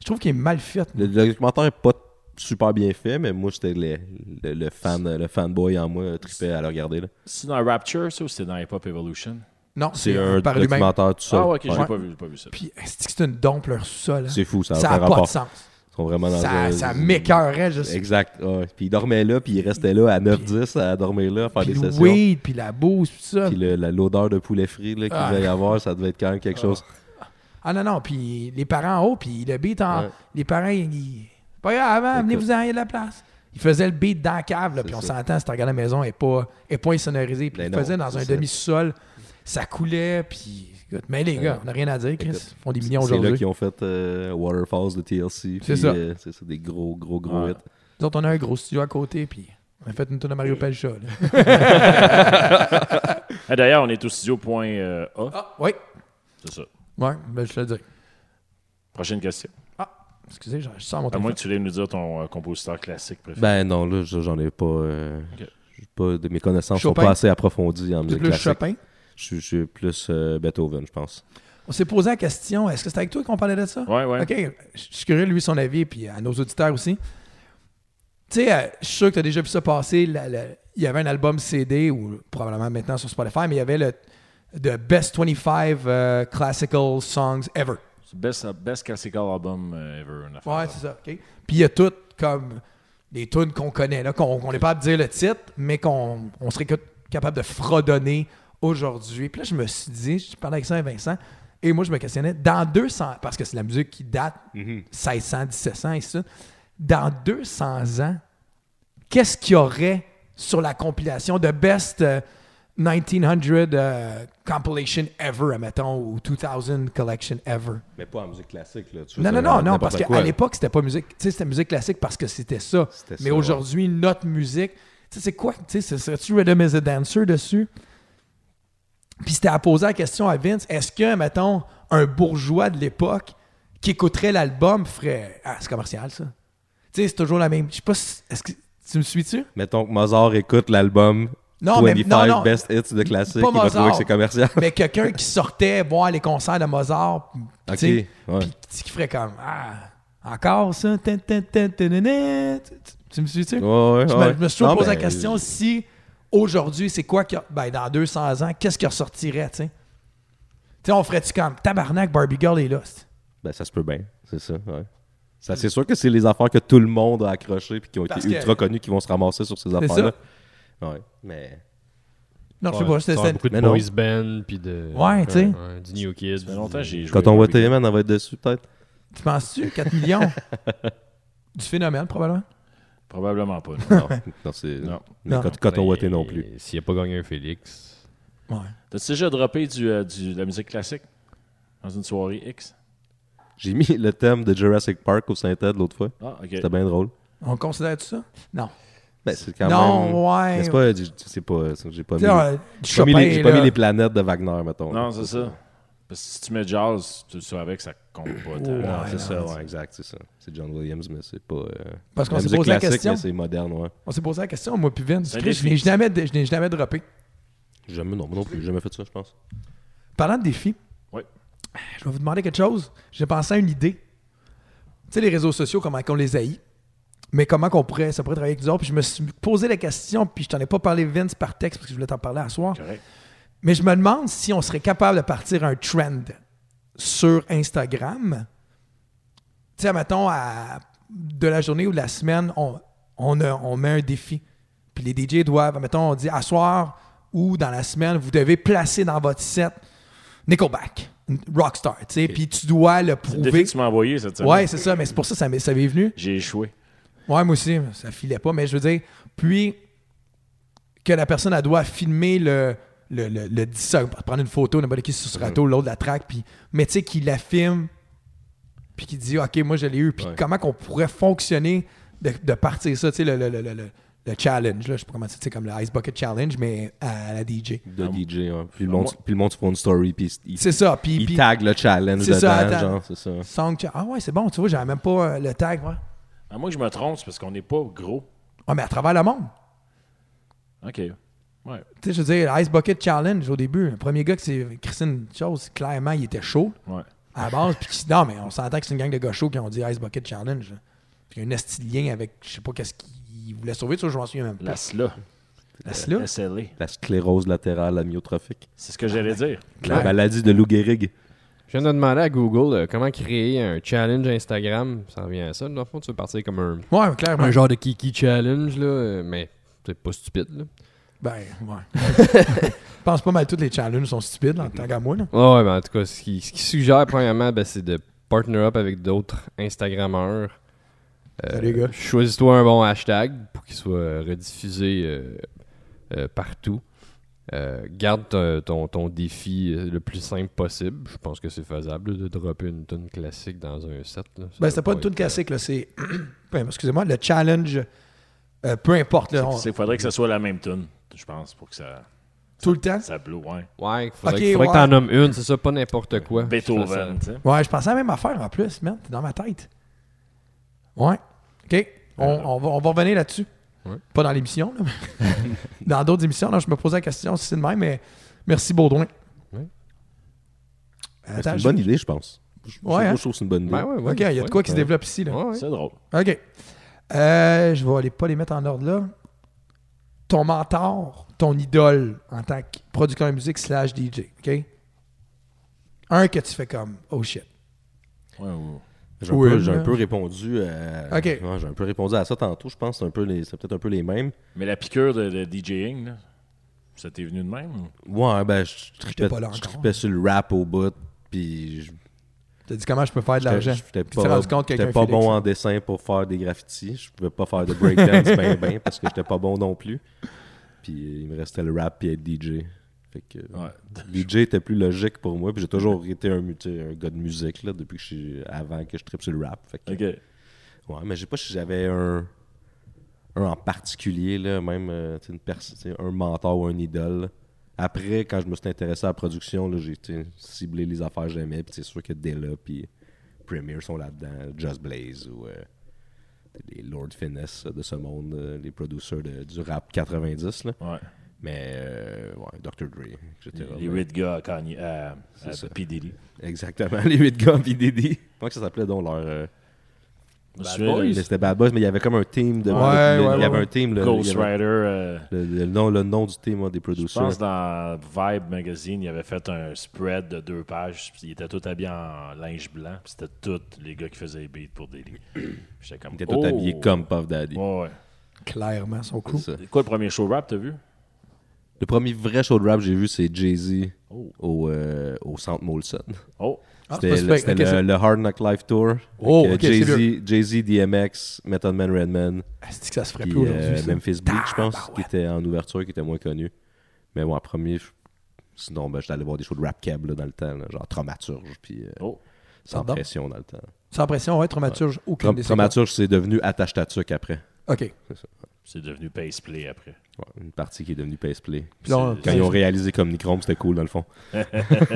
Speaker 2: je trouve qu'il est mal fait.
Speaker 3: Le, le documentaire n'est pas super bien fait, mais moi, j'étais le, le- le fan, le fanboy en moi, euh, tripait à le regarder. là.
Speaker 1: C'est dans Rapture, ça, ou c'est dans Hip Hop Evolution?
Speaker 2: Non,
Speaker 3: C'est un
Speaker 2: par lui-même.
Speaker 3: documentaire tout seul.
Speaker 1: Ah, ouais, ok, j'ai
Speaker 3: Ouais.
Speaker 1: pas vu, j'ai pas vu ça.
Speaker 2: Puis, est-ce que c'est une dompe leur sous-sol? hein?
Speaker 3: C'est fou, ça n'a
Speaker 2: Ça
Speaker 3: aucun
Speaker 2: n'a pas de
Speaker 3: rapport.
Speaker 2: sens.
Speaker 3: Ils sont vraiment dans
Speaker 2: Ça,
Speaker 3: un-
Speaker 2: ça m'écœurait juste.
Speaker 3: Exact. ouais. Puis il dormait là, puis il restait là à 9-10 à dormir là, à faire
Speaker 2: Puis
Speaker 3: des
Speaker 2: le
Speaker 3: sessions.
Speaker 2: weed, puis la bouse, puis ça.
Speaker 3: Puis le- la- l'odeur de poulet frit là, qu'il
Speaker 2: Ah.
Speaker 3: devait y avoir, ça devait être quand même quelque chose.
Speaker 2: Ah non, non, puis les parents en haut, puis le beat en...
Speaker 3: Ouais.
Speaker 2: Les parents, ils... ils- Pas grave, hein, venez-vous en, il y a de la place. Ils faisaient le beat dans la cave, là, puis on
Speaker 3: ça.
Speaker 2: s'entend, si tu regardes la maison, elle n'est pas, elle est pas insonorisée. Puis
Speaker 3: Ben
Speaker 2: ils
Speaker 3: non,
Speaker 2: faisaient dans
Speaker 3: c'est
Speaker 2: un
Speaker 3: ça.
Speaker 2: demi-sol, ça coulait, puis... écoute, Mais les gars, on n'a rien à dire, Chris.
Speaker 3: Écoute,
Speaker 2: Ils font des millions
Speaker 3: C'est là
Speaker 2: aujourd'hui.
Speaker 3: qu'ils ont fait euh, Waterfalls de TLC.
Speaker 2: C'est
Speaker 3: puis,
Speaker 2: ça. Ah.
Speaker 3: euh, c'est ça, des gros, gros, gros
Speaker 1: Ouais.
Speaker 3: hits.
Speaker 2: Nous autres, on a un gros studio à côté, puis... On a fait une tourne de Mario Pelcha. là.
Speaker 1: Ah, D'ailleurs, on est au studio.a,
Speaker 2: Ah, oui.
Speaker 1: c'est ça.
Speaker 2: Ouais, ben, je te le dis.
Speaker 1: Prochaine question.
Speaker 2: Excusez, je je sors mon
Speaker 1: À moins
Speaker 2: téléphone.
Speaker 1: que tu veuilles nous dire ton euh, compositeur classique préféré.
Speaker 3: Ben non, là, je- j'en ai pas. euh,
Speaker 1: Ok.
Speaker 3: j'ai pas de, mes connaissances
Speaker 2: Chopin.
Speaker 3: sont pas assez approfondies en
Speaker 2: C'est
Speaker 3: musique
Speaker 2: plus
Speaker 3: classique.
Speaker 2: Chopin.
Speaker 3: Je suis- je suis plus euh, Beethoven, je pense.
Speaker 2: On s'est posé la question, est-ce que c'est avec toi qu'on parlait de ça?
Speaker 1: ouais, ouais.
Speaker 2: Ben. OK, je je suis curieux, lui, son avis, puis à nos auditeurs aussi. Tu sais, euh, je suis sûr que tu as déjà vu ça passer. la- la- il y avait un album CD, ou probablement maintenant sur Spotify, mais il y avait le The Best 25 euh, Classical Songs Ever.
Speaker 1: Best, best classical album euh, ever. une affaire
Speaker 2: Ouais,
Speaker 1: de-
Speaker 2: c'est ça. OK. Puis il y a tout comme des tunes qu'on connaît, là, qu'on qu'on est pas capable de dire le titre, mais qu'on on serait que- capable de fredonner aujourd'hui. Puis là, je me suis dit, je parlais avec ça à Vincent, et moi, je me questionnais, dans 200, parce que c'est la musique qui date 1600, 1700 et ça, dans 200 ans, qu'est-ce qu'il y aurait sur la compilation de Best euh, 1900 euh, Compilation Ever, admettons, ou 2000 Collection Ever?
Speaker 3: Mais pas en musique classique, là. Tu
Speaker 2: Non,
Speaker 3: veux
Speaker 2: non,
Speaker 3: dire,
Speaker 2: non, non,
Speaker 3: n'importe
Speaker 2: parce qu'à
Speaker 3: quoi.
Speaker 2: l'époque, c'était pas musique. Tu sais, c'était musique classique parce que c'était ça.
Speaker 3: C'était ça,
Speaker 2: Mais aujourd'hui, notre musique. Tu sais, c'est quoi? Tu sais, ce serait-tu Rhythm is a Dancer dessus? Puis c'était à poser la question à Vince est-ce que, mettons, un bourgeois de l'époque qui écouterait l'album ferait. Ah, c'est commercial, ça. Tu sais, c'est toujours la même. Je sais pas si. Est-ce que. Tu me suis-tu?
Speaker 3: Mettons que Mozart écoute l'album
Speaker 2: Non, mais-
Speaker 3: 25
Speaker 2: non, non.
Speaker 3: Best Hits de classique.
Speaker 2: Pas
Speaker 3: il va trouver
Speaker 2: Mozart.
Speaker 3: que c'est commercial.
Speaker 2: Mais quelqu'un qui sortait voir les concerts de Mozart, tu
Speaker 3: Ok,
Speaker 2: sais,
Speaker 3: ouais.
Speaker 2: puis qui- qui ferait comme Ah, encore ça? tin, tin, tin, tin, tin, tin. Tu- tu- Tu me suis-tu?
Speaker 3: Ouais, ouais,
Speaker 2: Je
Speaker 3: ouais.
Speaker 2: me, je me suis toujours
Speaker 3: Non,
Speaker 2: posé la
Speaker 3: ben,
Speaker 2: question si aujourd'hui, c'est quoi qui a- ben, dans 200 ans, qu'est-ce qui ressortirait, tu sais? Tu sais, on ferait-tu comme tabarnak, Barbie Girl est là. c'est-
Speaker 3: Ben, ça se peut bien, c'est ça, ouais. Ça, c'est sûr que c'est les affaires que tout le monde a accrochées puis qui ont
Speaker 2: Hmm. Parce
Speaker 3: été
Speaker 2: que-
Speaker 3: ultra connues qui vont se ramasser sur ces affaires-là. Ouais, mais...
Speaker 2: Non, je sais
Speaker 4: Ouais,
Speaker 2: pas,
Speaker 4: ça
Speaker 2: c'était-
Speaker 4: sort
Speaker 2: c'était.
Speaker 4: beaucoup de
Speaker 3: Mais non.
Speaker 4: boys band, puis de...
Speaker 2: Ouais, tu sais.
Speaker 4: ouais, du New Kids.
Speaker 1: Ça fait longtemps que j'ai joué.
Speaker 3: Quand on voit
Speaker 1: Barbie Girl.
Speaker 3: Téléman, on va être dessus, peut-être.
Speaker 2: Tu penses-tu? 4 millions? du phénomène, probablement.
Speaker 1: Probablement pas. non.
Speaker 3: Non, non c'est...
Speaker 1: Non.
Speaker 3: mais
Speaker 2: Non.
Speaker 3: Quand, quand on voit Téléman non
Speaker 4: Mais
Speaker 3: plus.
Speaker 4: Ben, S'il a pas gagné un Félix.
Speaker 2: Ouais.
Speaker 1: T'as-tu déjà droppé du, euh, du- de la musique classique dans une soirée X
Speaker 3: J'ai mis le thème de Jurassic Park au Saint-Ed l'autre fois.
Speaker 1: Ah, ok.
Speaker 3: C'était bien drôle.
Speaker 2: On considère tout ça? Non.
Speaker 3: Ben, c'est quand
Speaker 2: non,
Speaker 3: même...
Speaker 2: ouais.
Speaker 3: Mais c'est pas... j'ai- C'est pas... J'ai pas
Speaker 2: Tu
Speaker 3: mis...
Speaker 2: sais, euh,
Speaker 3: J'ai pas, mis
Speaker 2: Chopin,
Speaker 3: les, j'ai pas
Speaker 2: là.
Speaker 3: mis les planètes de Wagner, mettons.
Speaker 1: Non, c'est ça. Parce que si tu mets jazz, tu le sais avec, ça compte pas. tant.
Speaker 2: Ouais.
Speaker 3: Non, c'est
Speaker 2: non,
Speaker 3: ça, ouais, exact, c'est ça. C'est John Williams, mais c'est pas. euh,
Speaker 2: Parce qu'on
Speaker 3: la
Speaker 2: s'est
Speaker 3: musique
Speaker 2: posé la
Speaker 3: classique,
Speaker 2: question.
Speaker 3: mais C'est moderne, ouais.
Speaker 2: On s'est posé la question, moi, puis Vince.
Speaker 1: C'est un
Speaker 2: Chris, Je
Speaker 1: défi.
Speaker 2: n'ai jamais, je n'ai jamais droppé.
Speaker 3: Jamais, non, moi non plus, j'ai jamais fait ça, je pense.
Speaker 2: Parlant de défis,
Speaker 1: Ouais.
Speaker 2: je vais vous demander quelque chose. J'ai pensé à une idée. Tu sais, les réseaux sociaux, comment on les haït, mais comment qu'on pourrait, ça pourrait travailler avec nous autres. Puis je me suis posé la question, puis je t'en ai pas parlé, Vince, par texte, parce que je voulais t'en parler à soir.
Speaker 1: Correct.
Speaker 2: Mais je me demande si on serait capable de partir un trend sur Instagram. Tu sais, mettons, à, de la journée ou de la semaine, on, on, a- on met un défi. Puis les DJ doivent, mettons, on dit à soir ou dans la semaine, vous devez placer dans votre set Nickelback, Rockstar, tu sais. Puis tu dois le
Speaker 1: C'est le défi
Speaker 2: prouver.
Speaker 1: que tu m'as envoyé cette semaine.
Speaker 2: Ouais, c'est ça, mais c'est pour ça que ça m'est ça m'est venu.
Speaker 1: J'ai échoué.
Speaker 2: Ouais, moi aussi, ça filait pas, mais je veux dire, puis que la personne, elle doit filmer le, le, le, le 10 secondes, prendre une photo, n'importe qui sur ce râteau, l'autre la traque, puis, mais tu sais, qu'il la filme, puis qu'il dit, OK, moi, je l'ai eu, puis
Speaker 3: Ouais.
Speaker 2: comment qu'on pourrait fonctionner de, de partir ça, tu sais, le, le, le, le, le- le challenge, là, je sais pas comment c'est, tu sais, comme le Ice Bucket Challenge, mais à la DJ.
Speaker 3: De
Speaker 1: Ah,
Speaker 3: DJ, ouais. Puis le
Speaker 1: ah,
Speaker 3: monde,
Speaker 1: moi-
Speaker 3: puis le monde se font une story, puis il, il-
Speaker 2: C'est ça, puis...
Speaker 3: il
Speaker 2: puis-
Speaker 3: tag le challenge
Speaker 2: C'est
Speaker 3: dedans,
Speaker 2: ça, attends.
Speaker 3: genre, c'est ça.
Speaker 2: Song cha- ah ouais, c'est bon, tu vois, j'avais même pas euh, le tag, ouais.
Speaker 1: À moins que je me trompe, c'est parce qu'on n'est pas gros.
Speaker 2: Ouais, mais à travers le monde.
Speaker 1: OK. Ouais.
Speaker 2: Tu sais, je veux dire, l'Ice Bucket Challenge au début, le premier gars que c'est Christine Chose, clairement, il était chaud
Speaker 1: Ouais.
Speaker 2: à la base. puis qui- non, mais on s'entend que c'est une gang de gars chauds qui ont dit Ice Bucket Challenge. Il y a un esti de lien avec, je sais pas qu'est-ce qu'il voulait sauver, tu vois, je m'en souviens même pas.
Speaker 1: La SLA.
Speaker 2: La SLA?
Speaker 1: SLA.
Speaker 3: La sclérose latérale amyotrophique.
Speaker 1: C'est ce que j'allais dire.
Speaker 3: La maladie de Lou Gehrig.
Speaker 4: Je viens de demander à Google euh, comment créer un challenge Instagram. Ça revient à ça. Dans le fond, tu veux partir comme un,
Speaker 2: Ouais, clairement.
Speaker 4: un genre de Kiki challenge, là, euh, mais c'est pas stupide. Là.
Speaker 2: Ben, ouais. je pense pas mal tous les challenges sont stupides, en tant qu'à moi. Là.
Speaker 4: Ouais, ouais, mais en tout cas, ce qu'il ce qu'il suggère, premièrement, ben, c'est de partner up avec d'autres Instagrammeurs. Euh,
Speaker 2: Salut, les gars.
Speaker 4: Choisis-toi un bon hashtag pour qu'il soit rediffusé euh, euh, partout. Euh, garde ton, ton- ton défi euh, le plus simple possible. Je pense que c'est faisable là, de dropper une tonne classique dans un set. là. Ça
Speaker 2: Ben,
Speaker 4: doit
Speaker 2: c'était pas une tune
Speaker 4: être,
Speaker 2: classique, là. C'est. Ben, Excusez-moi, le challenge, euh, peu importe. Là, on-
Speaker 1: Il faudrait que ce soit la même tune, je pense, pour que ça.
Speaker 2: Tout le temps?
Speaker 1: Ça blow, ouais.
Speaker 5: Ouais, faudrait,
Speaker 2: Ok,
Speaker 5: que- faudrait
Speaker 2: ouais.
Speaker 5: que t'en nommes une, c'est ça, pas n'importe quoi.
Speaker 1: Euh, Beethoven, tu sais.
Speaker 2: Ouais, je pensais à la même affaire en plus, man. T'es dans ma tête. Ouais. OK. On, on va, on va revenir là-dessus. Pas dans l'émission, là, mais dans d'autres émissions. Non, je me posais la question si c'est de même, mais merci Baudouin.
Speaker 3: C'est
Speaker 2: Attends,
Speaker 3: une
Speaker 2: je-
Speaker 3: bonne idée, je pense. Je-
Speaker 2: Ouais,
Speaker 3: je-
Speaker 2: hein?
Speaker 3: je trouve que c'est une bonne idée.
Speaker 5: Ben ouais, ouais.
Speaker 2: OK, il y a de quoi qui se
Speaker 3: ouais.
Speaker 2: développe ici. Là.
Speaker 5: Ouais, ouais.
Speaker 1: C'est drôle.
Speaker 2: OK. Euh, je vais aller pas les mettre en ordre là. Ton mentor, ton idole en tant que producteur de musique slash DJ, OK? Un que tu fais comme « Oh shit
Speaker 1: Ouais, ouais.
Speaker 3: J'ai un,
Speaker 2: Will,
Speaker 3: peu, j'ai un
Speaker 2: là.
Speaker 3: peu répondu à...
Speaker 2: Ok.
Speaker 3: ouais, j'ai un peu répondu à ça tantôt, je pense. C'est, un peu les... c'est peut-être un peu les mêmes.
Speaker 1: Mais la piqûre de, de DJing, là, ça t'est venu de même? ou?
Speaker 3: Ouais, ben, je tripais,
Speaker 2: pas là
Speaker 3: je
Speaker 2: encore.
Speaker 3: tripais sur le rap au bout, puis je ».
Speaker 2: T'as dit comment je peux faire de
Speaker 3: J'étais
Speaker 2: l'argent.
Speaker 3: j'étais
Speaker 2: Puis tu t'es rendu
Speaker 3: pas,
Speaker 2: compte que
Speaker 3: j'étais
Speaker 2: quelqu'un
Speaker 3: pas
Speaker 2: fait
Speaker 3: bon en dessin pour faire des graffitis. Je pouvais pas faire de breakdance ben ben parce que j'étais pas bon non plus. Puis euh, il me restait le rap et être DJ. Fait que
Speaker 2: Ah,
Speaker 3: euh,
Speaker 1: Ouais.
Speaker 3: DJ était plus logique pour moi. Puis j'ai toujours été un, mu- tu sais, un gars de musique là, depuis que je suis- avant que je tripe sur le rap. Fait que,
Speaker 1: OK.
Speaker 3: Ouais, mais je sais pas si j'avais un, un en particulier, là, même euh, tu sais, une perso- tu sais, un mentor ou un idole. là. Après, quand je me suis intéressé à la production, là, j'ai tu sais, ciblé les affaires que j'aimais. Puis c'est sûr que Della puis Premier sont là-dedans, Just Blaze ou euh, les Lord Finesse de ce monde, euh, les producteurs de- du rap 90. Là.
Speaker 1: Ouais.
Speaker 3: Mais euh, ouais, Dr. Dre, etc.
Speaker 1: Les huit gars à Kanye, à, à
Speaker 3: ça.
Speaker 1: P. Diddy.
Speaker 3: Exactement, les 8 gars, puis Diddy. Comment que ça s'appelait donc leur. euh,
Speaker 1: Je me
Speaker 3: Bad
Speaker 1: souviens,
Speaker 3: Boys,
Speaker 1: le-
Speaker 3: mais C'était Bad Boys, mais il y avait comme un team de.
Speaker 2: Ouais,
Speaker 3: le-
Speaker 2: ouais,
Speaker 3: il y avait
Speaker 2: ouais.
Speaker 3: un team. Le, il y
Speaker 1: Ghost
Speaker 3: avait-
Speaker 1: Rider. euh,
Speaker 3: le, le nom, le nom du team hein, des
Speaker 1: je
Speaker 3: producers.
Speaker 1: pense dans Vibe Magazine, il avait fait un spread de deux pages. Ils étaient tous habillés en linge blanc. puis C'était tous les gars qui faisaient les beats pour Diddy. J'étais comme.
Speaker 3: Ils étaient tous
Speaker 1: oh!
Speaker 3: habillés comme Puff Daddy.
Speaker 1: Ouais, ouais.
Speaker 2: clairement son coup.
Speaker 3: C'est ça.
Speaker 1: C'est quoi le premier show rap, t'as vu?
Speaker 3: Le premier vrai show de rap que j'ai vu, c'est Jay-Z
Speaker 1: Oh.
Speaker 3: au, euh, au Centre Molson.
Speaker 1: Oh,
Speaker 2: Ah, c'est
Speaker 3: C'était
Speaker 2: pas
Speaker 3: le,
Speaker 2: super.
Speaker 3: c'était
Speaker 2: Ok,
Speaker 3: le-
Speaker 2: c'est-
Speaker 3: le Hard Knock Live Tour.
Speaker 2: Oh,
Speaker 3: Avec, euh,
Speaker 2: ok, c'est
Speaker 3: Jay-Z, Jay-Z, DMX, Method Man Redman,
Speaker 2: Ah, c'est que ça se ferait
Speaker 3: puis
Speaker 2: plus
Speaker 3: euh,
Speaker 2: aujourd'hui. ça.
Speaker 3: Memphis Bleak, je pense,
Speaker 2: Tabarouette.
Speaker 3: qui était en ouverture, qui était moins connu. Mais bon, en premier, je- sinon, ben, j'étais allé voir des shows de rap cab là, dans le temps, là, genre Traumaturge, puis euh,
Speaker 1: oh.
Speaker 3: Sans
Speaker 2: Pardon?
Speaker 3: Pression dans le temps.
Speaker 2: Sans pression, ouais, traumaturge, aucune
Speaker 3: Tra-
Speaker 2: des
Speaker 3: Traumaturge, c'est devenu Attache Tatuc après.
Speaker 2: OK.
Speaker 1: C'est devenu Pace Play après.
Speaker 3: Ouais, une partie qui est devenue Pace Play.
Speaker 2: Puis là, on-
Speaker 1: C'est-
Speaker 3: Quand ils ont réalisé comme Nichrome, c'était cool dans le fond.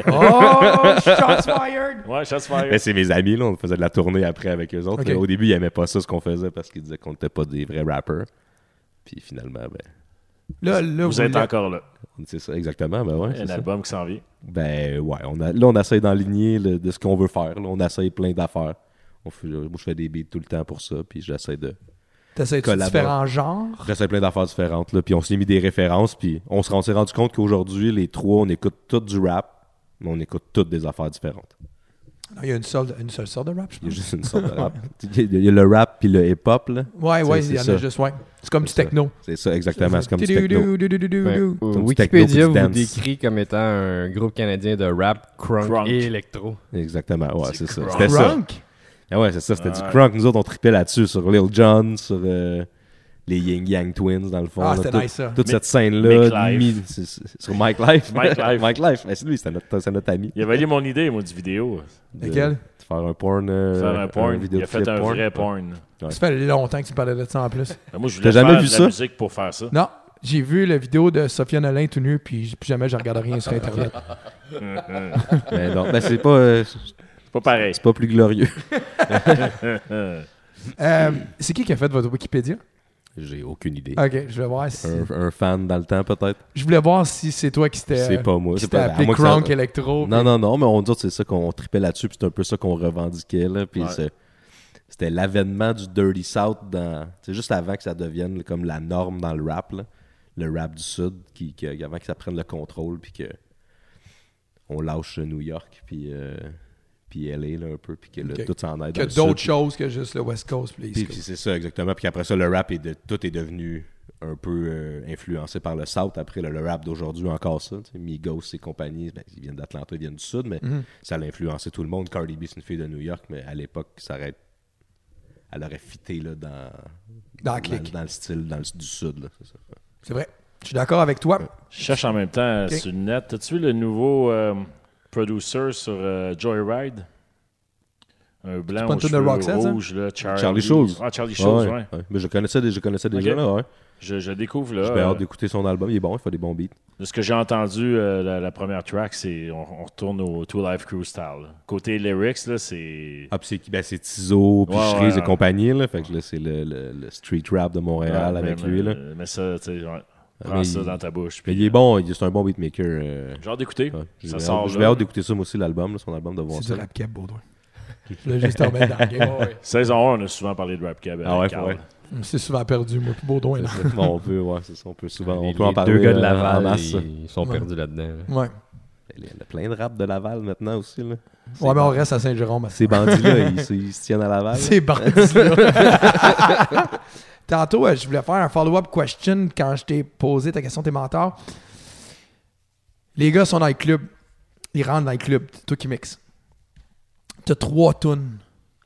Speaker 2: Oh, shots fired!
Speaker 1: Ouais, shots fired.
Speaker 3: Ben, c'est mes amis, là, on faisait de la tournée après avec eux autres.
Speaker 2: Ok.
Speaker 3: là. Au début, ils n'aimaient pas ça ce qu'on faisait parce qu'ils disaient qu'on n'était pas des vrais rappers. Puis finalement, ben,
Speaker 2: Là, là,
Speaker 1: Vous êtes
Speaker 2: l'êtes.
Speaker 1: encore là.
Speaker 3: c'est ça, exactement. Ben ouais,
Speaker 1: Un
Speaker 3: c'est ça.
Speaker 1: album qui s'en vient.
Speaker 3: Ben ouais, on a, là, on essaye d'enligner le- de ce qu'on veut faire. là. On essaye plein d'affaires. On fait- moi, je fais des beats tout le temps pour ça, puis j'essaie de.
Speaker 2: T'essayes de
Speaker 3: Collabore.
Speaker 2: différents genres.
Speaker 3: J'essaie plein d'affaires différentes, là, puis on s'est mis des références, puis on s'est- on s'est rendu compte qu'aujourd'hui, les trois, on écoute tout du rap, mais on écoute toutes des affaires différentes.
Speaker 2: Non, il y a une seule, une seule sorte de rap, je
Speaker 3: Il y a
Speaker 2: pense.
Speaker 3: juste une sorte de rap. Il y a- il y a le rap puis le hip-hop, là.
Speaker 2: Ouais, ouais,
Speaker 3: C'est-
Speaker 2: il y en
Speaker 3: c'est
Speaker 2: a
Speaker 3: ça.
Speaker 2: juste, ouais. C'est comme du
Speaker 3: C'est ça.
Speaker 2: techno.
Speaker 3: C'est ça, exactement. C'est comme du techno.
Speaker 5: Ouais.
Speaker 4: Ben,
Speaker 2: techno.
Speaker 3: Comme du
Speaker 5: Wikipédia
Speaker 3: techno
Speaker 5: vous
Speaker 3: puis du dance.
Speaker 5: décrit comme étant un groupe canadien de rap, crunk,
Speaker 1: Crunk.
Speaker 5: et électro.
Speaker 3: Exactement, ouais,
Speaker 1: C'est
Speaker 3: c'est ça.
Speaker 1: crunk.
Speaker 3: C'était ça.
Speaker 2: Crunk?
Speaker 3: Ah ouais, c'est ça, c'était
Speaker 1: Ouais.
Speaker 3: du crunk. Nous autres, on tripait là-dessus, sur Lil Jon, sur euh, les Ying Yang Twins, dans le fond.
Speaker 2: Ah,
Speaker 3: là.
Speaker 2: c'était
Speaker 3: Tout-
Speaker 2: nice, ça.
Speaker 3: Toute
Speaker 1: Mi-
Speaker 3: cette scène-là.
Speaker 1: Mike Life.
Speaker 3: mi- c'est- c'est- Sur Mike Life.
Speaker 1: Mike Life.
Speaker 3: Mike Life. Ben, c'est lui, c'était notre, c'est notre ami.
Speaker 1: Il a validé mon idée, moi, du vidéo.
Speaker 3: De-
Speaker 2: Lequel?
Speaker 3: de faire un porn. euh,
Speaker 1: Faire un porn. il a
Speaker 3: vidéoclip
Speaker 1: fait un vrai
Speaker 3: Ouais.
Speaker 1: porn.
Speaker 2: Ça fait longtemps que tu me parlais de ça en plus.
Speaker 1: Ben, moi, je voulais
Speaker 3: T'as jamais
Speaker 1: faire
Speaker 3: vu
Speaker 1: de la
Speaker 3: ça?
Speaker 1: musique pour faire ça.
Speaker 2: Non, j'ai vu la vidéo de Sophia Nolin tout nu, puis j- plus jamais je regarde rien sur Internet.
Speaker 3: Mais non, ben, c'est pas, euh, c'est
Speaker 1: C'est pas pareil.
Speaker 3: pas plus glorieux.
Speaker 2: Euh,
Speaker 3: Hmm.
Speaker 2: c'est qui qui a fait votre Wikipédia?
Speaker 3: J'ai aucune idée.
Speaker 2: OK, je vais voir si...
Speaker 3: Un, un fan dans le temps, peut-être.
Speaker 2: Je voulais voir si c'est toi qui t'es...
Speaker 3: C'est pas moi,
Speaker 2: qui
Speaker 3: c'est
Speaker 2: t'es
Speaker 3: pas- à
Speaker 2: appelé
Speaker 3: moins que ça-
Speaker 2: Crunk Electro.
Speaker 3: Non, non, non, mais on dit que c'est ça qu'on tripait là-dessus, puis c'est un peu ça qu'on revendiquait, là, puis
Speaker 1: Ouais.
Speaker 3: c'est- c'était l'avènement du Dirty South dans... C'est juste avant que ça devienne comme la norme dans le rap, là. le rap du Sud, qui, qui- avant que ça prenne le contrôle, puis que on lâche New York, puis, euh, puis LA, là, un peu, puis que là,
Speaker 2: Ok.
Speaker 3: tout s'en aide
Speaker 2: Que
Speaker 3: dans le
Speaker 2: d'autres
Speaker 3: Sud.
Speaker 2: choses que juste le West Coast, puis
Speaker 3: Puis,
Speaker 2: l'East
Speaker 3: puis
Speaker 2: Coast.
Speaker 3: c'est ça, exactement. Puis après ça, le rap, est de, tout est devenu un peu euh, influencé par le South. Après, le, le rap d'aujourd'hui, encore ça. tu sais, Migos et compagnie, ben, ils viennent d'Atlanta, ils viennent du Sud, mais
Speaker 2: Mm-hmm.
Speaker 3: ça l'a influencé tout le monde. Cardi B, c'est une fille de New York, mais à l'époque, ça aurait... Elle aurait fité là, dans,
Speaker 2: Dans la clique.
Speaker 3: dans le style dans le- du Sud. là, c'est ça.
Speaker 2: C'est vrai. Je suis d'accord avec toi.
Speaker 1: Je cherche en même temps euh,
Speaker 2: Ok.
Speaker 1: sur le net. T'as-tu vu le nouveau euh, producer sur euh, Joyride? Un blanc aux
Speaker 2: pas une tune de
Speaker 1: cheveux
Speaker 2: Roxette, ça?
Speaker 1: rouges, là, Charlie...
Speaker 3: Charlie Schulz.
Speaker 1: Ah, Charlie Schulz,
Speaker 3: Ouais,
Speaker 1: ouais.
Speaker 3: ouais. Mais je connaissais, des- je connaissais déjà,
Speaker 1: Ok.
Speaker 3: là, ouais.
Speaker 1: Je, je découvre, là.
Speaker 3: J'ai hâte
Speaker 1: euh,
Speaker 3: d'écouter son album. Il est bon, il fait des bons beats.
Speaker 1: de ce que j'ai entendu, euh, la, la première track, c'est... On, on retourne au Two Life Crew style. là. Côté lyrics, là, c'est...
Speaker 3: Ah, puis c'est qui? Ben, c'est Tizo, puis
Speaker 1: Ouais, ouais,
Speaker 3: Cherise et
Speaker 1: ouais.
Speaker 3: compagnie, là. Fait que là, c'est le, le- le street rap de Montréal
Speaker 1: Ouais,
Speaker 3: avec
Speaker 1: mais- euh,
Speaker 3: lui, là. Ah,
Speaker 1: mais- Mais ça, tu sais, ouais. Prends
Speaker 3: mais
Speaker 1: ça
Speaker 3: il-
Speaker 1: dans ta bouche.
Speaker 3: Mais
Speaker 1: Puis,
Speaker 3: il est bon, il- c'est un bon beatmaker. euh,
Speaker 1: J'ai hâte d'écouter.
Speaker 3: ouais. J'ai
Speaker 1: Ça
Speaker 3: hâte-
Speaker 1: sort,
Speaker 3: j'ai
Speaker 1: là.
Speaker 3: hâte d'écouter ça, moi aussi, l'album, là, son album, de voir
Speaker 2: C'est du
Speaker 3: ça.
Speaker 2: rap cap, Baudouin. Je voulais juste te remettre dans le game.
Speaker 1: Saison 1, on a souvent parlé de Rap Cab.
Speaker 3: Ah ouais,
Speaker 1: avec Carl.
Speaker 3: ouais.
Speaker 2: On s'est souvent perdu, moi, puis Baudouin. là.
Speaker 3: bon, on peut, ouais, c'est ça, on peut souvent, on
Speaker 4: les,
Speaker 3: peut en
Speaker 4: les
Speaker 3: parler.
Speaker 4: deux gars de
Speaker 3: euh, en
Speaker 4: Laval,
Speaker 3: masse, ça.
Speaker 4: ils ils sont
Speaker 2: Ouais.
Speaker 4: perdus là-dedans. là.
Speaker 2: Ouais.
Speaker 3: Il y a plein de rap de Laval maintenant aussi, là.
Speaker 2: Ouais, mais on reste à Saint-Jérôme.
Speaker 3: Ces bandits-là, ils, se- ils se tiennent à Laval.
Speaker 2: C'est bandits-là. Tantôt, euh, je voulais faire un follow-up question quand je t'ai posé ta question, tes mentors. Les gars sont dans le club. Ils rentrent dans le club. C'est toi qui mixes. T'as trois tonnes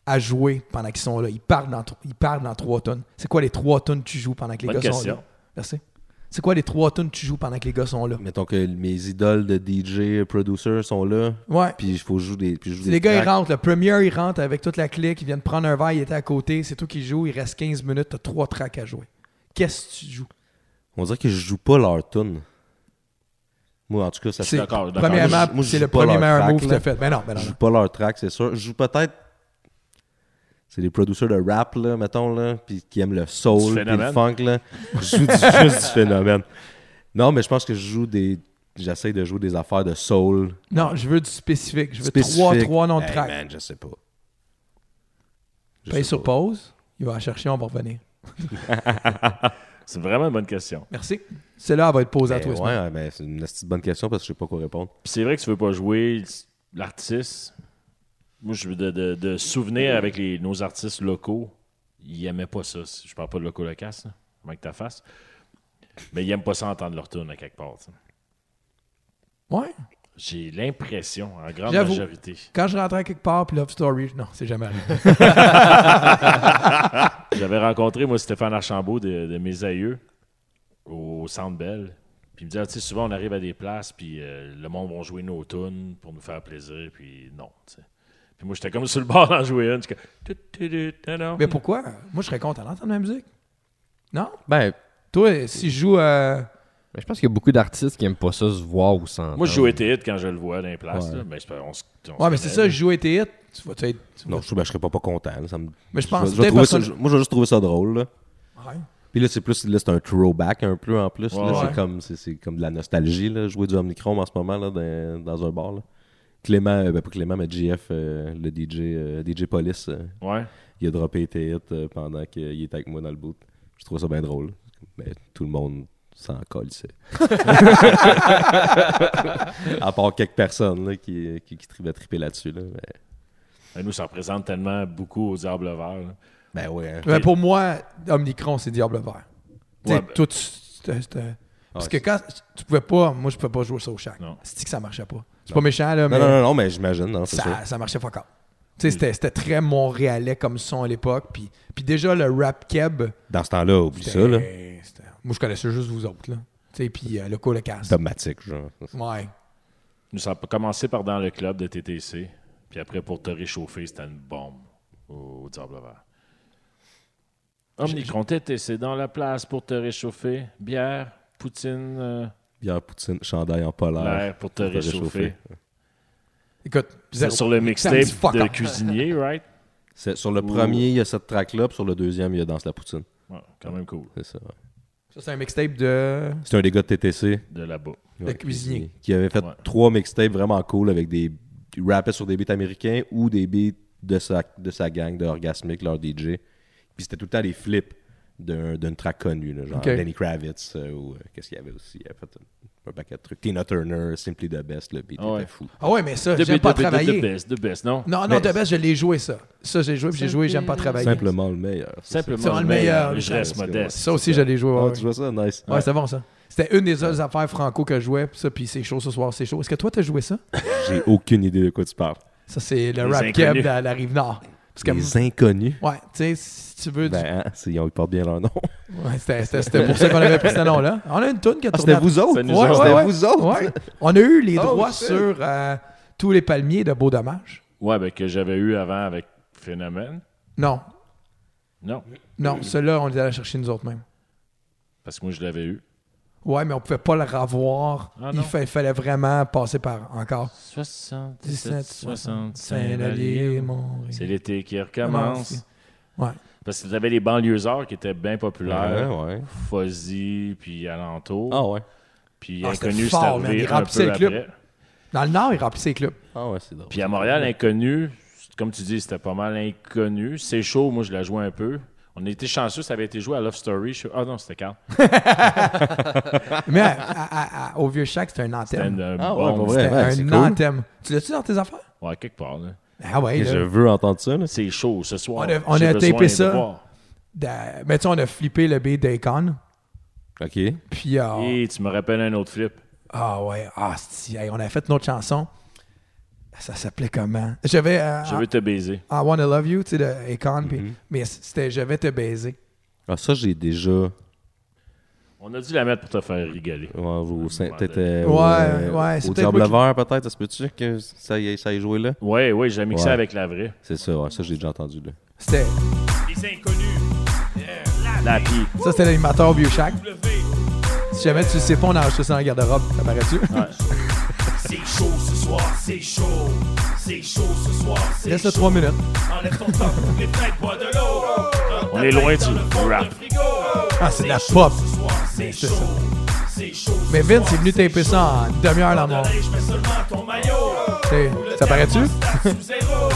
Speaker 2: à jouer pendant qu'ils sont là. Ils parlent dans, tro- ils parlent dans trois tonnes. C'est quoi les trois tonnes que tu joues pendant que les
Speaker 1: Bonne
Speaker 2: gars sont
Speaker 1: question.
Speaker 2: là? Merci. C'est quoi les trois tonnes que tu joues pendant que les gars sont là?
Speaker 3: Mettons que mes idoles de DJ, producer sont là,
Speaker 2: Ouais.
Speaker 3: puis il faut que je joue des. Puis je joue
Speaker 2: les
Speaker 3: des
Speaker 2: gars, ils
Speaker 3: tracks.
Speaker 2: rentrent. Le premier, il rentre avec toute la clique. Ils viennent prendre un verre. Il était à côté. C'est toi qui joues. Il reste 15 minutes. T'as trois tracks à jouer. Qu'est-ce que tu joues?
Speaker 3: On dirait que je joue pas leur tune. Moi, en tout cas, ça
Speaker 1: C'est-
Speaker 3: se
Speaker 1: d'accord, d'accord.
Speaker 2: Premièrement,
Speaker 3: Moi, je- moi, je
Speaker 2: c'est
Speaker 3: joue
Speaker 2: le
Speaker 3: pas
Speaker 2: premier
Speaker 3: leur
Speaker 2: meilleur
Speaker 3: track,
Speaker 2: move que
Speaker 3: là.
Speaker 2: t'as fait. Mais non, mais non.
Speaker 3: Je joue
Speaker 2: non.
Speaker 3: pas leur track, c'est sûr. Je joue peut-être. C'est des producteurs de rap, là, mettons, là, puis qui aiment le
Speaker 1: Du
Speaker 3: soul, puis le
Speaker 1: phénomène.
Speaker 3: funk, là. Je joue du- juste du phénomène. Non, mais je pense que je joue des. J'essaie de jouer des affaires de soul.
Speaker 2: Non, je veux du spécifique. Je veux
Speaker 3: spécifiques.
Speaker 2: trois, trois noms de
Speaker 3: Hey,
Speaker 2: tracks.
Speaker 3: man, je sais pas. Je
Speaker 2: Paye
Speaker 3: sais
Speaker 2: sur
Speaker 3: pas.
Speaker 2: pause. Il va la chercher, on va revenir.
Speaker 1: C'est vraiment une bonne question.
Speaker 2: Merci. Celle-là, elle va être posée à
Speaker 3: Ben
Speaker 2: toi.
Speaker 3: ouais,
Speaker 2: Ismaël.
Speaker 3: ouais, ben, c'est une petite bonne question parce que je sais pas quoi répondre.
Speaker 1: Puis c'est vrai que tu veux pas jouer l'artiste. Moi, je veux de, de, de souvenir avec les, nos artistes locaux. Ils aimaient pas ça. Je parle pas de locaux locas, là, comment que ta face. Mais ils aiment pas ça entendre leur tune à quelque part. t'sais.
Speaker 2: Ouais.
Speaker 1: J'ai l'impression, en grande
Speaker 2: J'avoue.
Speaker 1: majorité.
Speaker 2: Quand je rentrais quelque part, puis Love Story, non, c'est jamais arrivé.
Speaker 1: J'avais rencontré, moi, Stéphane Archambault de, de mes aïeux au Centre Bell. Puis il me disait, Ah, tu sais, souvent on arrive à des places, puis euh, le monde va jouer nos tunes pour nous faire plaisir, puis non, tu sais. Puis moi, j'étais comme sur le bord d'en jouer une. j'étais comme, Tut, tut, tut, tut, non.
Speaker 2: mais pourquoi? Moi, je serais content d'entendre ma musique. Non?
Speaker 4: Ben,
Speaker 2: Toi, si je joue... euh,
Speaker 4: mais je pense qu'il y a beaucoup d'artistes qui aiment pas ça se voir ou s'entendre.
Speaker 1: Moi, je joue été hit quand je le vois dans les places. là. Mais c'est pas- on se- on se
Speaker 2: Ouais, mais c'est ça,
Speaker 1: connaît,
Speaker 2: je joue été hit. Tu vas tu vas être... tu vas-
Speaker 3: Non, je, ben, je serais pas, pas content. là, ça me-
Speaker 2: Mais je pense
Speaker 3: vais- vais
Speaker 2: peut-être
Speaker 3: trouver
Speaker 2: parce
Speaker 3: ça-
Speaker 2: que-
Speaker 3: je- Moi, je vais juste trouver ça drôle, là.
Speaker 2: Ouais.
Speaker 3: Puis là, c'est plus là, c'est un throwback un peu en plus. là.
Speaker 1: Ouais.
Speaker 3: C'est comme c'est, c'est comme de la nostalgie là, jouer du Omnicron en ce moment là, dans, dans un bar. Là. Clément, euh, ben pas Clément, mais JF, euh, le DJ, euh, DJ Police, euh,
Speaker 1: là. Ouais.
Speaker 3: il a droppé tes hits euh, pendant qu'il était avec moi dans le boot. Je trouve ça bien drôle. Mais tout le monde s'en colle, c'est. à part quelques personnes là, qui, qui, qui trivaient triper là-dessus. Là. Mais-
Speaker 1: Et Ben, Nous, ça représente tellement beaucoup aux Diables Verts. là.
Speaker 3: Ben ouais. hein.
Speaker 2: Mais pour moi, Omnicron, c'est Diable Vert. Tu sais,
Speaker 1: Ouais, ben-
Speaker 2: tout. c'était- c'était- Parce
Speaker 3: Ouais,
Speaker 2: que quand tu pouvais pas, moi je pouvais pas jouer ça au shack.
Speaker 1: Non.
Speaker 2: C'est que ça marchait pas. C'est pas méchant
Speaker 1: Ah,
Speaker 2: là, mais
Speaker 3: Non, non, non, non, mais j'imagine, non, c'est sûr. Mm.
Speaker 2: ça, ça marchait fuck up. Tu sais, c'était- c'était très montréalais comme son à l'époque. Puis, puis déjà, le rap keb.
Speaker 3: Dans ce temps-là, oublie
Speaker 2: c'était-
Speaker 3: ça, là.
Speaker 2: c'était- Moi, je connaissais juste vous autres. Là. Tu sais, puis euh, le coup, le casse.
Speaker 3: Automatique, genre.
Speaker 2: Ouais.
Speaker 1: Nous, ça a commencé par dans le club de TTC. Puis après, pour te réchauffer, c'était une bombe au Diable Vert. Omnicron TTC dans la place pour te réchauffer. Bière, poutine, euh,
Speaker 3: Bière poutine, chandail en polaire.
Speaker 1: l'air pour te réchauffer.
Speaker 2: Écoute,
Speaker 1: C'est
Speaker 2: zéro-
Speaker 1: sur le
Speaker 2: Ça
Speaker 1: mixtape
Speaker 2: me dit fuck
Speaker 1: de
Speaker 2: off.
Speaker 1: cuisinier, right?
Speaker 3: C'est- Sur le premier, il y a cette track-là, puis sur le deuxième, il y a Danse la poutine.
Speaker 1: Ouais, quand même cool.
Speaker 3: C'est ça. ouais.
Speaker 2: Ça, c'est un mixtape de.
Speaker 3: C'est un des gars de TTC.
Speaker 1: De là-bas.
Speaker 2: Le cuisinier.
Speaker 3: Qui avait fait
Speaker 1: Ouais.
Speaker 3: trois mixtapes vraiment cool avec des. Il rappait sur des beats américains ou des beats de sa, de sa gang, de Orgasmic, leur DJ. Puis c'était tout le temps des flips d'un- d'une track connue, là, genre
Speaker 2: Ok.
Speaker 3: Danny Kravitz euh, ou euh, qu'est-ce qu'il y avait aussi. Il avait fait un, un paquet de trucs. Tina Turner, Simply the Best, le beat
Speaker 1: Ah ouais.
Speaker 3: était fou.
Speaker 2: Ah ouais, mais ça,
Speaker 1: De
Speaker 2: j'aime pas
Speaker 1: de- de- de- de
Speaker 2: travailler.
Speaker 1: best, de best, non?
Speaker 2: Non, non, de best, je l'ai joué ça. Ça, j'ai joué, puis j'ai joué, j'aime pas travailler.
Speaker 3: Simplement le meilleur. c'est ça.
Speaker 1: Simplement
Speaker 2: C'est le meilleur.
Speaker 1: Je reste modeste.
Speaker 2: Ça aussi, je l'ai joué. ouais,
Speaker 3: Ah,
Speaker 2: ouais.
Speaker 3: tu vois ça? Nice.
Speaker 2: Ouais, c'est bon ça. C'était une des seules affaires franco que je jouais, pis ça, puis c'est chaud ce soir, c'est chaud. Est-ce que toi, t'as joué ça?
Speaker 3: J'ai aucune idée de quoi tu parles.
Speaker 2: Ça, c'est le
Speaker 1: Les
Speaker 2: rap keb
Speaker 1: inconnus.
Speaker 2: de la, la rive nord. Parce que,
Speaker 3: Les inconnus.
Speaker 2: ouais, tu sais, si tu veux. du-
Speaker 3: Ben, hein, c'est- ils ont- ils portent bien leur nom.
Speaker 2: Ouais, c'était- c'était c'était pour ça qu'on avait pris ce nom-là. On a une toune qui a tourné. à-
Speaker 3: autres?
Speaker 1: nous autres.
Speaker 2: C'était
Speaker 3: vous Ah, autres?
Speaker 2: Ouais. On a eu les
Speaker 3: Oh,
Speaker 2: droits
Speaker 3: shit.
Speaker 2: sur euh, tous les palmiers de Beau Dommage.
Speaker 1: Ouais, ben, que j'avais eu avant avec phénomène?
Speaker 2: Non,
Speaker 1: Non,
Speaker 2: non, ceux-là, on les allait chercher nous autres mêmes.
Speaker 1: parce que moi, je l'avais eu.
Speaker 2: Ouais, mais on pouvait pas le revoir.
Speaker 1: Ah,
Speaker 2: il
Speaker 1: non.
Speaker 2: fa- fallait vraiment passer par encore.
Speaker 1: 77,
Speaker 2: 17,
Speaker 1: 65
Speaker 2: Saint-Lalier, mon.
Speaker 1: C'est l'été qui recommence.
Speaker 2: Ouais.
Speaker 1: Parce que tu avais les banlieusards qui étaient bien populaires.
Speaker 3: Ouais, ouais.
Speaker 1: Fozy, puis alentour.
Speaker 3: Ah ouais.
Speaker 1: Puis
Speaker 2: Ah, c'était
Speaker 1: Inconnu, c'est
Speaker 2: fort, man.
Speaker 1: arrivé
Speaker 2: Ils
Speaker 1: un
Speaker 2: remplissaient
Speaker 1: peu
Speaker 2: le club.
Speaker 1: après.
Speaker 2: Dans le Nord, ils remplissaient les clubs.
Speaker 3: Ah ouais, c'est drôle.
Speaker 1: Puis à Montréal, Inconnu, comme tu dis, c'était pas mal inconnu. C'est chaud, moi, je la jouais un peu. On était chanceux, ça avait été joué à Love Story. Je- Ah non, c'était quand?
Speaker 2: Mais à- à- à- au vieux Shack, c'était un
Speaker 1: C'était
Speaker 2: anthème.
Speaker 1: un
Speaker 3: Ah ouais,
Speaker 1: bon-
Speaker 3: pour vrai.
Speaker 2: C'était
Speaker 3: ouais,
Speaker 2: un
Speaker 3: c'est cool.
Speaker 2: anthème. Tu l'as-tu dans tes affaires?
Speaker 1: Ouais, quelque part. là.
Speaker 2: Ah ouais,
Speaker 3: Et
Speaker 2: là.
Speaker 3: je veux entendre ça, là.
Speaker 1: C'est chaud ce soir.
Speaker 2: On a- on
Speaker 1: J'ai
Speaker 2: a
Speaker 1: besoin
Speaker 2: tapé
Speaker 1: de
Speaker 2: ça.
Speaker 1: voir.
Speaker 2: Da- Mais tu sais, on a flippé le B d'Acon.
Speaker 3: OK.
Speaker 2: Puis, euh,
Speaker 1: Et tu me rappelles un autre flip.
Speaker 2: ah ouais, ah, c'ti, hey, on a fait une autre chanson. Ça s'appelait comment? J'avais euh,
Speaker 1: Je veux Mm-hmm. te baiser.
Speaker 2: I Wanna Love You, tu sais, de Akon. puis- Mais c'était Je vais te baiser.
Speaker 3: Ah, ça, j'ai déjà. Ouais,
Speaker 1: On a dû la mettre pour te faire rigoler.
Speaker 3: au Saint-
Speaker 2: Ouais,
Speaker 3: T'étais au, euh,
Speaker 2: ouais, c'est
Speaker 3: au
Speaker 2: peut-être
Speaker 3: Diable
Speaker 2: moi qui-
Speaker 3: Vert, peut-être. Ça se peut-tu que ça y aille, ça y jouer là?
Speaker 1: Ouais, ouais, j'ai mixé
Speaker 3: Ouais.
Speaker 1: avec la vraie.
Speaker 3: C'est ça, ouais, ça, j'ai déjà entendu, là.
Speaker 2: C'était.
Speaker 1: La pie.
Speaker 2: Ça, c'était l'animateur au vieux Shack. Si jamais tu le sais pas, on a enregistré ça dans la garde-robe. Ça paraît-tu?
Speaker 7: C'est chaud ce soir, c'est chaud. C'est chaud ce soir, c'est
Speaker 2: Reste 3 minutes.
Speaker 7: Enlève ton top, les fenêtres, bois de l'eau. Dans
Speaker 1: On
Speaker 7: ta
Speaker 1: est loin
Speaker 7: tête, dans
Speaker 1: du
Speaker 7: le fond d'un
Speaker 1: rap.
Speaker 7: frigo.
Speaker 2: Ah, c'est de la
Speaker 7: chaud
Speaker 2: pop.
Speaker 7: ce soir, C'est
Speaker 2: c'est
Speaker 7: chaud.
Speaker 2: ça.
Speaker 7: C'est chaud. ce
Speaker 2: Mais Vince,
Speaker 7: soir,
Speaker 2: il est venu
Speaker 7: c'est
Speaker 2: taper
Speaker 7: chaud.
Speaker 2: ça en une demi-heure dans
Speaker 7: Dans
Speaker 2: mon.
Speaker 7: la neige, mets seulement ton maillot.
Speaker 2: T'sais,
Speaker 7: Ou le
Speaker 2: ça paraît-tu?
Speaker 7: thermostat sous zéro.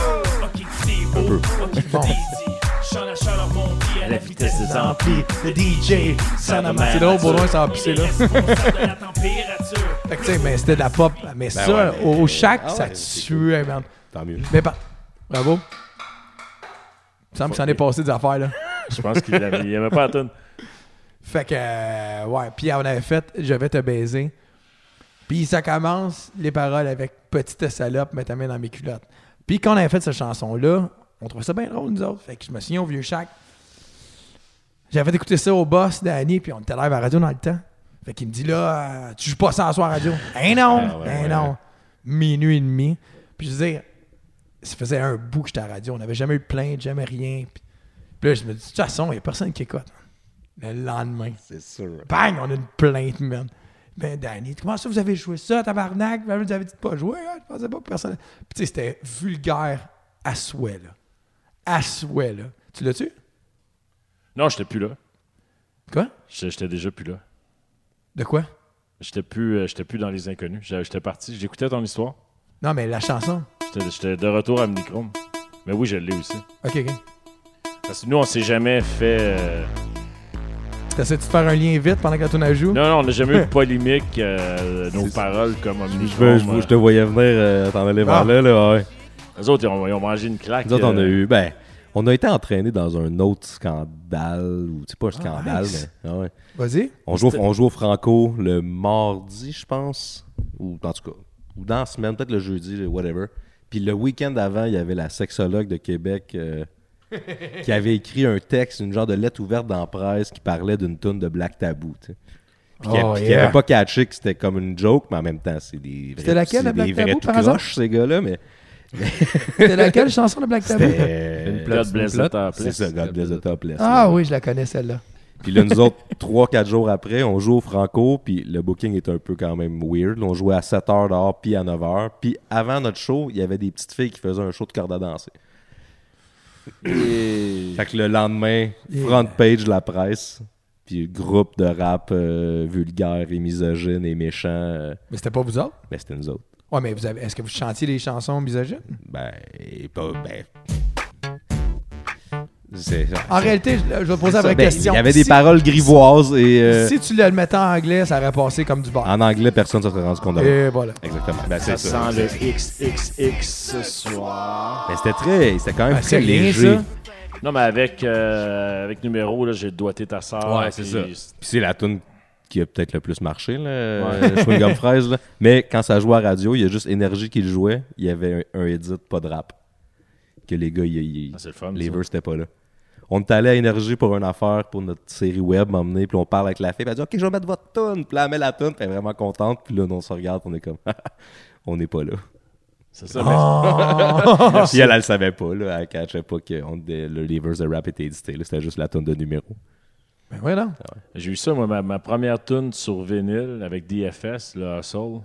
Speaker 7: Ok, c'est beau. Ok, c'est
Speaker 2: Bon.
Speaker 7: easy. Chant la chaleur montée à la vitesse des ans.
Speaker 2: le DJ, ça
Speaker 7: nomme à
Speaker 2: C'est drôle, Baudouin, ça va pisser, là.
Speaker 7: Il est responsable de la température.
Speaker 2: Fait que, tu sais, mais c'était de la pop. Mais ça,
Speaker 3: Ben ouais, mais-
Speaker 2: au, au Shack,
Speaker 3: Ah
Speaker 2: ça
Speaker 3: ouais, c'est
Speaker 2: tuait, man.
Speaker 3: Tant mieux.
Speaker 2: Mais pas. Bravo. Il me semble qu'il s'en est passé des affaires, là.
Speaker 1: Je pense qu'il avait, il aimait pas la toune.
Speaker 2: Fait que, euh, ouais. Puis on avait fait Je vais te baiser. Puis ça commence les paroles avec Petite salope, mets ta main dans mes culottes. Puis quand on avait fait cette chanson-là, on trouvait ça bien drôle, nous autres. Fait que je me souviens au vieux Shack. J'avais écouté ça au boss d'Annie, puis on était live à la radio dans le temps. Fait qu'il me dit là, euh, tu joues pas ça à soir à la radio. Hein non,
Speaker 1: Ah ouais,
Speaker 2: hein
Speaker 1: ouais.
Speaker 2: non. Minuit et demi. Puis je veux dire, ça faisait un bout que j'étais à la radio. On n'avait jamais eu de plainte, jamais rien. Puis, puis là, je me dis, de toute façon, il n'y a personne qui écoute. Le lendemain,
Speaker 3: C'est sûr.
Speaker 2: bang, on a une plainte, man. Ben, Danny, comment ça vous avez joué ça, tabarnak? Vous avez dit de pas jouer, hein? je pensais pas que personne. Puis tu sais, c'était vulgaire à souhait, là. À souhait, là. Tu l'as-tu?
Speaker 1: Non, j'étais plus là.
Speaker 2: Quoi?
Speaker 1: J'étais j'étais déjà plus là.
Speaker 2: De quoi?
Speaker 1: J'étais plus, euh, j'étais plus dans les inconnus. J'étais j'étais parti. J'écoutais ton histoire.
Speaker 2: Non, mais la chanson.
Speaker 1: J'étais- J'étais de retour à Mnichrome. Mais oui, je l'ai aussi.
Speaker 2: Ok, ok.
Speaker 1: Parce que nous, on s'est jamais fait. euh,
Speaker 2: T'essaies-tu de faire un lien vite pendant que la tourne à joue?
Speaker 1: Non, non, on n'a jamais eu de polémique, euh, nos
Speaker 3: C'est-
Speaker 1: paroles comme
Speaker 3: Je, veux- je,
Speaker 1: Omnichrome.
Speaker 2: ben.
Speaker 3: vous- je te voyais venir, euh, t'en allais vers
Speaker 2: Ah.
Speaker 3: là, là, ouais.
Speaker 1: Les autres, ils ont, ils ont mangé une claque.
Speaker 3: Nous autres, on a
Speaker 1: euh,
Speaker 3: eu. Ben, on a été entraînés dans un autre scandale, ou tu sais pas un scandale,
Speaker 2: nice.
Speaker 3: mais. ah ouais.
Speaker 2: Vas-y.
Speaker 3: On joue, au- on joue au Franco le mardi, je pense. Ou en tout cas, ou dans la semaine, peut-être le jeudi, le whatever. Puis le week-end avant, il y avait la sexologue de Québec euh, qui avait écrit un texte, une genre de lettre ouverte dans la presse qui parlait d'une toune de Black Tabou. tu sais. Puis qui
Speaker 2: Oh,
Speaker 3: puis qui
Speaker 2: yeah.
Speaker 3: avait pas catché que c'était comme une joke, mais en même temps, c'est des vrais,
Speaker 2: C'était laquelle,
Speaker 3: c'est
Speaker 2: la Black
Speaker 3: des vrais
Speaker 2: Tabou,
Speaker 3: tout
Speaker 2: par hasard?
Speaker 3: croches, ces gars-là, mais
Speaker 2: C'était laquelle chanson de Black Tabou?
Speaker 3: c'était-
Speaker 4: Une
Speaker 1: God bless the
Speaker 4: plot.
Speaker 1: topless.
Speaker 3: euh, c'est ça, God bless the topless.
Speaker 2: Ah
Speaker 3: là.
Speaker 2: oui, je la connais, celle-là.
Speaker 3: Puis là, nous autres, 3-4 jours après, on joue au Franco, puis le booking est un peu quand même weird. On jouait à 7 h dehors, puis à 9 h. Puis avant notre show, il y avait des petites filles qui faisaient un show de corde à danser. Fait que le lendemain,
Speaker 2: Yeah.
Speaker 3: front page de la presse, puis groupe de rap euh, vulgaire et misogyne et méchant, euh,
Speaker 2: Mais c'était pas vous autres?
Speaker 3: ben c'était nous autres.
Speaker 2: Ouais, mais vous avez... est-ce que vous chantiez les chansons misogynes?
Speaker 3: Ben, et pas, ben... C'est-
Speaker 2: En réalité, je, je vais poser la vraie
Speaker 3: Ben,
Speaker 2: question.
Speaker 3: Il y avait des
Speaker 2: Si-
Speaker 3: paroles grivoises et... euh,
Speaker 2: Si tu le mettais en anglais, ça aurait passé comme du bar.
Speaker 3: En anglais, personne ne se serait rendu compte de rien.
Speaker 2: Et voilà.
Speaker 3: Exactement. Ben, c'est
Speaker 1: Ça
Speaker 3: ça.
Speaker 1: sent le XXX ce soir.
Speaker 3: Ben, c'était très. C'était quand même
Speaker 2: Ben, c'est
Speaker 3: très
Speaker 2: rien,
Speaker 3: léger.
Speaker 2: ça.
Speaker 1: Non, mais avec, euh, avec numéro, là, j'ai doigté ta sœur.
Speaker 4: Ouais, c'est
Speaker 1: puis-
Speaker 3: Puis c'est la tune qui a peut-être le plus marché, là. euh, Chewing Gum Fraise, là. Mais quand ça jouait à radio, il y a juste Énergie qui le jouait. Il y avait un, un edit, pas de rap. Que les gars, ils- ils-
Speaker 1: Ah, c'est le fun,
Speaker 3: les
Speaker 1: ça.
Speaker 3: verses n'étaient pas là. On est allé à Énergie pour une affaire, pour notre série web, m'emmener, puis on parle avec la fille, puis elle dit Ok, je vais mettre votre tune. Puis là, elle met la tune, puis elle est vraiment contente, puis là, on se regarde, puis on est comme On n'est pas là.
Speaker 1: C'est ça, mais
Speaker 3: Si elle, elle le savait pas, là, elle ne cachait pas que on- de- le Levers de Rap était édité. là, C'était juste la tonne de numéro.
Speaker 2: Ben voilà.
Speaker 1: j'ai eu ça, moi, ma, ma première tune sur vinyle avec DFS, le Hustle.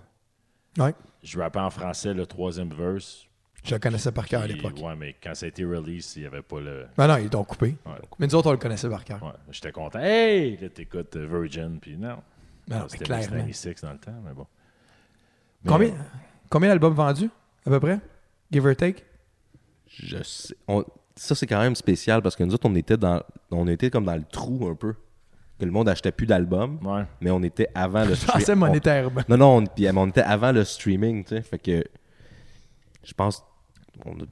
Speaker 3: Ah.
Speaker 2: Ouais.
Speaker 1: Je rappais en français le troisième verse.
Speaker 2: Je le connaissais par cœur à
Speaker 1: Puis,
Speaker 2: l'époque.
Speaker 1: Ouais, mais quand ça a été release, il n'y avait pas le.
Speaker 2: Ben non, ils t'ont coupé.
Speaker 1: Ouais.
Speaker 2: Mais nous autres, on le connaissait par cœur.
Speaker 1: Ouais, j'étais content. Hey! Là, t'écoutes euh, Virgin, puis non.
Speaker 2: Ben non, mais
Speaker 1: C'était
Speaker 2: clairement.
Speaker 1: 96 dans le temps, mais bon. Mais-
Speaker 2: Combien, combien d'albums vendus, à peu près? Give or take?
Speaker 3: Je sais- on- ça, c'est quand même spécial parce que nous autres, on était, dans, on était comme dans le trou un peu. Que le monde achetait plus d'albums,
Speaker 1: Ouais.
Speaker 3: mais on était avant le
Speaker 2: Je pensais
Speaker 3: stream- on-
Speaker 2: monétairement.
Speaker 3: Non, non, on, puis, mais on était avant le streaming, tu sais. Fait que je pense on a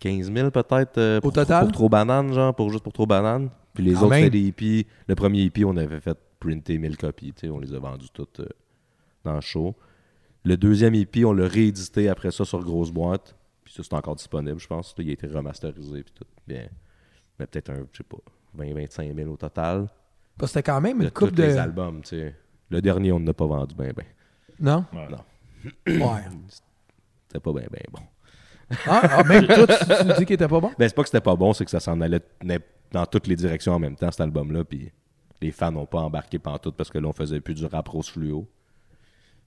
Speaker 3: 15 000 peut-être euh, pour,
Speaker 2: total?
Speaker 3: pour Trop Banane, genre, pour, juste pour Trop Banane. Puis les
Speaker 2: Quand
Speaker 3: autres,
Speaker 2: même.
Speaker 3: c'était des hippies. Le premier hippie, on avait fait printer 1000 copies, tu sais. On les a vendus toutes euh, dans le show. Le deuxième hippie, on l'a réédité après ça sur grosse boîte. Puis ça, c'est encore disponible, je pense. Il a été remasterisé, puis tout. Bien. Mais peut-être un, je sais pas, 20-25 000 au total.
Speaker 2: Parce que C'était quand même
Speaker 3: De
Speaker 2: une
Speaker 3: tous
Speaker 2: coupe de...
Speaker 3: les albums, tu sais. Le dernier, on n'a pas vendu, ben, ben.
Speaker 2: Non?
Speaker 1: Ouais.
Speaker 3: Non.
Speaker 2: Ouais.
Speaker 3: C'était pas ben, ben bon.
Speaker 2: Ah, ah, même toi, tu, tu nous dis qu'il était pas bon?
Speaker 3: Ben, c'est pas que c'était pas bon, c'est que ça s'en allait n- dans toutes les directions en même temps, cet album-là. Puis les fans n'ont pas embarqué pantoute parce que là, on faisait plus du rap rose fluo.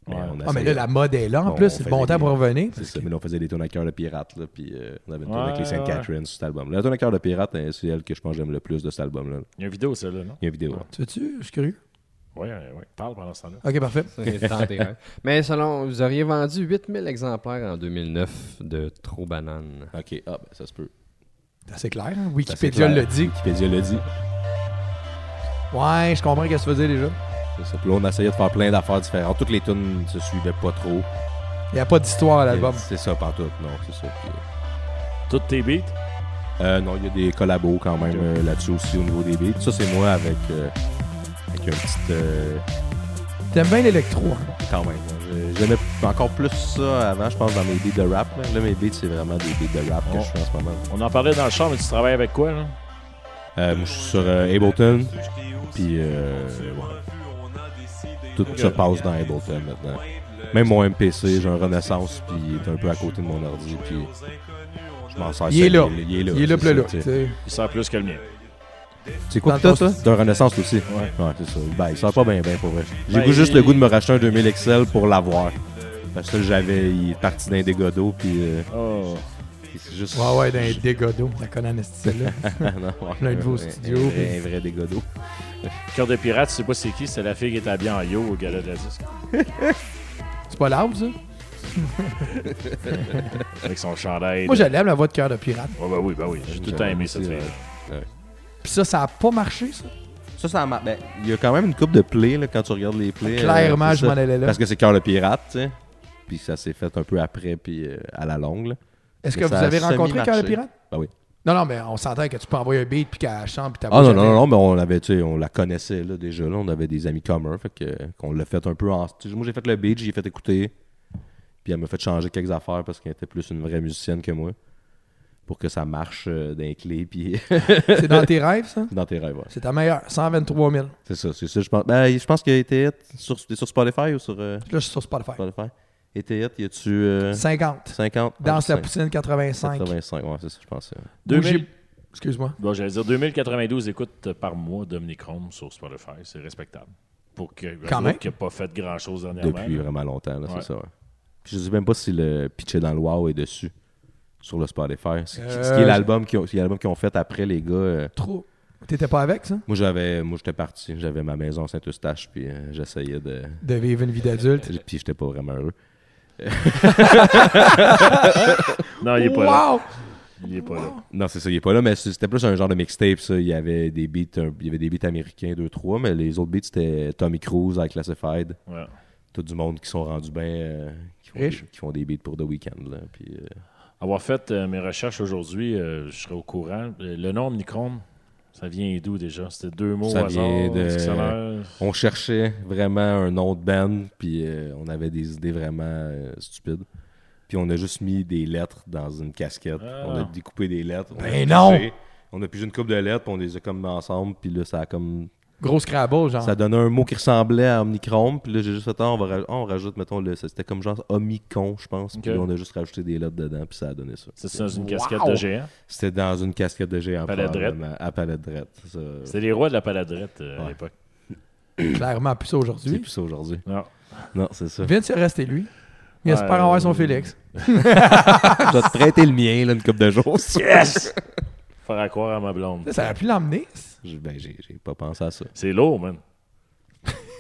Speaker 3: Mais
Speaker 1: Ouais.
Speaker 3: on
Speaker 2: Ah, mais là,
Speaker 3: essayait-
Speaker 2: la mode est là. En
Speaker 3: on
Speaker 2: plus, c'est le
Speaker 3: faisait
Speaker 2: bon temps
Speaker 3: des-
Speaker 2: pour revenir.
Speaker 3: C'est ça, mais là, on faisait des tonnes à cœur de pirates, là, puis euh, on avait une tournée avec
Speaker 1: Ouais,
Speaker 3: les Saint
Speaker 1: ouais.
Speaker 3: Catherine sur cet album. La tonne à cœur de pirates, euh, c'est elle que je pense que j'aime le plus de cet album-là.
Speaker 1: Il y a une vidéo, celle-là, non?
Speaker 3: Il y a une vidéo.
Speaker 2: Tu veux-tu? Je suis curieux.
Speaker 1: Oui, oui. Parle pendant ce temps-là.
Speaker 2: OK, parfait.
Speaker 5: Ça, c'est tenté, hein. Mais selon, vous auriez vendu 8000 exemplaires en 2009 de Trop Banane.
Speaker 3: Ok, ah, ben, ça se peut.
Speaker 2: C'est assez clair. hein?
Speaker 3: Ça, c'est
Speaker 2: Wikipédia
Speaker 3: clair.
Speaker 2: l'a dit.
Speaker 3: Wikipédia l'a dit.
Speaker 2: Ouais, je comprends qu'est-ce que tu veux dire déjà.
Speaker 3: C'est ça. Puis là, on essayait de faire plein d'affaires différentes. Toutes les tunes se suivaient pas trop.
Speaker 2: Il n'y a pas d'histoire à l'album.
Speaker 3: C'est ça, pantoute. Non, c'est ça. Puis, euh,
Speaker 1: Toutes tes beats?
Speaker 3: Euh, non, il y a des collabos quand même euh, là-dessus aussi au niveau des beats. Ça, c'est moi avec, euh, avec un petit. euh,
Speaker 2: T'aimes bien l'électro, hein?
Speaker 3: quand même. euh, J'aimais encore plus ça avant, je pense, dans mes beats de rap. Là, Là, mes beats, c'est vraiment des beats de rap que
Speaker 1: Oh.
Speaker 3: je fais en ce moment.
Speaker 1: On en parlait dans le char, mais tu travailles avec quoi, là?
Speaker 3: Euh, moi, je suis sur euh, Ableton, puis euh, ouais. tout se passe dans Ableton maintenant. Même mon MPC, j'ai un Renaissance, puis il est un peu à côté de mon ordi, puis je m'en sers.
Speaker 2: Il est là.
Speaker 3: Ah, Il est là.
Speaker 2: Il est là,
Speaker 3: c'est
Speaker 2: plus là.
Speaker 3: ça, tu sais.
Speaker 2: tu sais.
Speaker 1: Il sert plus que le mien.
Speaker 3: C'est quoi
Speaker 2: Dans
Speaker 3: que
Speaker 2: le
Speaker 3: t'as,
Speaker 2: temps,
Speaker 3: toi? T'as un Renaissance aussi. Ouais. Ben, c'est ça. Ben, il sort pas bien, bien pour vrai. J'ai goût juste le goût de me racheter un 2000 Excel pour l'avoir. Parce que j'avais. Il est parti d'un des godots, puis. euh,
Speaker 1: Oh,
Speaker 3: puis c'est juste. Ah,
Speaker 2: Ouais, ouais, d'un dégât d'eau. La conne là
Speaker 3: non, ouais,
Speaker 2: plein de vos
Speaker 3: un-
Speaker 2: studios,
Speaker 3: Un,
Speaker 2: puis-
Speaker 3: vrai- un vrai des godots.
Speaker 1: Cœur de pirate, tu sais pas c'est qui, c'est la fille qui est habillée en yo au gala de la disque.
Speaker 2: C'est pas loud, ça?
Speaker 1: Avec son chandail.
Speaker 2: Moi,
Speaker 1: de-
Speaker 2: je l'aime, la voix de cœur de pirate.
Speaker 1: Ouais, bah oui, bah oui. J'ai tout le temps aimé cette
Speaker 3: Aussi,
Speaker 1: fille.
Speaker 2: Puis ça, ça a pas marché, ça?
Speaker 3: Ça, ça m'a. Ben, il y a quand même une coupe de play, là, quand tu regardes les plays.
Speaker 2: Clairement,
Speaker 3: c'est
Speaker 2: je
Speaker 3: ça.
Speaker 2: m'en allais là.
Speaker 3: Parce que c'est Cœur le Pirate, tu sais. Puis ça s'est fait un peu après, puis euh, à la longue, là.
Speaker 2: Est-ce que
Speaker 3: Mais
Speaker 2: vous
Speaker 3: ça a
Speaker 2: avez rencontré
Speaker 3: semi-marché.
Speaker 2: cœur de pirate?
Speaker 3: Ben oui.
Speaker 2: Non, non, mais on s'entend que tu peux envoyer un beat, puis qu'elle chante, puis t'as
Speaker 3: Ah non, non, non, mais on avait, tu sais, on la connaissait là, déjà, là, on avait des amis communs, fait que qu'on l'a fait un peu en... tu sais, Moi j'ai fait le beat, j'ai fait écouter, puis elle m'a fait changer quelques affaires parce qu'elle était plus une vraie musicienne que moi, pour que ça marche euh, d'un clé, puis
Speaker 2: C'est dans tes rêves, ça?
Speaker 3: dans tes rêves, ouais.
Speaker 2: C'est ta meilleure. 123 000. Là,
Speaker 3: C'est ça, c'est ça, je pense. Ben, je pense qu'il a été hit sur, c'était sur Spotify ou sur euh,
Speaker 2: je suis sur Spotify.
Speaker 3: Spotify. Il était hit, il a-tu euh,
Speaker 2: 50.
Speaker 3: 50?
Speaker 2: Dans
Speaker 3: Ouais,
Speaker 2: la
Speaker 3: cinq-
Speaker 2: poutine 85.
Speaker 3: 85, ouais, c'est ça, je pensais. ouais.
Speaker 2: Où
Speaker 1: 2000.
Speaker 2: j'ai- Excuse-moi.
Speaker 1: Bon, j'allais dire 2092 écoutes euh, par mois Dominique Rome sur Spotify. C'est respectable. Pour que,
Speaker 2: Quand
Speaker 1: un
Speaker 2: même.
Speaker 1: groupe qui n'a pas fait grand-chose dernièrement.
Speaker 3: Depuis vraiment longtemps, là,
Speaker 1: Ouais.
Speaker 3: c'est ça, ouais. Puis je sais même pas si le Pitcher dans le Wow est dessus sur le Spotify. Ce qui, ce qui
Speaker 2: Euh,
Speaker 3: est l'album qu'ils ont, ce qui est l'album qu'ils ont fait après, les gars. euh,
Speaker 2: Trop. T'étais pas avec, ça?
Speaker 3: moi, j'avais, moi, j'étais parti. J'avais ma maison à Saint-Eustache, puis euh, j'essayais de.
Speaker 2: De vivre une vie d'adulte.
Speaker 3: Puis j'étais pas vraiment heureux.
Speaker 1: Non, il est pas là.
Speaker 2: Wow!
Speaker 1: Il est pas là.
Speaker 3: Non, c'est ça, il est pas là, mais c'était plus un genre de mixtape, ça. Il y avait des beats, un- il y avait des beats américains, deux, trois, mais les autres beats, c'était Tommy Cruise avec Classified.
Speaker 1: Ouais.
Speaker 3: Tout du monde qui sont rendus bien. euh, qui, font
Speaker 2: Riche.
Speaker 3: des- qui font des beats pour The Weeknd, là. Puis, euh,
Speaker 1: Avoir fait euh, mes recherches aujourd'hui, euh, je serai au courant. Euh, Le nom Omnicron, ça vient d'où déjà? C'était deux mots
Speaker 3: Ça
Speaker 1: au hasard.
Speaker 3: vient
Speaker 1: au
Speaker 3: de-
Speaker 1: dictionnaire.
Speaker 3: On cherchait vraiment un nom de band, puis euh, on avait des idées vraiment euh, stupides. Puis on a juste mis des lettres dans une casquette.
Speaker 1: Ah.
Speaker 3: On a découpé des lettres. on a
Speaker 2: Ben
Speaker 3: pigé.
Speaker 2: non!
Speaker 3: On a pigé une coupe de lettres, puis on les a comme mis ensemble, puis là, ça a comme
Speaker 2: Gros Scrabble,
Speaker 1: Ah.
Speaker 2: genre.
Speaker 3: Ça donnait un mot qui ressemblait à Omnicron, puis là j'ai juste fait ah, on, va raj- ah, on rajoute, mettons, le... c'était comme genre Omicon, je pense, puis
Speaker 1: Ok.
Speaker 3: là, on a juste rajouté des lettres dedans, puis ça a donné ça.
Speaker 1: C'était dans une casquette de géant.
Speaker 3: C'était dans une casquette de géant.
Speaker 1: Palette drette.
Speaker 3: probablement, À palette drette. Ça,
Speaker 1: C'était les rois de la paladrette euh, à
Speaker 3: Ouais.
Speaker 1: l'époque.
Speaker 2: Clairement, plus ça
Speaker 3: C'est
Speaker 2: aujourd'hui.
Speaker 3: plus ça aujourd'hui.
Speaker 1: Non.
Speaker 3: Non, c'est ça.
Speaker 2: Vince est resté lui. Il
Speaker 1: Ouais,
Speaker 2: espère avoir son
Speaker 1: euh,
Speaker 2: Félix.
Speaker 3: Je vais te prêter le mien, là, une coupe de jours.
Speaker 1: Yes! Faire à croire à ma blonde.
Speaker 2: Ça aurait pu l'emmener.
Speaker 3: Je- Ben, j'ai j'ai pas pensé à ça.
Speaker 1: C'est lourd, man.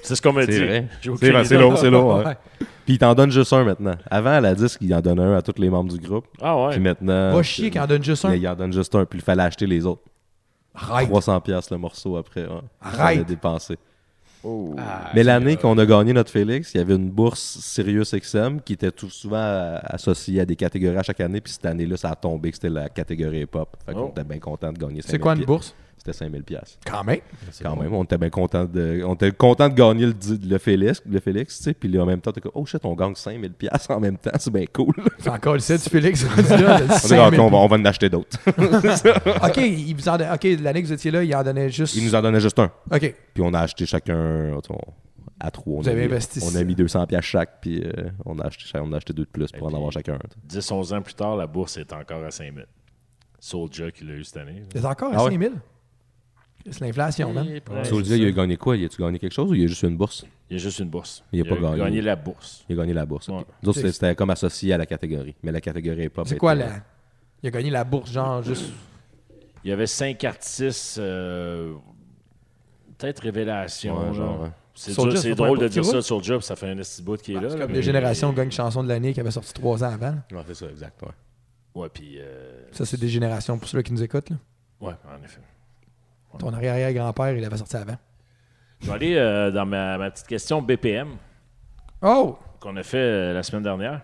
Speaker 1: C'est ce qu'on me dit.
Speaker 3: C'est vrai.
Speaker 1: J'ai aucune
Speaker 3: C'est vrai, c'est
Speaker 1: idée.
Speaker 3: long, c'est long.
Speaker 2: Ouais.
Speaker 3: Puis il t'en donne juste un maintenant. Avant, à la disque, il en donnait un à tous les membres du groupe.
Speaker 1: Ah ouais.
Speaker 3: Puis maintenant.
Speaker 2: Va chier qu'il en donne juste
Speaker 3: Mais
Speaker 2: un.
Speaker 3: Euh, il en donne juste un, puis il fallait acheter les autres.
Speaker 2: Arrête.
Speaker 3: 300$ piastres le morceau après. ouais.
Speaker 2: Arrête. Ah,
Speaker 3: Fallait dépenser. Mais l'année qu'on a gagné notre Félix, il y avait une bourse Sirius XM qui était tout souvent euh, associée à des catégories à chaque année. Puis cette année-là, ça a tombé que c'était la catégorie hip-hop. Fait qu'on
Speaker 1: Oh.
Speaker 3: était bien content de gagner 5000
Speaker 2: C'est quoi une bourse?
Speaker 3: C'était 5000 pièces.
Speaker 2: Quand même.
Speaker 3: Quand même, on était bien content de, on était content de gagner le, di- le Félix, le Félix, tu sais. Puis là, en même temps, t'es comme, oh shit, on gagne 5000 pièces en même temps, c'est bien cool.
Speaker 2: C'est encore le set du Félix. rendu là, le
Speaker 3: On est comme,
Speaker 2: 5000.
Speaker 3: Ok, on va, on va en acheter d'autres.
Speaker 2: OK, il vous en don- OK, l'année que vous étiez là, il en donnait juste.
Speaker 3: Ils nous en donnaient juste un.
Speaker 2: OK.
Speaker 3: Puis on a acheté chacun on- à trois. On
Speaker 2: Vous
Speaker 3: a
Speaker 2: avez
Speaker 3: mis-
Speaker 2: investi
Speaker 3: On a mis 200 pièces chaque, puis euh, on, a acheté, cha- on a acheté deux de plus pour en
Speaker 1: puis-
Speaker 3: avoir chacun. un, tu sais.
Speaker 1: 10-11 ans plus tard, la bourse est encore à 5000. Soulja qui l'a eu cette année.
Speaker 2: Il est encore à
Speaker 3: Ah ouais.
Speaker 2: 5000. C'est l'inflation, man.
Speaker 1: Ouais,
Speaker 3: Soldier, il a gagné quoi Il a-tu gagné quelque chose ou il a juste eu une bourse
Speaker 1: Il y a juste une bourse.
Speaker 3: Il a pas gagné.
Speaker 1: la bourse.
Speaker 3: Il a gagné la bourse. ok.
Speaker 1: Ouais.
Speaker 3: Nous autres, c'était- c'était comme associé à la catégorie. Mais la catégorie hip-hop.
Speaker 2: C'est
Speaker 3: était-
Speaker 2: quoi la. Il a gagné la bourse, genre, juste.
Speaker 1: Il y avait 5 artistes, euh, peut-être Révélation.
Speaker 3: Ouais,
Speaker 1: genre.
Speaker 3: genre, ouais.
Speaker 1: C'est
Speaker 2: Soulja,
Speaker 1: dur-
Speaker 2: c'est
Speaker 1: c'est
Speaker 2: pas
Speaker 1: drôle de
Speaker 2: n'importe qui
Speaker 1: dire ça
Speaker 2: roule.
Speaker 1: sur Job, ça fait un esti bout qui est là.
Speaker 2: C'est
Speaker 1: là,
Speaker 2: comme
Speaker 1: mais-
Speaker 2: les générations gagnent chanson de l'année qui avait sorti trois ans avant. là.
Speaker 3: Ouais, c'est ça, exact. ouais.
Speaker 1: Ouais, puis. euh,
Speaker 2: Ça, c'est des générations pour ceux qui nous écoutent. là.
Speaker 1: ouais, en effet.
Speaker 2: Ton arrière-arrière-grand-père, il avait sorti avant.
Speaker 1: Je vais aller euh, dans ma, ma petite question BPM
Speaker 2: Oh!
Speaker 1: qu'on a fait euh, la semaine dernière.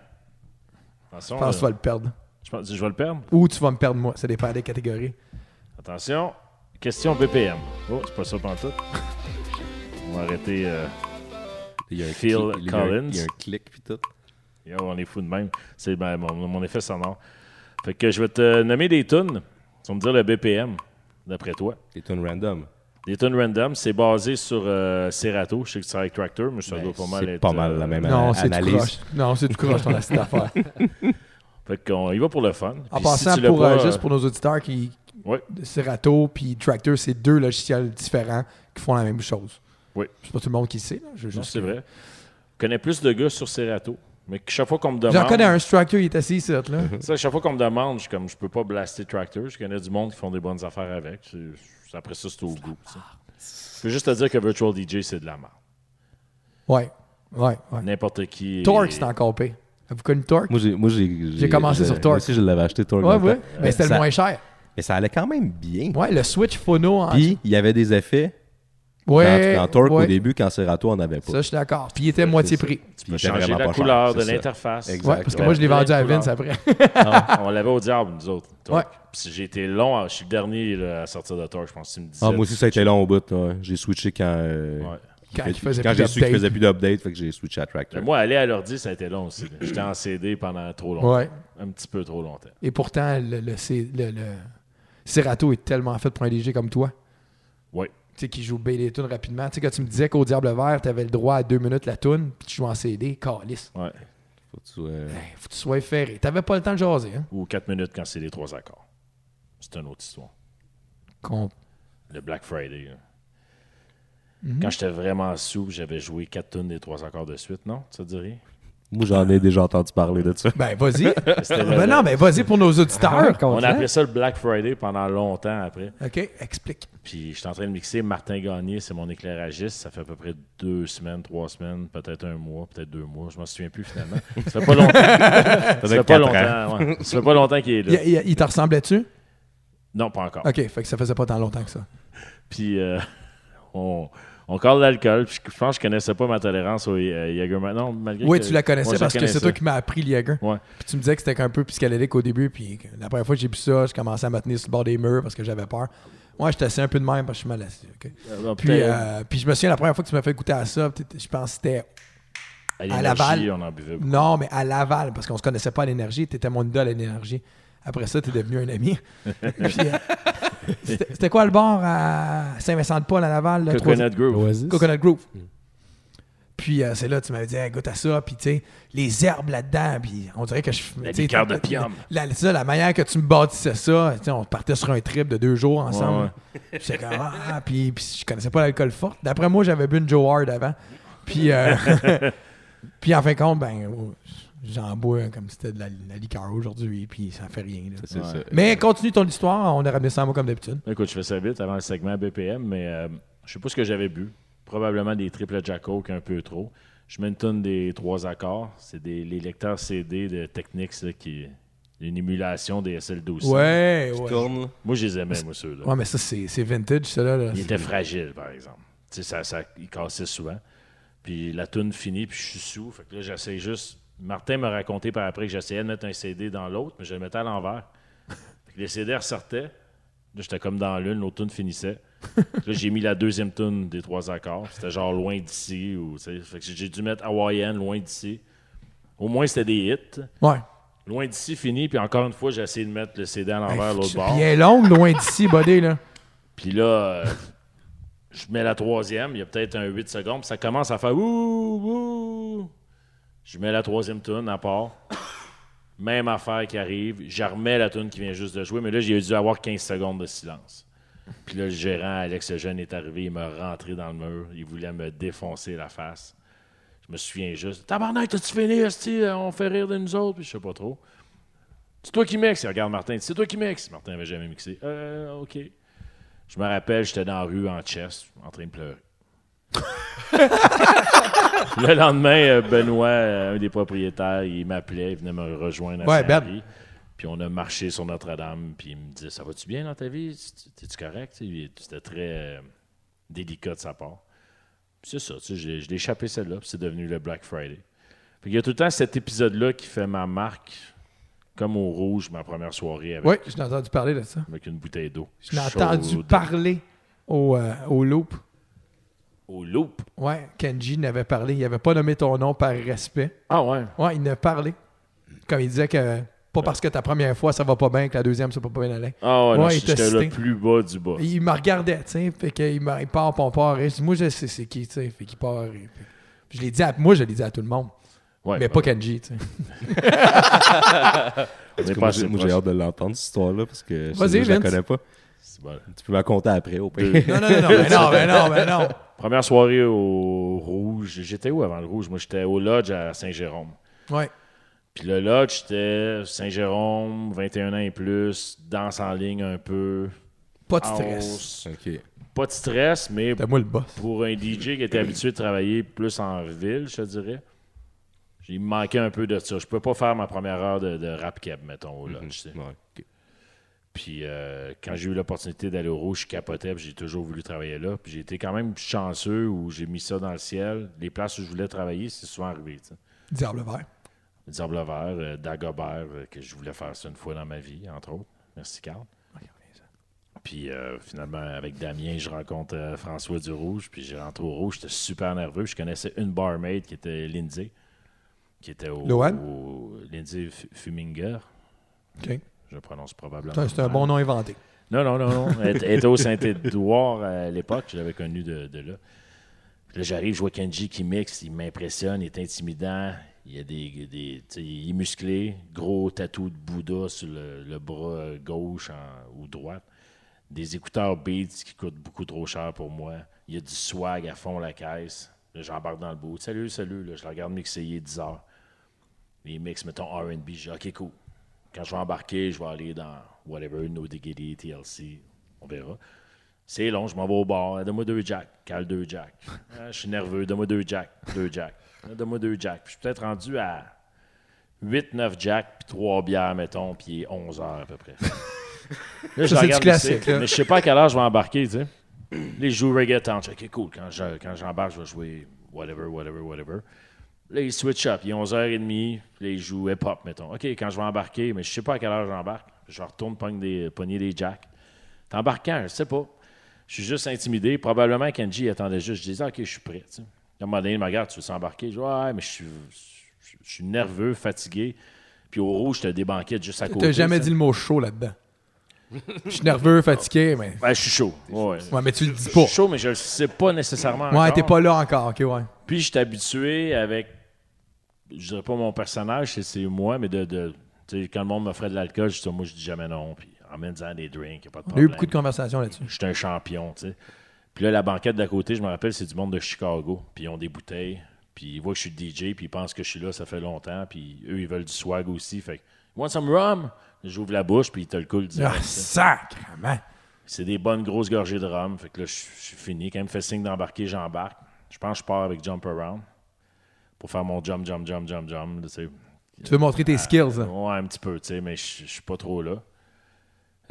Speaker 1: Attention,
Speaker 2: Je pense que tu
Speaker 1: là.
Speaker 2: vas le perdre.
Speaker 1: je, pense- je vais le perdre.
Speaker 2: Ou tu vas me perdre, moi. Ça dépend des catégories.
Speaker 1: Attention, question BPM. Oh, c'est pas ça pantoute. On va arrêter. euh,
Speaker 3: Il y a un
Speaker 1: Phil
Speaker 3: clic- il y a un-
Speaker 1: Collins.
Speaker 3: Il y a un clic, puis tout.
Speaker 1: Yo, on est fou de même. C'est ben, mon, mon effet sonore. Fait que je vais te nommer des tunes. Tu vas me dire le BPM, d'après toi.
Speaker 3: C'est tunes random.
Speaker 1: Des tunes random, c'est basé sur euh, Serato. Je sais que tu travailles avec Tractor, mais ça
Speaker 3: Ben,
Speaker 1: doit pas mal
Speaker 3: c'est
Speaker 1: être, euh,
Speaker 3: pas mal la même. Ben,
Speaker 2: non, c'est du
Speaker 3: analyse.
Speaker 2: croche. Non, c'est du croche, ton assiette d'affaires.
Speaker 1: Fait qu'on y va pour le fun.
Speaker 2: En
Speaker 1: Puis
Speaker 2: passant,
Speaker 1: si tu l'as
Speaker 2: pour,
Speaker 1: pas,
Speaker 2: euh,
Speaker 1: euh,
Speaker 2: juste pour nos auditeurs qui.
Speaker 1: Ouais.
Speaker 2: Serato puis Tractor, c'est deux logiciels différents qui font la même chose.
Speaker 1: Oui.
Speaker 2: C'est pas tout le monde qui le sait. là. Je veux
Speaker 1: Non,
Speaker 2: juste-
Speaker 1: c'est vrai. Je connais plus de gars sur Serato. Mais que chaque fois qu'on me demande.
Speaker 2: J'en connais un, Tractor, il est assis ici. Là.
Speaker 1: Ça, chaque fois qu'on me demande, je suis comme je peux pas blaster Tractor. Je connais du monde qui font des bonnes affaires avec. C'est- c'est- Après ça, c'est au goût. tu sais. Je peux juste te dire que Virtual DJ, c'est de la merde.
Speaker 2: ouais. Ouais. ouais.
Speaker 1: N'importe qui. est-
Speaker 2: Torque, c'est encore pire. Avez-vous connu Torque?
Speaker 3: Moi, j'ai- moi, j'ai.
Speaker 2: J'ai commencé sur Torque.
Speaker 3: Moi aussi, je l'avais acheté Torque.
Speaker 2: ouais,
Speaker 3: longtemps.
Speaker 2: ouais. Mais c'était le
Speaker 3: ça-
Speaker 2: moins cher.
Speaker 3: Mais ça allait quand même bien.
Speaker 2: Ouais, le Switch phono en.
Speaker 3: Puis, il y avait des effets.
Speaker 2: ouais.
Speaker 3: dans, dans Torque,
Speaker 2: ouais.
Speaker 3: au début, quand c'est Rato, on n'avait pas.
Speaker 2: Ça, je suis d'accord. Puis il était moitié
Speaker 3: c'est ça.
Speaker 2: prix.
Speaker 1: Tu peux changer la couleur de l'interface.
Speaker 3: Exact.
Speaker 2: Ouais, parce que moi, je l'ai
Speaker 1: Plein
Speaker 2: vendu
Speaker 1: de
Speaker 2: à
Speaker 1: couleurs.
Speaker 2: Vince après.
Speaker 1: Ah, on l'avait au diable, nous autres. Torque.
Speaker 2: Ouais.
Speaker 1: Puis j'ai été long, à- je suis le dernier là, à sortir de Torque, je pense. Tu me disais.
Speaker 3: Ah, moi aussi, ça a été long au bout. ouais. J'ai switché quand. euh,
Speaker 1: Ouais.
Speaker 2: Quand il faisait
Speaker 3: quand
Speaker 2: plus
Speaker 3: j'ai su qu'il
Speaker 2: d'update.
Speaker 3: faisait plus d'update, fait que j'ai switché à Tractor.
Speaker 1: Mais moi, aller à l'ordi, ça a été long aussi. là. J'étais en CD pendant trop longtemps.
Speaker 2: Ouais.
Speaker 1: Un petit peu trop longtemps.
Speaker 2: Et pourtant, le, le, c'est- le, le Cerato est tellement fait pour un léger comme toi.
Speaker 1: Ouais.
Speaker 2: Tu sais, qui joue bien les tunes rapidement. Tu sais, quand tu me disais qu'au Diable Vert, t'avais le droit à deux minutes la tune, puis tu joues en CD, calice.
Speaker 1: Ouais.
Speaker 3: Faut que tu, euh,
Speaker 2: Hey, Faut que tu sois ferré. T'avais pas le temps de jaser, hein?
Speaker 1: Ou 4 minutes quand c'est les trois accords. C'est une autre histoire.
Speaker 2: Con-
Speaker 1: Le Black Friday. là.
Speaker 2: Mhm.
Speaker 1: Quand j'étais vraiment sous, j'avais joué 4 tonnes des trois accords de suite, non? Ça te dit rien?
Speaker 3: Moi, j'en ai déjà entendu parler de ça.
Speaker 2: Ben, vas-y.
Speaker 1: C'était le- Ah,
Speaker 2: ben non, mais vas-y pour nos auditeurs.
Speaker 1: on a appelé ça le Black Friday pendant longtemps après.
Speaker 2: OK, explique.
Speaker 1: Puis je suis en train de mixer Martin Gagné, c'est mon éclairagiste. Ça fait à peu près deux semaines, trois semaines, peut-être un mois, peut-être deux mois. Je m'en souviens plus finalement. Ça fait pas longtemps. ça, fait pas
Speaker 3: quatre
Speaker 1: longtemps ouais. ça fait pas longtemps qu'il est
Speaker 2: Il,
Speaker 1: là.
Speaker 2: il- il t'en ressemblait-tu?
Speaker 1: Non, pas encore.
Speaker 2: OK, fait que ça faisait pas tant longtemps que ça.
Speaker 1: Puis euh, on, on colle l'alcool. Puis je, je pense que je connaissais pas ma tolérance au euh, Jägerman- Non, malgré
Speaker 2: Oui,
Speaker 1: que-
Speaker 2: tu la connaissais
Speaker 1: Ouais, je
Speaker 2: parce que c'est
Speaker 1: connaissais.
Speaker 2: toi qui m'as appris le Jaeger.
Speaker 1: Ouais.
Speaker 2: Puis tu me disais que c'était un peu psychédélique au début. Puis la première fois que j'ai bu ça, je commençais à me tenir sur le bord des murs parce que j'avais peur. Moi, j'étais assis un peu de même parce que je suis mal assis. ok?
Speaker 1: Euh, non,
Speaker 2: Puis,
Speaker 1: peut-être
Speaker 2: euh, puis je me souviens, la première fois que tu m'as fait goûter à ça, peut-être- je pense que c'était.
Speaker 1: à l'énergie,
Speaker 2: Laval.
Speaker 1: on en buvait. beaucoup.
Speaker 2: Non, mais à Laval, parce qu'on se connaissait pas à l'énergie. T'étais mon idole à l'énergie. Après ça, t'es devenu un ami. puis, euh, C'était c'était quoi le bar à Saint-Vincent-de-Paul à Laval? le troisième-
Speaker 1: Coconut Grove.
Speaker 4: Oasis.
Speaker 2: Coconut Grove.
Speaker 1: Mm.
Speaker 2: Puis euh, c'est là, tu m'avais dit, Hey, goûte à ça. Puis tu sais, les herbes là-dedans. Puis on dirait que je.
Speaker 1: La
Speaker 2: tu sais,
Speaker 1: liqueur de
Speaker 2: la-
Speaker 1: pium.
Speaker 2: La, c'est ça, la manière que tu me bâtissais ça, tu sais, on partait sur un trip de deux jours ensemble. J'étais comme, ah, puis, puis je connaissais pas l'alcool fort. D'après moi, j'avais bu une Joe Hard avant. Puis, euh, puis en fin de compte, ben, oh, j'en bois comme si c'était de la, la liqueur aujourd'hui. Puis ça fait rien. là.
Speaker 3: C'est ça.
Speaker 2: Mais continue ton histoire, on a ramené ça à moi comme d'habitude.
Speaker 1: Écoute, je fais ça vite avant le segment BPM, mais euh, je sais pas ce que j'avais bu. Probablement des triples Jack Coke un peu trop. Je mets une tonne des trois accords. C'est des, les lecteurs CD de Technics là, qui. Une émulation des SL12.
Speaker 2: Ouais, ouais.
Speaker 3: Tourne, là.
Speaker 1: Moi, je les aimais, moi, ceux-là.
Speaker 2: Ouais, mais ça, c'est c'est vintage, ça là. là.
Speaker 1: Il était fragile, par exemple. Tu sais, ça, ça, il cassait souvent. Puis la toune finit, puis je suis sous. Fait que là, j'essaie juste. Martin m'a raconté par après que j'essayais de mettre un CD dans l'autre, mais je le mettais à l'envers. Fait que les CD ressortaient. Là, j'étais comme dans l'une, l'autre toune finissait. Fait que là, j'ai mis la deuxième toune des trois accords. C'était genre loin d'ici. Ou, tu sais, fait que j'ai dû mettre Hawaiian loin d'ici. Au moins, c'était des hits.
Speaker 2: Ouais.
Speaker 1: Loin d'ici, fini. Puis encore une fois, j'ai essayé de mettre le CD à l'envers, l'autre bord.
Speaker 2: Puis elle est longue, loin d'ici, Bodé, là.
Speaker 1: Puis là, euh, je mets la troisième, il y a peut-être un 8 secondes, puis ça commence à faire ouh, ouh. Je mets la troisième tune à part. Même affaire qui arrive, je remets la tune qui vient juste de jouer, mais là, j'ai dû avoir 15 secondes de silence. Puis là, le gérant, Alex le jeune, est arrivé, il m'a rentré dans le mur, il voulait me défoncer la face. Je me souviens juste, tabarnak, t'as-tu fini, esti? euh, on fait rire de nous autres, puis je sais pas trop. C'est toi qui mixes, il regarde Martin, c'est toi qui mixes. Martin avait jamais mixé. Euh, ok. Je me rappelle, j'étais dans la rue en chest, en train de pleurer. le lendemain, euh, Benoît, euh, un des propriétaires, il m'appelait, il venait me rejoindre à
Speaker 2: Ouais, Ben.
Speaker 1: Saint-Henri. Puis on a marché sur Notre-Dame, puis il me disait Ça va-tu bien dans ta vie T'es-tu correct Tu sais, il- C'était très euh, délicat de sa part. Puis c'est ça, tu sais, je l'ai- je l'ai échappé celle-là, puis c'est devenu le Black Friday. Puis il y a tout le temps cet épisode-là qui fait ma marque, comme au rouge, ma première soirée avec,
Speaker 2: Oui, j'ai entendu parler de ça.
Speaker 1: avec une bouteille d'eau.
Speaker 2: Je l'ai entendu
Speaker 1: Chaude.
Speaker 2: parler au, euh, au loop.
Speaker 1: Au loop.
Speaker 2: Ouais, Kenji n'avait parlé. Il n'avait pas nommé ton nom par respect.
Speaker 1: Ah ouais.
Speaker 2: Ouais, il n'a parlé. Comme il disait que pas parce que ta première fois ça va pas bien que la deuxième ça va pas bien aller.
Speaker 1: Ah ouais, non,
Speaker 2: Ouais, il t'a
Speaker 1: j'étais le
Speaker 2: cité.
Speaker 1: plus bas du bas.
Speaker 2: Et Il me regardait, tu sais. Fait qu'il m'a- il part, puis on part. Et je dis, moi, je sais c'est qui, tu sais. Fait qu'il part. et puis- puis je l'ai dit à moi, je l'ai dit à tout le monde.
Speaker 1: Ouais,
Speaker 2: mais
Speaker 1: ben,
Speaker 2: pas Kenji, tu sais.
Speaker 1: on est
Speaker 3: Parce
Speaker 1: pas
Speaker 3: que Moi,
Speaker 1: assez
Speaker 3: j'ai- moi, j'ai
Speaker 1: proche.
Speaker 3: hâte de l'entendre, cette histoire-là, parce que je,
Speaker 2: Vas-y,
Speaker 3: sais, je la
Speaker 2: Vince.
Speaker 3: connais pas.
Speaker 1: C'est bon.
Speaker 3: Tu peux me la compter après, au pire.
Speaker 2: Non, non, non, non, mais non, mais non, mais non.
Speaker 1: Première soirée au rouge. J'étais où avant le rouge? Moi, j'étais au Lodge à Saint-Jérôme.
Speaker 2: Ouais.
Speaker 1: Puis le Lodge, c'était Saint-Jérôme, 21 ans et plus, danse en ligne un peu.
Speaker 2: Pas de
Speaker 1: Ah,
Speaker 2: stress.
Speaker 1: house.
Speaker 3: OK.
Speaker 1: Pas de stress, mais
Speaker 2: T'as moi le boss.
Speaker 1: pour un DJ qui était habitué de travailler plus en ville, je te dirais, il me manquait un peu de ça. Je peux pas faire ma première heure de, de rap cab, mettons, au Lodge. tu sais.
Speaker 3: Mm-hmm. Ouais, ok.
Speaker 1: Puis euh, quand j'ai eu l'opportunité d'aller au rouge, je capotais, puis j'ai toujours voulu travailler là. Puis j'ai été quand même chanceux où j'ai mis ça dans le ciel. Les places où je voulais travailler, c'est souvent arrivé. tu sais.
Speaker 2: Diable vert.
Speaker 1: Diable Vert, euh, Dagobert, euh, que je voulais faire ça une fois dans ma vie, entre autres. Merci, Carl. Puis euh, finalement, avec Damien, je rencontre euh, François Durouge, puis j'ai rentré au rouge, j'étais super nerveux. Je connaissais une barmaid qui était Lindsay, qui était au,
Speaker 2: Loan?
Speaker 1: au- Lindsay F- Fuminger,
Speaker 2: OK.
Speaker 1: je le prononce probablement.
Speaker 2: C'est un- C'est un
Speaker 1: mal.
Speaker 2: bon nom inventé.
Speaker 1: Non, non, non, non. Elle était- elle était au Saint-Édouard à l'époque. Je l'avais connu de, de là. Puis là, j'arrive, je vois Kenji qui mixe. Il m'impressionne, il est intimidant. Il, a des, des, tu sais, il est musclé, gros tatou de Bouddha sur le, le bras gauche en- ou droite. Des écouteurs Beats qui coûtent beaucoup trop cher pour moi. Il y a du swag à fond la caisse. Là, j'embarque dans le bout. Salut, salut. Là, je le regarde mixer, il est 10 heures. Les mix, mettons RB, je dis, OK, cool. Quand je vais embarquer, je vais aller dans whatever, No Diggity, TLC, on verra. C'est long, je m'en vais au bar. Donne-moi deux Jack. Cale deux Jack. Ah, je suis nerveux. Donne-moi deux Jack. Deux Jack. Ah, Donne-moi deux Jack. Puis je suis peut-être rendu à 8-9 Jack, puis 3 bières, mettons, puis il est 11 heures à peu près. Là,
Speaker 2: c'est
Speaker 1: le
Speaker 2: du
Speaker 1: regarde
Speaker 2: classique,
Speaker 1: mixer,
Speaker 2: là.
Speaker 1: Mais je sais pas à quelle heure je vais embarquer, tu sais. Les joue reggaeton. Je dis, OK, cool. Quand je- quand j'embarque, je vais jouer whatever, whatever, whatever. Là, il switch up. Il est 11h30. Là, il joue hip-hop, mettons. OK, quand je vais embarquer, mais je sais pas à quelle heure j'embarque. Je retourne pogne des, pogner des jacks. T'embarques quand? Je sais pas. Je suis juste intimidé. Probablement, Kenji attendait juste. Je disais, OK, je suis prêt. tu sais. À un moment donné, il me regarde, tu veux s'embarquer? Je dis, ouais, mais je suis, je- je suis nerveux, fatigué. Puis au rouge, je te débanquais juste à côté.
Speaker 2: T'as jamais
Speaker 1: tu sais.
Speaker 2: dit le mot chaud là-dedans. Je suis nerveux, fatigué, mais.
Speaker 1: Ben, je suis chaud. Ouais.
Speaker 2: Ouais, mais tu le dis
Speaker 1: Je
Speaker 2: pas.
Speaker 1: suis chaud, mais je le sais pas nécessairement.
Speaker 2: Ouais,
Speaker 1: encore.
Speaker 2: t'es pas là encore, ok, ouais.
Speaker 1: Puis je suis habitué avec, je dirais pas mon personnage, c'est- c'est moi, mais de, de tu sais, quand le monde m'offrait de l'alcool, je dis, moi je dis jamais non, puis emmène-en des drinks, y a pas de
Speaker 2: On a eu
Speaker 1: problème.
Speaker 2: beaucoup de conversations là-dessus.
Speaker 1: J'étais un champion, tu sais. Puis là, la banquette d'à côté, je me rappelle, c'est du monde de Chicago, puis ils ont des bouteilles, puis ils voient que je suis DJ, puis ils pensent que je suis là, ça fait longtemps, puis eux, ils veulent du swag aussi, fait que, want some rum? J'ouvre la bouche, puis ils te le coulent direct,
Speaker 2: Ah,
Speaker 1: tu sais.
Speaker 2: sacrement!
Speaker 1: C'est des bonnes grosses gorgées de rhum. Fait que là, je je suis fini. Quand il me fait signe d'embarquer, j'embarque. Je pense que je pars avec Jump Around pour faire mon jump, jump, jump, jump, jump. tu sais.
Speaker 2: Tu veux montrer tes skills, hein? là.
Speaker 1: Ah, Ouais, un petit peu, tu sais, mais je je suis pas trop là.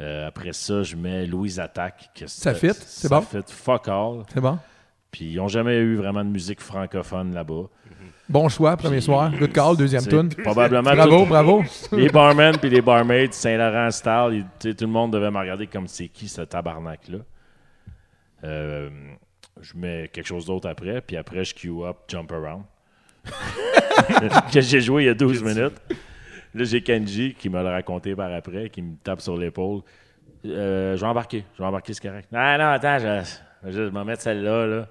Speaker 1: Euh, après ça, je mets Louise Attaque. que
Speaker 2: Ça
Speaker 1: c'était-
Speaker 2: fit, c'est bon.
Speaker 1: Ça fit fuck all.
Speaker 2: C'est bon?
Speaker 1: Puis ils n'ont jamais eu vraiment de musique francophone là-bas.
Speaker 2: Bon choix, premier soir. Good call, deuxième
Speaker 1: C'est
Speaker 2: tune.
Speaker 1: Probablement.
Speaker 2: Bravo,
Speaker 1: tout-
Speaker 2: bravo.
Speaker 1: Les barmen puis les barmaids, Saint-Laurent Star, ils- tu sais, tout le monde devait me regarder comme c'est qui ce tabarnak-là. Euh, je mets quelque chose d'autre après, puis après je queue up Jump Around. que j'ai joué il y a 12 minutes. Là, j'ai Kenji qui me l'a raconté par après, qui me tape sur l'épaule. Euh, je vais embarquer, je vais embarquer, c'est correct. Non, non, attends, je, je vais me mettre celle-là. Là.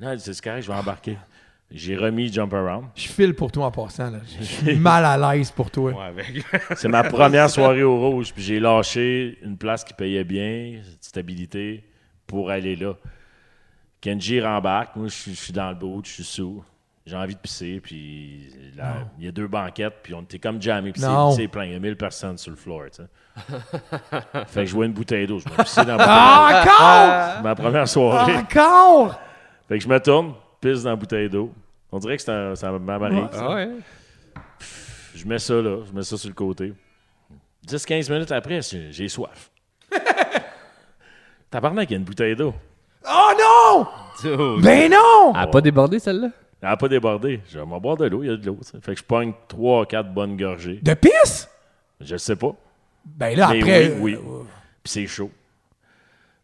Speaker 1: Non, c'est correct, je vais embarquer. J'ai remis Jump Around.
Speaker 2: Je file pour toi en passant, là. Je suis mal à l'aise pour toi.
Speaker 1: C'est ma première soirée au rouge, puis j'ai lâché une place qui payait bien, stabilité, pour aller là. Kenji rembarque, moi je suis- je suis dans le bout, je suis sous. J'ai envie de pisser, puis là, il y a deux banquettes, puis on était comme jammé, puis c'est-
Speaker 2: Non.
Speaker 1: c'est plein, il y a 1000 personnes sur le floor, tu sais. fait que je vois une bouteille d'eau, je me pissais dans la
Speaker 2: Ah!
Speaker 1: bouteille
Speaker 2: Encore!
Speaker 1: d'eau. Ma première soirée.
Speaker 2: Ah! Encore!
Speaker 1: Fait que je me tourne, pisse dans la bouteille d'eau. On dirait que c'est un- ça m'a marié.
Speaker 4: Ah ouais?
Speaker 1: Je mets ça là, je mets ça sur le côté. 10-15 minutes après, j'ai j'ai soif. Tabarnak, il y a une bouteille d'eau.
Speaker 2: Oh non! Ben non!
Speaker 4: Elle
Speaker 1: Ah.
Speaker 4: a pas débordé celle-là?
Speaker 1: Elle n'a pas débordé. Je vais m'en boire de l'eau, il y a de l'eau. tu sais. Fait que je pogne 3-4 bonnes gorgées.
Speaker 2: De pisse?
Speaker 1: Je sais pas.
Speaker 2: Ben là,
Speaker 1: Mais
Speaker 2: après.
Speaker 1: oui, oui. Puis c'est chaud.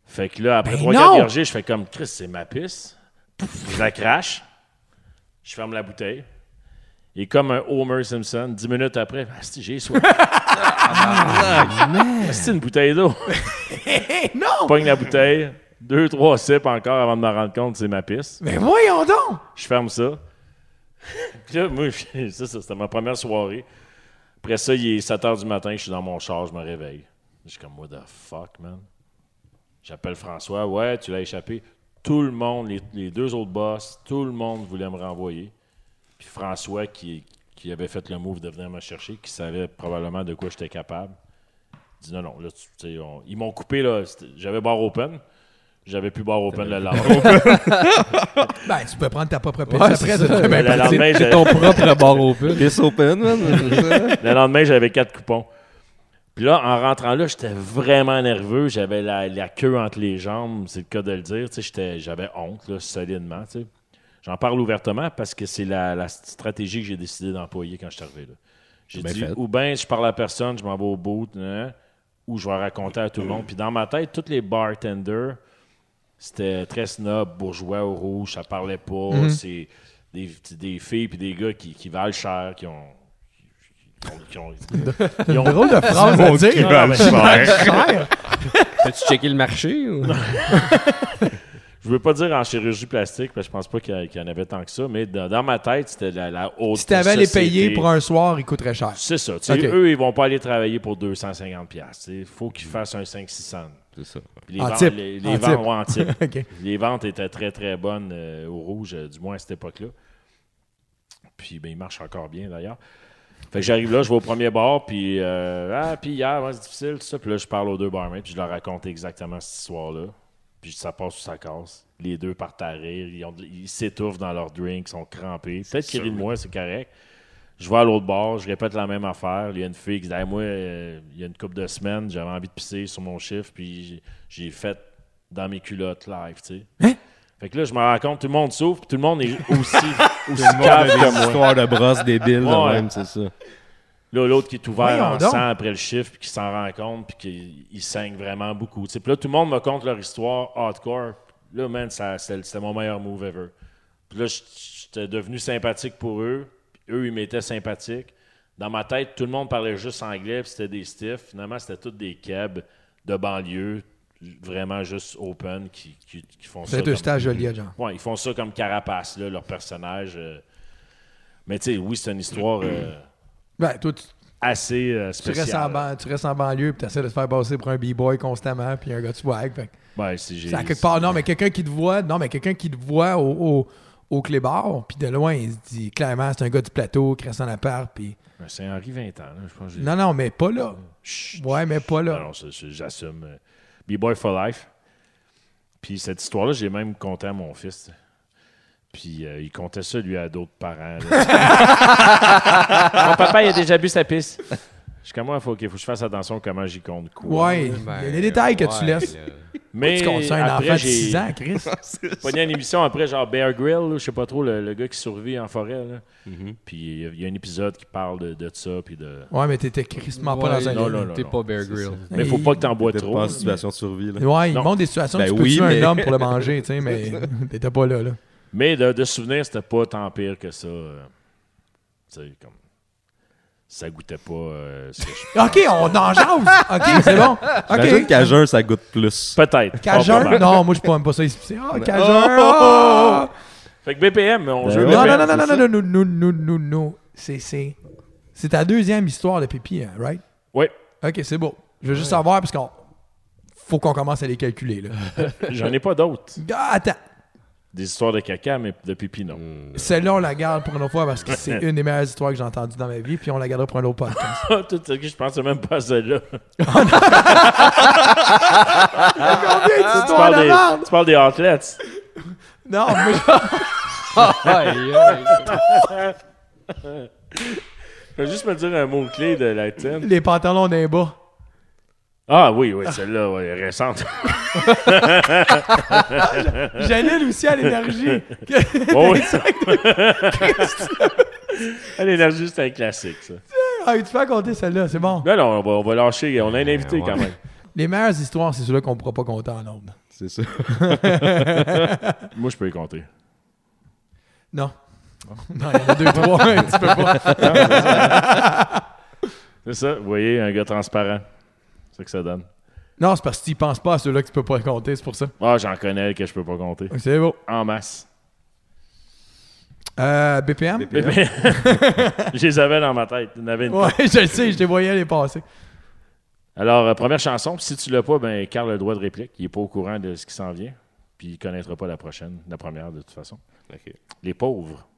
Speaker 1: Fait que là, après
Speaker 2: Ben
Speaker 1: 3-4
Speaker 2: non!
Speaker 1: gorgées, je fais comme Chris, c'est ma pisse. Pouf, Je la crache. Je ferme la bouteille. Et comme un Homer Simpson, 10 minutes après, asti, j'ai soif. C'est une bouteille d'eau.
Speaker 2: Eh, non!
Speaker 1: pogne la bouteille, deux, trois sips encore avant de me rendre compte, c'est ma piste.
Speaker 2: Mais ben voyons donc!
Speaker 1: Je ferme ça. Puis là, moi, je- ça, ça, c'était ma première soirée. Après ça, il est 7 h du matin, je suis dans mon char, je me réveille. Je suis comme, what the fuck, man? J'appelle François, ouais, tu l'as échappé. Tout le monde, les, les deux autres boss, tout le monde voulait me renvoyer. Puis François, qui, qui avait fait le move de venir me chercher, qui savait probablement de quoi j'étais capable, dit non, non, là, tu tu sais, on- ils m'ont coupé, là, c'était- j'avais bar open, j'avais plus bar open le lendemain.
Speaker 2: Ben, tu peux prendre ta propre pisse
Speaker 4: Ouais,
Speaker 2: après,
Speaker 4: c'est ça.
Speaker 2: ça. Ben,
Speaker 1: Le
Speaker 2: parti.
Speaker 1: lendemain,
Speaker 4: C'est
Speaker 1: j'avais-
Speaker 4: ton propre bar open.
Speaker 3: Piss open, man.
Speaker 1: Le lendemain, j'avais quatre coupons. Puis là, en rentrant là, j'étais vraiment nerveux. J'avais la, la queue entre les jambes, c'est le cas de le dire. Tu sais, j'étais- J'avais honte, là, solidement. tu sais. J'en parle ouvertement parce que c'est la, la stratégie que j'ai décidé d'employer quand je suis arrivé. là. J'ai
Speaker 4: Bien
Speaker 1: dit,
Speaker 4: fait.
Speaker 1: ou bien je parle à personne, je m'en vais au bout, hein, ou je vais raconter à tout le monde. Puis dans ma tête, tous les bartenders, c'était très snob, bourgeois au rouge, ça parlait pas.
Speaker 4: Mm-hmm.
Speaker 1: C'est des, des filles puis des gars qui, qui valent cher, qui ont. qui ont- qui ont-
Speaker 2: Drôle de phrase à
Speaker 1: Non, non,
Speaker 2: dire.
Speaker 1: mais Ah, ben, c'est hein. vrai.
Speaker 2: Cher.
Speaker 4: As-tu checké le marché? ou-
Speaker 1: Je veux pas dire en chirurgie plastique, parce que je pense pas qu'il y a- qu'il y en avait tant que ça, mais dans, dans ma tête, c'était la, la haute
Speaker 2: Si t'avais à les payer
Speaker 1: société.
Speaker 2: pour un soir, il coûterait cher.
Speaker 1: C'est ça. tu sais,
Speaker 2: Ok.
Speaker 1: Eux, ils vont pas aller travailler pour 250$. Il faut qu'ils fassent un 5-600$.
Speaker 3: C'est ça.
Speaker 1: Puis Les,
Speaker 2: En
Speaker 1: ventes,
Speaker 2: type.
Speaker 1: les, les
Speaker 2: En
Speaker 1: ventes,
Speaker 2: type.
Speaker 1: ouais, en type.
Speaker 2: OK.
Speaker 1: Les ventes étaient très, très bonnes euh, au rouge, euh, du moins à cette époque-là. Puis, ben, ils marchent encore bien, d'ailleurs. Fait que j'arrive là, je vais au premier bar, puis euh, ah, puis hier, ouais, c'est difficile, tout ça. Puis là, je parle aux deux barmaids, puis je leur raconte exactement cette histoire-là. Puis ça passe ou ça casse. Les deux partent à rire, ils ont de- ils s'étouffent dans leur drink, ils sont crampés. Peut-être qu'ils rient de moi, c'est correct. Je vais à l'autre bar, je répète la même affaire. Il y a une fille qui dit Hey, Moi, euh, il y a une couple de semaines, j'avais envie de pisser sur mon chiffre, puis j'ai- j'ai fait dans mes culottes live, tu sais. Fait que là, je me rends compte, tout le monde souffre, puis tout le monde est aussi, aussi cave que
Speaker 3: Des
Speaker 1: moi.
Speaker 3: histoires de brosse débiles, là,
Speaker 1: Ouais.
Speaker 3: même, c'est ça.
Speaker 1: Là, l'autre qui est ouvert
Speaker 2: Voyons
Speaker 1: en
Speaker 2: donc.
Speaker 1: sang après le chiffre, puis qui s'en rend compte, puis qu'il il saigne vraiment beaucoup. tu sais. Puis là, tout le monde me compte leur histoire hardcore. Là, man, ça- c'était c'était mon meilleur move ever. Puis là, j- j'étais devenu sympathique pour eux. Puis eux, ils m'étaient sympathiques. Dans ma tête, tout le monde parlait juste anglais, puis c'était des stiffs. Finalement, c'était tous des kebs, de banlieue, vraiment juste open, qui, qui, qui font ça.
Speaker 2: C'est un
Speaker 1: comme-
Speaker 2: stage Joliette, genre.
Speaker 1: Ouais, ils font ça comme carapace, là, leur personnage. euh. Mais tu sais, oui, c'est une histoire euh,
Speaker 2: Ben, toi, tu,
Speaker 1: assez euh,
Speaker 2: tu restes en
Speaker 1: spéciale.
Speaker 2: ban- tu restes en banlieue, puis t'essaies de te faire passer pour un b-boy constamment, puis un gars tu swag. Fait que
Speaker 1: Ouais, c'est j'ai-
Speaker 2: c'est à quelque part, non, mais quelqu'un qui te voit, non, mais quelqu'un qui te voit au, au, au clébard, puis de loin, il se dit clairement, c'est un gars du plateau qui reste en appart, puis.
Speaker 1: Ouais, C'est Henri 20 ans, là, je pense. que j'ai-
Speaker 2: Non, non, mais pas là.
Speaker 1: Chut,
Speaker 2: Ouais, mais pas
Speaker 1: Non,
Speaker 2: là.
Speaker 1: non, ça, ça, j'assume. euh, B-Boy for Life. Puis cette histoire-là, j'ai même compté à mon fils. tu sais. Puis euh, il comptait ça, lui, à d'autres parents. là. mon papa, il a déjà bu sa pisse. Je suis comme moi, il faut, qu'il faut que je fasse attention à comment j'y compte quoi.
Speaker 2: Ouais, il y a des détails que tu laisses.
Speaker 1: Mais
Speaker 2: tu comptes ça à un enfant
Speaker 1: après,
Speaker 2: de
Speaker 1: j'ai
Speaker 2: 6 ans, Chris.
Speaker 1: pogné une émission après, genre Bear Grill, là, je sais pas trop, le, le gars qui survit en forêt. là.
Speaker 2: Mm-hmm.
Speaker 1: Puis il y a- il y, a un épisode qui parle de, de ça. Puis de...
Speaker 2: Ouais, mais t'étais crissement pas dans un.
Speaker 1: non, non, non,
Speaker 4: T'es
Speaker 1: non.
Speaker 4: pas Bear Grylls.
Speaker 1: Mais faut pas que t'en bois
Speaker 3: T'es
Speaker 1: trop.
Speaker 3: pas en situation de survie. Là.
Speaker 2: Ouais, ils
Speaker 1: Non.
Speaker 2: montrent des situations où
Speaker 3: Ben
Speaker 2: tu peux
Speaker 3: oui,
Speaker 2: tuer
Speaker 3: mais-
Speaker 2: un homme pour le manger, tu sais, mais t'étais pas là, là.
Speaker 1: Mais de, de souvenir, c'était pas tant pire que ça. euh, tu sais, comme. Ça goûtait pas. euh, ce que je-
Speaker 2: OK, on en jase. OK, c'est bon.
Speaker 3: J'imagine
Speaker 2: OK.
Speaker 3: qu'à jeun, ça goûte plus.
Speaker 1: Peut-être. fort
Speaker 2: Cajun?
Speaker 1: probable.
Speaker 2: Non, moi, je ne pas ça ici. Ah, Cajun! oh!
Speaker 1: Fait que BPM, on joue
Speaker 3: Ben ouais.
Speaker 2: Non,
Speaker 1: BPM.
Speaker 2: non, non, non, non, non, non, non, non, non, non. C'est, c'est... c'est ta deuxième histoire de pipi, hein, right?
Speaker 1: Oui,
Speaker 2: OK, c'est beau. Je veux juste savoir, parce qu'on... Faut qu'on commence à les calculer, là.
Speaker 1: j'en ai pas d'autres.
Speaker 2: Ah, attends.
Speaker 1: Des histoires de caca, mais de pipi, non.
Speaker 3: Mm.
Speaker 2: Celle-là, on la garde pour une autre fois, parce que c'est une des meilleures histoires que j'ai entendues dans ma vie, puis on la gardera pour un autre podcast.
Speaker 1: Tout ce que je pensais même pas à celle-là.
Speaker 2: Combien
Speaker 1: Tu
Speaker 2: d'histoires
Speaker 1: parles,
Speaker 2: de
Speaker 1: des,
Speaker 2: Ah, merde?
Speaker 1: tu parles des outlets.
Speaker 2: Non, moi,
Speaker 1: Je vais juste me dire un mot-clé de la tienne.
Speaker 2: je- les pantalons d'un bas.
Speaker 1: Ah oui, oui, celle-là, ouais, récente.
Speaker 2: Janine aussi à l'énergie.
Speaker 1: Oh, oui. Ah, L'énergie, c'est un classique, ça.
Speaker 2: ah, tu peux compter celle-là, c'est bon.
Speaker 1: Non, non, on va, on va lâcher. On a un
Speaker 3: Ben
Speaker 1: invité quand même.
Speaker 2: Les meilleures histoires, c'est ceux-là qu'on ne pourra pas compter en nombre.
Speaker 3: C'est ça.
Speaker 1: Moi, je peux y compter.
Speaker 2: Non. Non, il y en a deux, trois, un petit peu pas.
Speaker 1: C'est ça, vous voyez, un gars transparent. C'est ça que ça donne.
Speaker 2: Non, c'est parce que tu penses pas à ceux-là que tu peux pas compter, c'est pour ça.
Speaker 1: Ah, j'en connais que je peux pas compter.
Speaker 2: C'est beau.
Speaker 1: En masse.
Speaker 2: Euh, BPM?
Speaker 1: Je les avais dans ma tête. Il y en avait une couple.
Speaker 2: Ouais, je le sais, je les voyais les passer.
Speaker 1: Alors, euh, première chanson, puis si tu l'as pas, ben Carl a le droit de réplique. Il est pas au courant de ce qui s'en vient. Puis il connaîtra pas la prochaine, la première de toute façon.
Speaker 3: Ok.
Speaker 1: Les pauvres.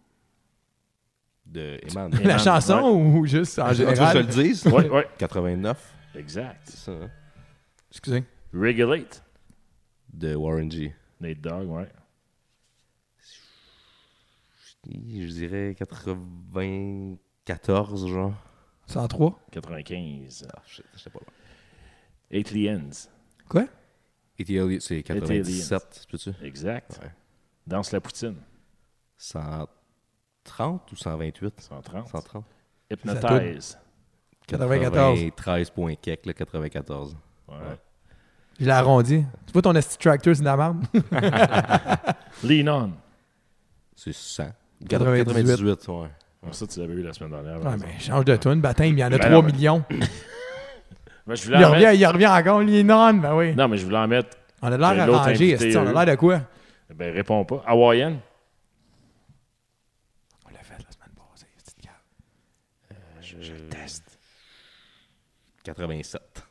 Speaker 3: De Eman.
Speaker 2: La chanson ou Ah, juste en
Speaker 3: Tu veux que je te le
Speaker 2: général?
Speaker 3: dise?
Speaker 1: Ouais, ouais.
Speaker 3: 89.
Speaker 1: Exact.
Speaker 3: C'est ça. hein?
Speaker 2: Excusez.
Speaker 1: Regulate.
Speaker 3: De Warren G.
Speaker 1: Nate Dogg, ouais.
Speaker 3: Je dirais 94, genre.
Speaker 2: 103?
Speaker 1: 95.
Speaker 3: Ah, shit, je sais pas. loin.
Speaker 1: Eight Lions.
Speaker 2: Quoi?
Speaker 3: E.T. Elliott, E c'est 97, peux-tu?
Speaker 1: Exact.
Speaker 3: Ouais.
Speaker 1: Danse la poutine.
Speaker 3: 130 ou 128?
Speaker 1: 130.
Speaker 3: 130.
Speaker 1: Hypnotize.
Speaker 2: 94.
Speaker 3: 93 point quelques, là, 94.
Speaker 1: Ouais.
Speaker 2: Je l'ai arrondi. Tu vois ton esti tractor, c'est de la merde?
Speaker 1: Lean on.
Speaker 3: C'est 100.
Speaker 2: 98.
Speaker 3: 98, ouais.
Speaker 1: Ça, tu l'avais eu la semaine dernière. par
Speaker 2: Ouais,
Speaker 1: exemple.
Speaker 2: mais change de tune, baptême, il y en
Speaker 1: Ben
Speaker 2: a 3
Speaker 1: non, mais-
Speaker 2: millions.
Speaker 1: Moi, je voulais
Speaker 2: Il
Speaker 1: en
Speaker 2: revient,
Speaker 1: mettre-
Speaker 2: il revient encore, il est non, ben oui.
Speaker 1: Non, mais je voulais en mettre.
Speaker 2: On a de l'air
Speaker 1: L'autre
Speaker 2: arrangé,
Speaker 1: invité,
Speaker 2: esti, on a
Speaker 1: eux.
Speaker 2: l'air de quoi?
Speaker 1: Ben, réponds pas. Hawaiian.
Speaker 2: On l'a fait la semaine passée, petite gars.
Speaker 3: Je le teste. 87.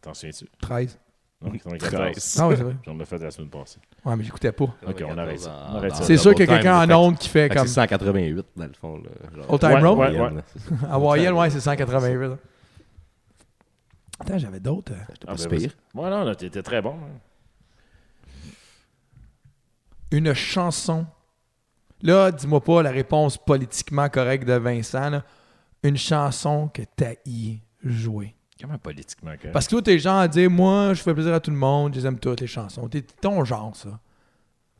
Speaker 1: T'en souviens-tu?
Speaker 2: 13.
Speaker 1: Non, 94.
Speaker 2: Ah oui, c'est vrai.
Speaker 1: Puis On l'a fait la semaine passée.
Speaker 2: Ouais, mais j'écoutais pas.
Speaker 1: Ok, on arrête ça. On arrête ça.
Speaker 2: Ah, C'est sûr qu'il y a
Speaker 3: Old
Speaker 2: quelqu'un en
Speaker 3: Time,
Speaker 2: onde qui fait
Speaker 3: Fait que
Speaker 2: comme
Speaker 3: C'est 188, dans le fond. Là, genre.
Speaker 2: Old Time
Speaker 1: Ouais,
Speaker 2: Road.
Speaker 1: ouais.
Speaker 3: Moyenne, là, c'est ça.
Speaker 2: Hawaïen, ouais, c'est 188. là. Attends, j'avais d'autres. euh.
Speaker 3: C'était
Speaker 1: Ah,
Speaker 3: pas si
Speaker 1: ben,
Speaker 3: pire.
Speaker 1: vas-y. Ouais, non, non, t'étais très bon. hein.
Speaker 2: Une chanson. Là, dis-moi pas la réponse politiquement correcte de Vincent. là. Une chanson que t'as y joué.
Speaker 1: Comment politiquement, quand
Speaker 2: Parce que toi, t'es genre à dire Moi, je fais plaisir à tout le monde, je les aime toutes les chansons. T'es ton genre, ça.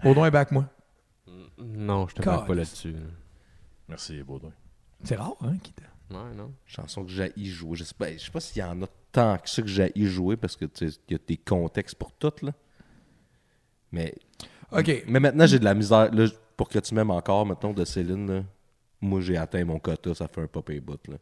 Speaker 2: Baudouin est back, moi.
Speaker 4: Non, je te
Speaker 2: Calisse.
Speaker 4: parle pas là-dessus.
Speaker 1: Merci, Baudouin.
Speaker 2: C'est rare, hein, qui te-
Speaker 4: Ouais, non.
Speaker 3: Chanson que j'ai jouer. Je sais pas, je sais pas s'il y en a tant que ça que j'ai jouer parce que tu sais, il y a des contextes pour toutes. Là. Mais,
Speaker 2: Ok.
Speaker 3: mais maintenant, j'ai de la misère. Là, pour que tu m'aimes encore, maintenant de Céline, là, moi, j'ai atteint mon quota. Ça fait un pop et bout. Là.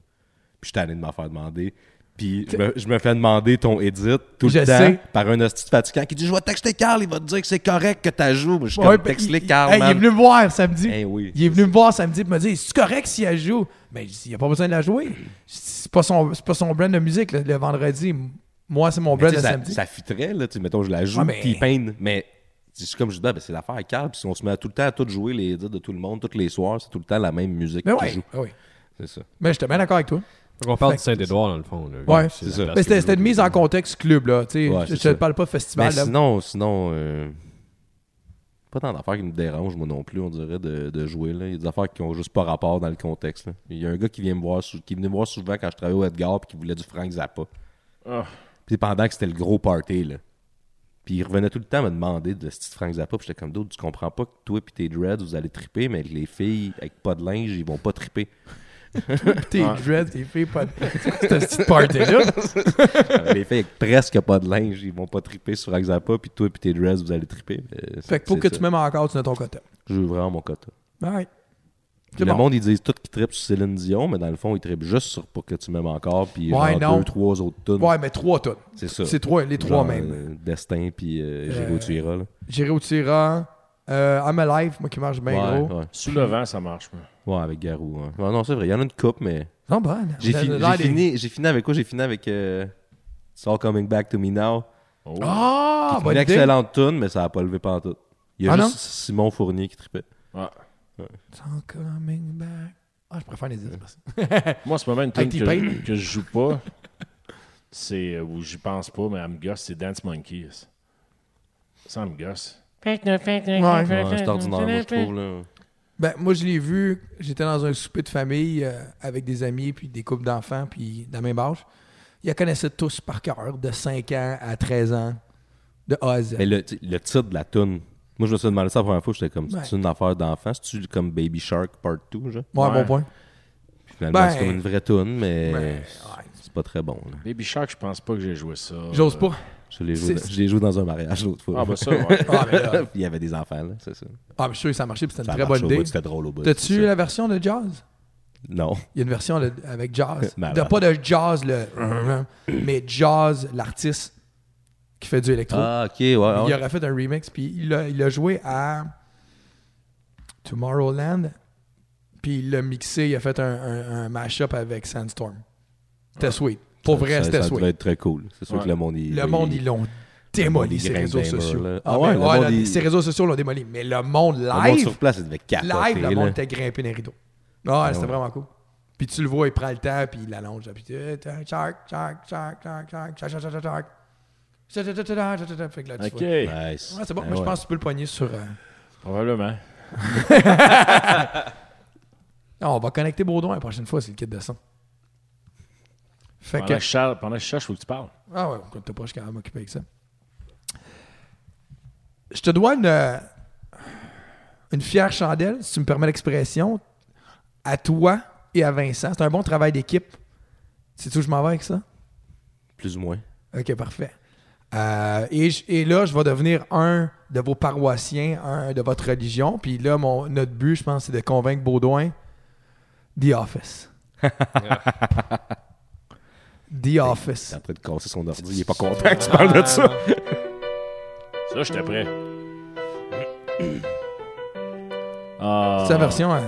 Speaker 3: Puis je suis tanné de m'en faire demander. Puis je me, je me fais demander ton edit tout
Speaker 2: Je
Speaker 3: le
Speaker 2: sais.
Speaker 3: temps par un hostie de fatigant qui dit Je vais texter Carl, il va te dire que c'est correct que tu joues. Moi, Je suis
Speaker 2: Ouais,
Speaker 3: comme
Speaker 2: ben,
Speaker 3: texte-les,
Speaker 2: il-
Speaker 3: Carl.
Speaker 2: hey, il est
Speaker 3: man.
Speaker 2: venu me voir samedi.
Speaker 3: Eh oui.
Speaker 2: Il est venu me voir samedi et me dire C'est correct si elle joue Mais je dis, il n'y a pas besoin de la jouer. C'est pas son, c'est pas son brand de musique le, le vendredi. Moi, c'est mon
Speaker 3: Mais
Speaker 2: brand
Speaker 3: tu
Speaker 2: de
Speaker 3: sais, ça,
Speaker 2: samedi.
Speaker 3: ça fitterait, là. tu sais, mettons, je la joue,
Speaker 2: Ouais, mais-
Speaker 3: puis il peine. Mais c'est comme je dis, ben, c'est l'affaire à Carl. Puis si on se met à tout le temps à tout jouer les edits de tout le monde, tous les soirs, c'est tout le temps la même musique
Speaker 2: mais
Speaker 3: qui
Speaker 2: oui,
Speaker 3: joue.
Speaker 2: oui.
Speaker 3: C'est ça.
Speaker 2: Mais je suis bien d'accord avec toi.
Speaker 4: On parle
Speaker 2: Fait
Speaker 4: de Saint-Édouard, dans le fond. là.
Speaker 2: Ouais,
Speaker 3: c'est
Speaker 4: C'est la
Speaker 3: ça.
Speaker 4: place
Speaker 2: Mais
Speaker 4: que
Speaker 2: c'était
Speaker 4: vous
Speaker 2: c'était une
Speaker 4: jouez.
Speaker 2: mise en contexte club, là. tu sais.
Speaker 3: Ouais,
Speaker 2: je je
Speaker 3: c'est
Speaker 2: te
Speaker 3: ça.
Speaker 2: parle pas de
Speaker 3: Mais
Speaker 2: festival. là.
Speaker 3: Ben, sinon, sinon euh, pas tant d'affaires qui me dérangent, moi non plus, on dirait, de, de jouer. Là. Il y a des affaires qui ont juste pas rapport dans le contexte. là. Il y a un gars qui vient me voir, sou- qui venait me voir souvent quand je travaillais au Edgar puis qui voulait du Frank Zappa.
Speaker 1: Ah.
Speaker 3: Puis pendant que c'était le gros party, là. Puis il revenait tout le temps me demander de ce petit Frank Zappa. Puis j'étais comme d'autres, tu comprends pas que toi et tes dreads, vous allez triper, mais les filles avec pas de linge, ils vont pas triper.
Speaker 2: Tes dreads, tes filles, pas de. C'était une petite party-là.
Speaker 3: Euh, les filles avec presque pas de linge, ils vont pas triper sur Frank Zappa. Puis toi et tes dreads, vous allez triper. Mais
Speaker 2: Fait que pour
Speaker 3: c'est
Speaker 2: que
Speaker 3: ça.
Speaker 2: tu m'aimes encore, tu n'as ton quota.
Speaker 3: Je veux vraiment mon quota.
Speaker 2: Alright. C'est
Speaker 3: Puis Le
Speaker 2: bon.
Speaker 3: monde, ils disent tout qu'ils trippent sur Céline Dion, mais dans le fond, ils trippent juste sur pour que tu m'aimes encore, puis
Speaker 2: Ouais,
Speaker 3: genre
Speaker 2: non.
Speaker 3: deux, trois autres tunes.
Speaker 2: Ouais, mais trois tonnes.
Speaker 3: c'est ça.
Speaker 2: C'est trois, les trois
Speaker 3: Genre,
Speaker 2: même.
Speaker 3: euh, Destin, puis euh, Gégo, tu iras, là.
Speaker 2: J'irai au tyran. Euh, I'm Alive, moi qui marche bien
Speaker 3: ouais,
Speaker 2: ben, gros.
Speaker 3: ouais.
Speaker 1: Sous le vent, ça marche. moi.
Speaker 3: Ouais, avec Garou. ouais. Ouais, non, c'est vrai, il y en a une coupe, mais.
Speaker 2: Non, bonne.
Speaker 3: J'ai
Speaker 2: On a
Speaker 3: fi-
Speaker 2: l'air
Speaker 3: j'ai
Speaker 2: des-
Speaker 3: fini, j'ai fini avec quoi J'ai fini avec euh, It's All Coming Back to Me Now.
Speaker 1: Oh.
Speaker 2: Ah,
Speaker 3: une
Speaker 2: bonne idée.
Speaker 3: excellente tune, mais ça n'a pas levé pantoute. Il y a
Speaker 2: Ah,
Speaker 3: juste
Speaker 2: non?
Speaker 3: Simon Fournier qui trippait.
Speaker 1: Ah.
Speaker 2: It's all coming back. Ah, je préfère les dire.
Speaker 1: Moi, en ce moment, une tune
Speaker 2: Hey, t'y
Speaker 1: que,
Speaker 2: payes?
Speaker 1: je- que je joue pas, c'est euh, où j'y pense pas, mais elle me gosse, c'est Dance Monkeys. Ça me gosse.
Speaker 3: Ouais, c'est ordinaire, moi, je trouve. Là.
Speaker 2: Ben, moi, je l'ai vu. J'étais dans un souper de famille euh, avec des amis, puis des couples d'enfants, puis d'un même âge. Ils la connaissaient tous par cœur, de 5 ans à 13 ans, de A à Z.
Speaker 3: Mais le, tu- le titre de la tune. Moi, je me suis demandé ça la première fois. J'étais comme,
Speaker 2: Ouais.
Speaker 3: c'est une affaire d'enfant. C'est-tu comme Baby Shark Part 2, genre?
Speaker 2: Ouais,
Speaker 1: Ouais.
Speaker 2: bon point.
Speaker 3: Puis Finalement,
Speaker 2: Ben,
Speaker 3: c'est comme une vraie tune, mais
Speaker 2: ouais.
Speaker 3: Eh, c'est pas très bon. là.
Speaker 1: Baby Shark, je pense pas que j'ai joué ça.
Speaker 2: J'ose pas.
Speaker 3: Je l'ai joué,
Speaker 2: C'est-
Speaker 3: je l'ai joué dans un mariage l'autre fois.
Speaker 1: Ah, bah ça, ouais.
Speaker 2: Ah, mais là,
Speaker 3: Il y avait des enfants, là, c'est ça.
Speaker 2: ah, mais je suis sûr que ça a marché, puis c'était
Speaker 3: Ça
Speaker 2: une très
Speaker 3: marche
Speaker 2: bonne
Speaker 3: au
Speaker 2: idée.
Speaker 3: bout, C'était drôle au bout. c'est
Speaker 2: T'as-tu euh,
Speaker 3: ça.
Speaker 2: la version de jazz?
Speaker 3: Non.
Speaker 2: Il y a une version de- avec jazz.
Speaker 3: Malade.
Speaker 2: de, pas de jazz, le... mais jazz, l'artiste qui fait du électro.
Speaker 3: Ah, ok, ouais. ouais.
Speaker 2: Il aurait fait un remix, puis il l'a il a joué à Tomorrowland, puis il l'a mixé, il a fait un, un, un mash-up avec Sandstorm. C'était sweet. Pour vrai,
Speaker 3: Ça-
Speaker 2: c'était
Speaker 3: Ça devrait
Speaker 2: sweet.
Speaker 3: être très cool. C'est sûr
Speaker 1: Ouais.
Speaker 3: que le monde, il.
Speaker 2: Le monde, ils l'ont démoli,
Speaker 3: il
Speaker 2: ces
Speaker 3: grimpe
Speaker 2: réseaux
Speaker 3: bien bas,
Speaker 2: sociaux.
Speaker 3: là.
Speaker 2: Ah
Speaker 3: Ah
Speaker 2: ouais,
Speaker 3: ouais, le monde,
Speaker 2: là,
Speaker 3: il-
Speaker 2: ces réseaux sociaux l'ont démoli, mais le monde
Speaker 3: Le monde
Speaker 2: live,
Speaker 3: sur place, il devait capoter.
Speaker 2: live, le monde
Speaker 3: là.
Speaker 2: était grimpé dans les rideaux. Ah, c'était
Speaker 3: ouais.
Speaker 2: vraiment cool. Puis tu le vois, il prend le temps, puis il l'allonge. là, Puis tu dis, shark, shark, shark, shark, shark, shark, shark, shark, shark. Fait que là, tu
Speaker 1: Ok,
Speaker 2: vois.
Speaker 3: Nice.
Speaker 2: Ouais, c'est bon.
Speaker 3: Ah
Speaker 2: Moi, je
Speaker 3: ouais.
Speaker 2: pense que tu peux le poigner sur. euh,
Speaker 1: probablement.
Speaker 2: Ah, on va connecter Baudouin la prochaine fois, c'est le kit de son. Fait
Speaker 1: Pendant
Speaker 2: que.
Speaker 1: que je cherche- pendant que je cherche, faut que tu parles.
Speaker 2: Ah ouais, écoute, t'as pas, je suis quand même occupé avec ça. Je te dois une, euh, une fière chandelle, si tu me permets l'expression, à toi et à Vincent. C'est un bon travail d'équipe. C'est tout, où je m'en vais avec ça?
Speaker 3: Plus ou moins.
Speaker 2: Ok, parfait. Euh, et, je- et là, je vais devenir un de vos paroissiens, un de votre religion. Puis là, mon, notre but, je pense, c'est de convaincre Baudouin The Office. The
Speaker 3: T'es
Speaker 2: Office.
Speaker 3: en train de casser son ordi. Il est pas content que tu parles de ça.
Speaker 1: Ah, Ça, j'étais prêt. Ah.
Speaker 2: C'est la version, hein,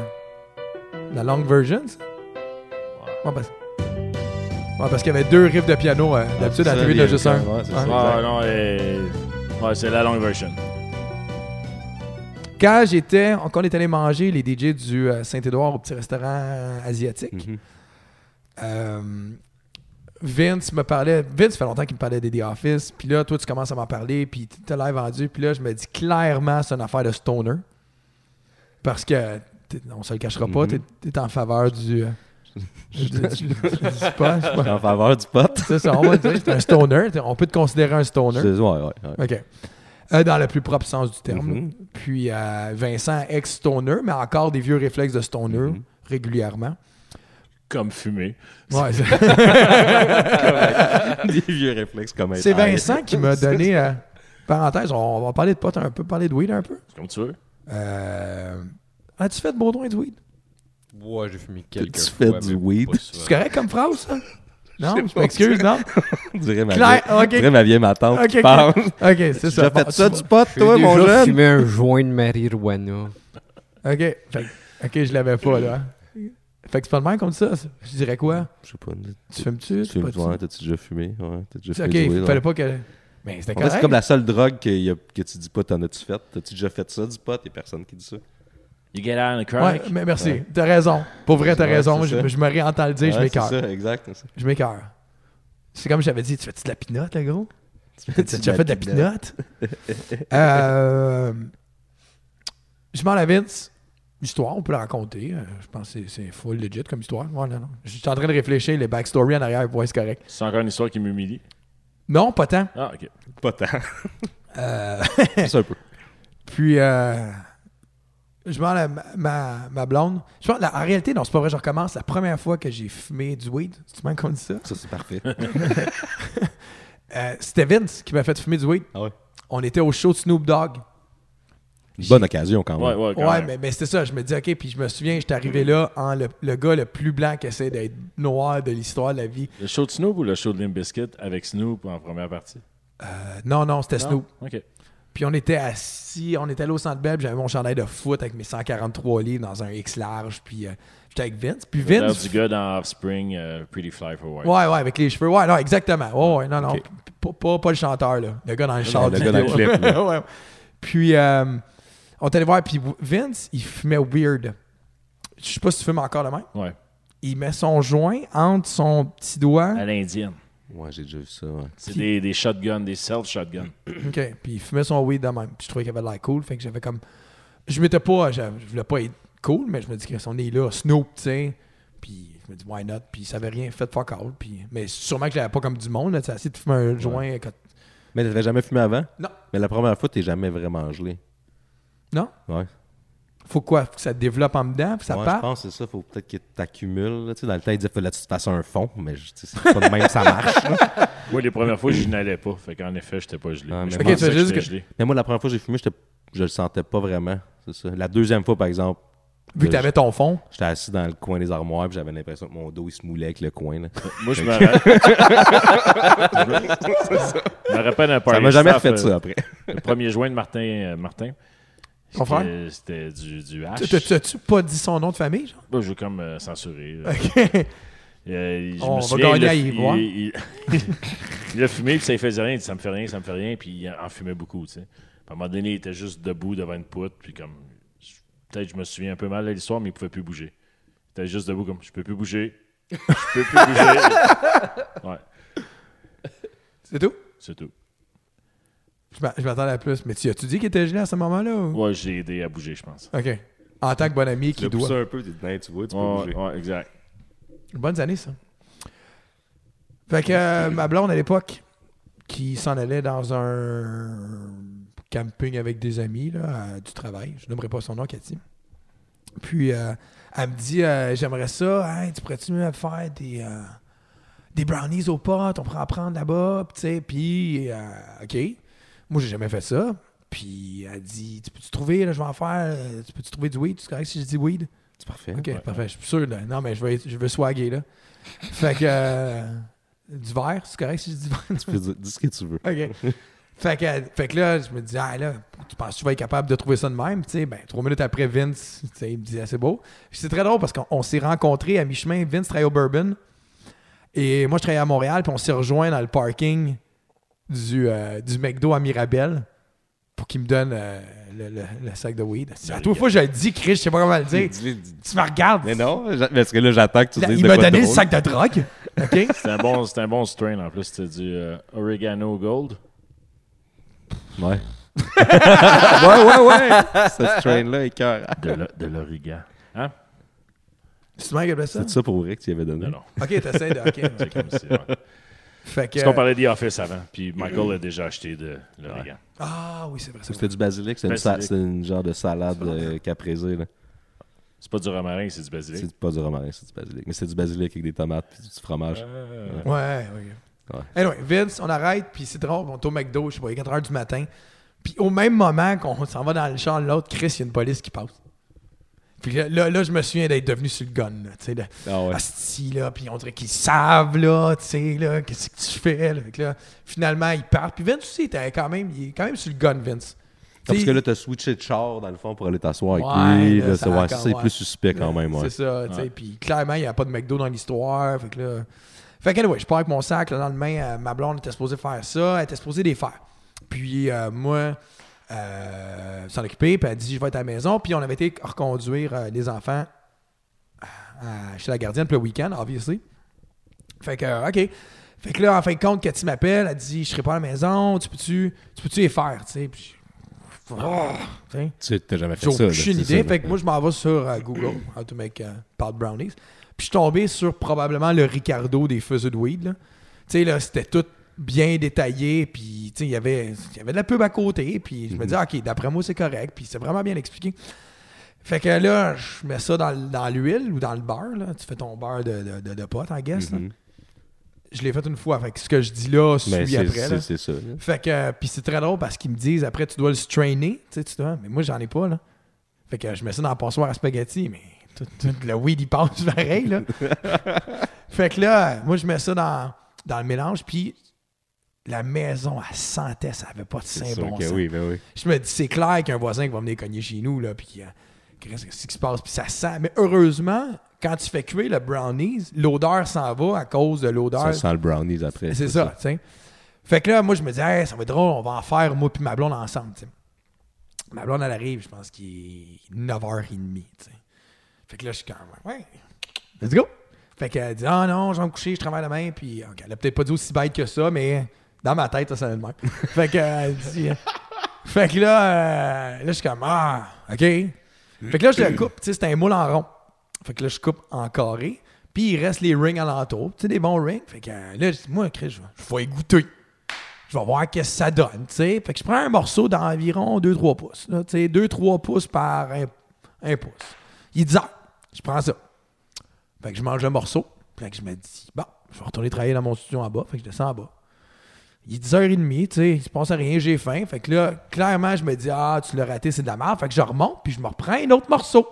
Speaker 2: la long version, ça? Ouais, parce, ouais, parce qu'il y avait deux riffs de piano euh, d'habitude à la
Speaker 3: ça,
Speaker 2: TV, il y en a
Speaker 3: les-
Speaker 2: juste un.
Speaker 3: ouais, c'est
Speaker 2: Ouais.
Speaker 3: ça.
Speaker 1: Ah, non, eh, ouais, c'est la longue version.
Speaker 2: Quand j'étais, quand on est allé manger les DJ du euh, Saint-Édouard au petit restaurant euh, asiatique,
Speaker 3: Mhm.
Speaker 2: euh, Vince me parlait. Vince, ça fait longtemps qu'il me parlait des The Office. Puis là, toi, tu commences à m'en parler. Puis tu te l'as vendu. Puis là, je me dis clairement, c'est une affaire de stoner. Parce que, t'es- on se le cachera pas, t'es t'es en faveur du. euh, du- du- du- du pot, je sais
Speaker 3: T'es
Speaker 2: pas.
Speaker 3: en faveur du pote.
Speaker 2: C'est ça, on va dire que t'es un stoner. T'es- On peut te considérer un stoner.
Speaker 3: C'est- Ouais, ouais, ouais.
Speaker 2: OK. Euh, dans le plus propre sens du terme.
Speaker 3: Mhm.
Speaker 2: Puis euh, Vincent, ex-stoner, mais encore des vieux réflexes de stoner régulièrement.
Speaker 1: Comme fumé.
Speaker 2: Ouais, c'est-
Speaker 3: Des vieux réflexes comme
Speaker 2: c'est Vincent qui m'a donné. euh, parenthèse, on va parler de potes un peu, parler de weed un peu.
Speaker 1: C'est comme tu veux.
Speaker 2: Euh, As-tu fait de Baudouin et de weed?
Speaker 4: Ouais, j'ai fumé quelques
Speaker 3: Tu
Speaker 4: fois.
Speaker 3: fais du
Speaker 4: mais
Speaker 3: weed?
Speaker 4: pas
Speaker 2: C'est
Speaker 4: souvent.
Speaker 2: correct comme phrase, ça? Non,
Speaker 3: sais
Speaker 2: je
Speaker 3: pas. Ben,
Speaker 2: m'excuse, non?
Speaker 3: On dirait ma,
Speaker 2: Claire,
Speaker 3: vieille,
Speaker 2: ok.
Speaker 3: on dirait ma vieille ma tante
Speaker 2: Ok,
Speaker 3: qui
Speaker 2: ok.
Speaker 3: parle.
Speaker 2: ok, c'est
Speaker 3: Tu
Speaker 2: ça.
Speaker 3: as
Speaker 2: Bon,
Speaker 3: fait ça
Speaker 2: tu
Speaker 3: du pot, toi, mon
Speaker 5: déjà
Speaker 3: jeune?
Speaker 5: fumé un joint de marijuana.
Speaker 2: vois. Ok, fait que- ok, je l'avais pas, là. Fait que c'est pas le même comme ça. ça. Je dirais quoi?
Speaker 3: Je sais pas.
Speaker 2: Tu fumes-tu?
Speaker 3: Tu fumes,
Speaker 2: pas-tu?
Speaker 3: ouais, t'as-tu déjà fumé? Ouais, t'as
Speaker 2: Tu-
Speaker 3: déjà fumé
Speaker 2: Ok,
Speaker 3: du
Speaker 2: il
Speaker 3: weed,
Speaker 2: fallait
Speaker 3: ouais.
Speaker 2: pas que. Mais c'était
Speaker 3: En fait,
Speaker 2: correct.
Speaker 3: c'est comme la seule drogue que, y a- que tu dis pas, t'en as-tu fait? T'as-tu déjà fait ça du pot? Y'a personne qui dit ça.
Speaker 1: You get out on the
Speaker 2: Ouais,
Speaker 1: crack.
Speaker 2: mais merci. T'as raison. Pour vrai, t'as
Speaker 3: Ouais,
Speaker 2: raison.
Speaker 3: c'est
Speaker 2: Je,
Speaker 3: ça.
Speaker 2: je me réentends le dire, je
Speaker 3: Ouais,
Speaker 2: m'écœure.
Speaker 3: C'est ça, exact. c'est ça.
Speaker 2: Je m'écœure. C'est comme j'avais dit, tu fais-tu de la pinotte, le gros? T'as déjà fait de la pinotte? Euh, je m'en la Vince. Histoire, on peut la raconter. Euh, Je pense que c'est- c'est full legit comme histoire. Ouais, non, non. Je suis en train de réfléchir les backstories en arrière pour être correct.
Speaker 1: C'est encore une histoire qui m'humilie.
Speaker 2: Non, pas tant.
Speaker 1: Ah, ok.
Speaker 3: Pas tant.
Speaker 2: Euh,
Speaker 3: C'est un peu.
Speaker 2: Puis, euh, je m'en la- ma, ma, ma blonde. Je pense, la- en réalité, non, c'est pas vrai, je recommence. La première fois que j'ai fumé du weed, tu m'en dit ça?
Speaker 3: Ça, c'est parfait.
Speaker 2: Euh, C'était Vince qui m'a fait fumer du weed.
Speaker 3: Ah ouais.
Speaker 2: On était au show de Snoop Dogg.
Speaker 3: Bonne occasion quand
Speaker 1: Ouais,
Speaker 3: même.
Speaker 1: ouais, quand
Speaker 2: Ouais,
Speaker 1: même.
Speaker 2: mais, mais c'était ça. Je me dis, OK, puis je me souviens, j'étais arrivé là en le, le gars le plus blanc qui essaie d'être noir de l'histoire de la vie.
Speaker 1: Le show de Snoop ou le show de Limp Bizkit avec Snoop en première partie?
Speaker 2: Euh,
Speaker 3: Ben,
Speaker 2: non, non, c'était
Speaker 1: Non?
Speaker 2: Snoop.
Speaker 1: OK.
Speaker 2: Puis on était assis, on était allé au centre Bell, puis j'avais mon chandail de foot avec mes 143 livres dans un X large, puis euh, j'étais avec Vince. Puis
Speaker 1: L'air
Speaker 2: Vince.
Speaker 1: du gars dans Offspring, euh, Pretty Fly for White.
Speaker 2: Ouais, ouais, avec les cheveux. Ouais, non, exactement. Ouais, ouais, non, non.
Speaker 3: Ok.
Speaker 2: p- Pas, pas, pas le chanteur, là. Le gars dans le char
Speaker 3: le
Speaker 2: du
Speaker 3: gars dans le
Speaker 2: vidéo.
Speaker 3: clip, là.
Speaker 2: Ouais. Puis, euh, on est allé voir, puis Vince, il fumait weird. Je sais pas si tu fumes encore le même.
Speaker 1: Ouais.
Speaker 2: Il met son joint entre son petit doigt.
Speaker 1: À l'indienne.
Speaker 3: Ouais, j'ai déjà vu ça. ouais.
Speaker 1: C'est
Speaker 2: Qui-
Speaker 1: des, des shotguns, des self-shotguns.
Speaker 2: OK. Puis il fumait son weed de même. Puis je trouvais qu'il avait de l'air cool. Fait que j'avais comme. Je m'étais pas. Je, je voulais pas être cool, mais je me dis que son nez là, Snoop, tu sais. Puis je me dis, why not? Puis ça avait rien fait de fuck all. Puis, mais sûrement que j'avais pas comme du monde, là. Tu sais, assis de fumer un joint. quand-
Speaker 3: Mais t'avais jamais fumé avant?
Speaker 2: Non.
Speaker 3: Mais la première fois, t'es jamais vraiment gelé.
Speaker 2: Non?
Speaker 3: Ouais.
Speaker 2: Faut quoi? Faut que ça développe en dedans, puis ça
Speaker 3: ouais, je
Speaker 2: part.
Speaker 3: pense que c'est ça. Faut peut-être que t'accumules. là. Tu sais, dans le temps, ils disaient fallait que tu te fasses un fond, mais je- tu sais, c'est pas de même ça marche.
Speaker 1: Moi, les premières fois, je n'allais pas. Fait qu'en effet, j'étais pas gelé.
Speaker 3: Ah,
Speaker 1: Mais je
Speaker 3: mais
Speaker 1: pensais
Speaker 2: ok, tu veux
Speaker 1: que
Speaker 2: juste
Speaker 1: j'étais
Speaker 2: que-
Speaker 1: gelé.
Speaker 3: Mais moi, la première fois que j'ai fumé, j'étais- je le sentais pas vraiment. C'est ça. La deuxième fois, par exemple,
Speaker 2: Vu que t'avais ton fond.
Speaker 3: j'étais assis dans le coin des armoires puis j'avais l'impression que mon dos il se moulait avec le coin. là.
Speaker 1: Moi, je me rappelle. Je me rappelle un party
Speaker 3: Ça m'a jamais
Speaker 1: staff,
Speaker 3: fait
Speaker 1: euh,
Speaker 3: ça après.
Speaker 1: Le premier joint de Martin. euh, Martin.
Speaker 2: Ton frère?
Speaker 1: C'était- C'était du, du H.
Speaker 2: Tu- tu- T'as-tu pas dit son nom de famille, genre?
Speaker 1: Moi, je veux comme euh, censurer. là.
Speaker 2: OK.
Speaker 1: Euh, je
Speaker 2: On
Speaker 1: me
Speaker 2: va
Speaker 1: souviens,
Speaker 2: gagner
Speaker 1: il a-
Speaker 2: à y
Speaker 1: il-
Speaker 2: voir.
Speaker 1: Il, il a fumé, puis ça ne faisait rien. Il dit, ça me fait rien, ça me fait rien. Puis il en fumait beaucoup, tu sais. Puis À un moment donné, il était juste debout devant une poutre, puis comme... je- Peut-être je me souviens un peu mal de l'histoire, mais il pouvait plus bouger. Il était juste debout comme, je peux plus bouger. Je peux plus bouger. Ouais,
Speaker 2: C'est tout?
Speaker 1: c'est tout.
Speaker 2: Je m'a- je m'attendais à plus. Mais tu as-tu dit qu'il était gelé à ce moment-là? ou-
Speaker 1: Ouais, j'ai aidé à bouger, je pense.
Speaker 2: OK. En tant que bon ami qui doit.
Speaker 3: un peu, tu vois, tu
Speaker 1: Ouais, ouais, exact.
Speaker 2: Bonnes années, ça. Fait que euh, ma blonde à l'époque, qui s'en allait dans un camping avec des amis là, à- du travail, je nommerai pas son nom, Cathy. Puis euh, elle me dit euh, J'aimerais ça, Hey, tu pourrais-tu me faire des, euh, des brownies aux potes, on pourrait en prendre là-bas, Puis, tu sais. Puis, euh, OK. Moi, j'ai jamais fait ça. Puis elle dit Tu peux-tu trouver, là, je vais en faire, euh, tu peux-tu trouver du weed Tu correct si je dis weed
Speaker 3: C'est parfait.
Speaker 2: Ok, parfait. Je suis sûr, là. Non, mais je veux, être- je veux swagger, là. Fait que. euh, du verre, c'est correct si je dis verre?
Speaker 3: Tu peux dire, dis ce que tu veux.
Speaker 2: OK. Fait que, euh, fait que là, je me disais, ah là, tu penses que tu vas être capable de trouver ça de même? Tu sais, ben, trois minutes après, Vince, tu sais, il me disait, c'est beau. Puis C'est très drôle parce qu'on on s'est rencontrés à mi-chemin. Vince travaillait au Bourbon. Et moi, je travaillais à Montréal. Puis on s'est rejoints dans le parking du, euh, du McDo à Mirabel pour qu'il me donne euh, le, le- le sac de weed. À toute fois, je le dis, Chris, je sais pas comment le dire.
Speaker 3: Dis-le, dis-
Speaker 2: Tu me regardes.
Speaker 3: Mais non, j'a- parce que là, j'attends que tu
Speaker 2: La-
Speaker 3: dises
Speaker 2: il
Speaker 3: de
Speaker 2: m'a
Speaker 3: quoi de
Speaker 2: donné le
Speaker 3: drôle.
Speaker 2: sac de drogue. OK?
Speaker 1: C'était un, bon, c'était un bon strain, en plus. C'était du euh, Oregano Gold.
Speaker 3: Ouais. ouais, ouais, ouais. Ce train-là est cœur.
Speaker 1: De l'o- de l'origan. Hein?
Speaker 2: C'est moi qui appelais ça?
Speaker 3: C'est ça pour vrai que tu y avais donné.
Speaker 1: Non, non.
Speaker 2: OK, t'essaies de. OK.
Speaker 1: C'est comme si... ouais.
Speaker 2: Fait que.
Speaker 1: Parce qu'on parlait de The Office avant, puis Michael a déjà acheté de l'origan.
Speaker 2: Ah oui, c'est vrai. c'est
Speaker 3: C'était du basilic, c'est une, sa-
Speaker 1: Basilic.
Speaker 3: c'est une genre de salade euh, caprésée. là.
Speaker 1: C'est pas du romarin, c'est du basilic.
Speaker 3: C'est pas du romarin, c'est du basilic. Mais c'est du basilic avec des tomates et du fromage.
Speaker 2: vrai. Ouais, ouais.
Speaker 3: Ouais.
Speaker 2: Anyway, Vince, on arrête, puis c'est drôle, on est au McDo, je sais pas, il est 4 h du matin. Puis au même moment qu'on s'en va dans le champ, l'autre, Chris, il y a une police qui passe. Puis là, là, là, je me souviens d'être devenu sur le gun, là, tu sais, de
Speaker 3: Ah ouais.
Speaker 2: Asti, là, puis on dirait qu'ils savent, là, tu sais, là, qu'est-ce que tu fais, là. Fait que là, finalement, ils partent. Puis Vince aussi, était quand même, il est quand même sur le gun, Vince. Tu
Speaker 3: Parce
Speaker 2: sais,
Speaker 3: que là, t'as switché de char, dans le fond, pour aller t'asseoir
Speaker 2: Ouais,
Speaker 3: avec lui.
Speaker 2: là,
Speaker 3: là,
Speaker 2: ça
Speaker 3: c'est- ouais,
Speaker 2: raconte,
Speaker 3: ça, c'est
Speaker 2: ouais.
Speaker 3: plus suspect quand même, ouais.
Speaker 2: C'est ça, tu sais. Puis clairement, il n'y a pas de McDo dans l'histoire. Fait que là. Fait que, anyway, je pars avec mon sac. Le lendemain, euh, ma blonde était supposée faire ça. Elle était supposée les faire. Puis euh, moi, euh, s'en occuper. Puis elle dit Je vais être à la maison. Puis on avait été reconduire euh, les enfants euh, à- chez la gardienne pour le week-end, obviously. Fait que, euh, OK. Fait que là, en fin de compte, Cathy m'appelle, elle dit Je serai pas à la maison, tu peux-tu tu peux -tu les faire tu sais? Puis, je- Oh, tu sais.
Speaker 3: Tu sais, t'as jamais fait
Speaker 2: J'ai
Speaker 3: ça. là,
Speaker 2: aucune
Speaker 3: c'est
Speaker 2: idée.
Speaker 3: ça,
Speaker 2: fait
Speaker 3: là.
Speaker 2: que moi, je m'en vais sur euh, Google, How to make euh, Palt brownies. Puis je suis tombé sur probablement le Ricardo des feux de weed. là. Tu sais, là, c'était tout bien détaillé. Puis, tu sais, il y avait il y avait de la pub à côté. Puis
Speaker 3: Mhm.
Speaker 2: je me dis, ah, OK, d'après moi, c'est correct. Puis c'est vraiment bien expliqué. Fait que là, je mets ça dans, l- dans l'huile ou dans le beurre. là. Tu fais ton beurre de, de, de- de pote, en guess.
Speaker 3: Mhm.
Speaker 2: là. Je l'ai fait une fois. Fait que ce que je dis là, suit
Speaker 3: Mais Ben, c'est-
Speaker 2: après. là.
Speaker 3: c'est c'est ça.
Speaker 2: Fait que, euh, puis c'est très drôle parce qu'ils me disent après, tu dois le strainer, tu sais, tu dois, mais moi, j'en ai pas, là. Fait que euh, je mets ça dans la passoire à spaghetti, mais tout, tout le weed, il passe pareil, là. fait que là, euh, moi, je mets ça dans, dans le mélange, puis la maison, elle sentait, ça avait pas de
Speaker 3: C'est
Speaker 2: saint
Speaker 3: sûr
Speaker 2: bon
Speaker 3: que
Speaker 2: sens.
Speaker 3: oui, ben oui.
Speaker 2: Je me dis, c'est clair qu'il y a un voisin qui va venir cogner chez nous, là, puis euh, qu'est-ce qu'est-ce qui se passe, puis ça sent. Mais heureusement, quand tu fais cuire le brownies, l'odeur s'en va à cause de
Speaker 3: Ça
Speaker 2: l'odeur
Speaker 3: sent le brownies après.
Speaker 2: c'est ça, tu sais. Fait que là, moi, je me dis, Hey, ça va être drôle, on va en faire, moi puis ma blonde, ensemble, tu sais. Ma blonde, elle arrive, je pense qu'il est 9h30, tu sais. Fait que là, je suis comme, ouais, let's go. Fait qu'elle dit, ah non, je vais me coucher, je travaille demain, puis ok, elle a peut-être pas dit aussi bête que ça, mais dans ma tête, ça sonnait de même. fait qu'elle dit, fait que là, euh, là, je suis comme, ah, OK. Fait que là, je le coupe. Tu sais, c'est un moule en rond. Fait que là, je coupe en carré. Puis il reste les rings alentour. Tu sais, des bons rings. Fait que euh, là, je dis, moi, Chris, je vais- je vais y goûter. Je vais voir qu'est-ce que ça donne, tu sais. Fait que je prends un morceau d'environ 2-3 pouces, là, tu sais, 2-3 pouces par 1 pouce. Il est 10 heures. Je prends ça. Fait que je mange un morceau. Fait que je me dis, bon, je vais retourner travailler dans mon studio en bas. Fait que je descends en bas. Il est 10h30, tu sais, il se passe à rien, j'ai faim. Fait que là, clairement, je me dis, ah, tu l'as raté, c'est de la merde. Fait que je remonte, puis je me reprends un autre morceau.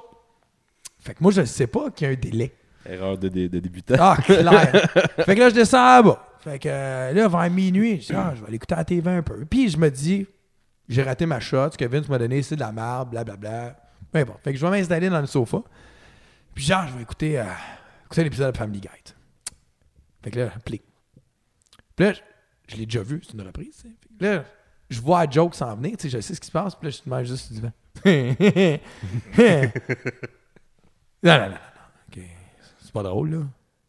Speaker 2: Fait que moi, je ne sais pas qu'il y a un délai.
Speaker 3: Erreur de, de, de débutant.
Speaker 2: Ah, clair. fait que là, je descends en bas. Fait que euh, là, vers minuit, je dis, ah, je vais aller écouter la TV un peu. Puis je me dis, j'ai raté ma shot, ce que Vince m'a donné, c'est de la merde, blablabla. Peu importe. Fait que je vais m'installer dans le sofa. Puis genre, je vais écouter, euh, écouter l'épisode de Family Guide. Fait que là, play. Puis là, je- je l'ai déjà vu, c'est une reprise. tu sais. Fait que là, je vois la joke s'en venir, tu sais, je sais ce qui se passe, puis là, je suis de même juste sur le divan. non, non, non, non. OK. C'est pas drôle, là.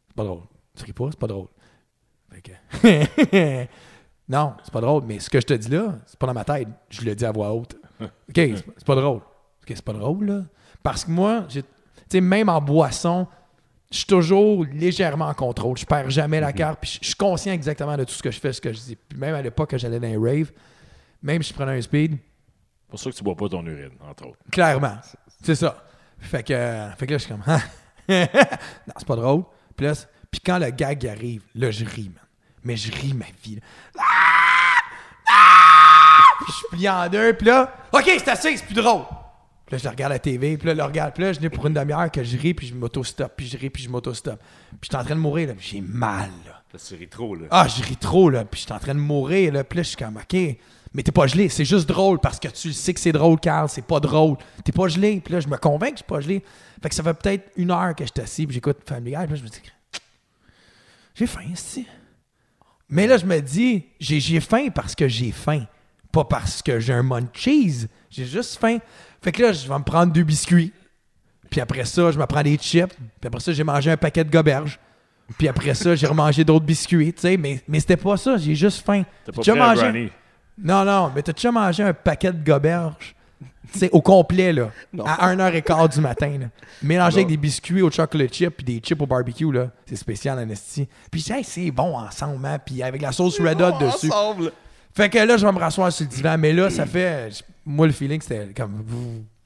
Speaker 2: C'est pas drôle. Tu ris pas, c'est pas drôle. Fait que- non, c'est pas drôle, mais ce que je te dis là, c'est pas dans ma tête. Je le dis à voix haute. OK, c'est pas- c'est pas drôle. OK, c'est pas drôle, là. Parce que moi, j'ai- tu sais, même en boisson, je suis toujours légèrement en contrôle. Je perds jamais la carte, puis je- je suis conscient exactement de tout ce que je fais, ce que je dis. Puis même à l'époque que j'allais dans les raves, même si je prenais un speed,
Speaker 1: Pour ça que tu bois pas ton urine, entre autres.
Speaker 2: Clairement. C'est ça. Fait que, fait que là, je suis comme. Ah. non, c'est pas drôle. Puis là, c'est- puis quand le gag arrive, là, je ris, man. Mais je ris ma vie. là. Ah! Ah! Puis je suis plié en deux. Puis là, OK, c'est assez, c'est plus drôle. Puis là, je le regarde à la TV. Puis là, je le regarde. Puis là, je l'ai pour une demi-heure que je ris, puis je m'auto-stop. Puis je ris, puis je m'auto-stop. Puis je suis en train de mourir, là. J'ai mal, là.
Speaker 1: La série trop, là.
Speaker 2: Ah, je ris trop, là. Puis je suis en train de mourir, là. Puis là, je suis comme, OK, mais t'es pas gelé. C'est juste drôle parce que tu le sais que c'est drôle, Carl. C'est pas drôle. T'es pas gelé. Puis là, je me convainc que je suis pas gelé. Fait que ça fait peut-être une heure que je suis assis. Puis j'écoute Family Guy. Puis là, je me dis, j'ai faim, si. Mais là, je me dis, j'ai j'ai faim parce que j'ai faim. Pas parce que j'ai un munchies. J'ai juste faim. Fait que là, je vais me prendre deux biscuits. Puis après ça, je me prends des chips. Puis après ça, j'ai mangé un paquet de goberges. Puis après ça, j'ai remangé d'autres biscuits, tu sais. Mais, mais c'était pas ça, j'ai juste faim.
Speaker 1: T'as pas
Speaker 2: T'as déjà
Speaker 1: pris un
Speaker 2: mangé...
Speaker 1: brownie.
Speaker 2: Non, non, mais t'as déjà mangé un paquet de goberges, tu sais, au complet, là, à 1h15 du matin, là. Mélangé avec des biscuits au chocolate chip puis des chips au barbecue, là. C'est spécial, Anesti. Puis j'ai dit, Hey, c'est bon ensemble, hein, puis avec la sauce Red Hot dessus. Fait que là, je vais me rasseoir sur le divan, mais là, ça fait. je- Moi, le feeling, c'était comme.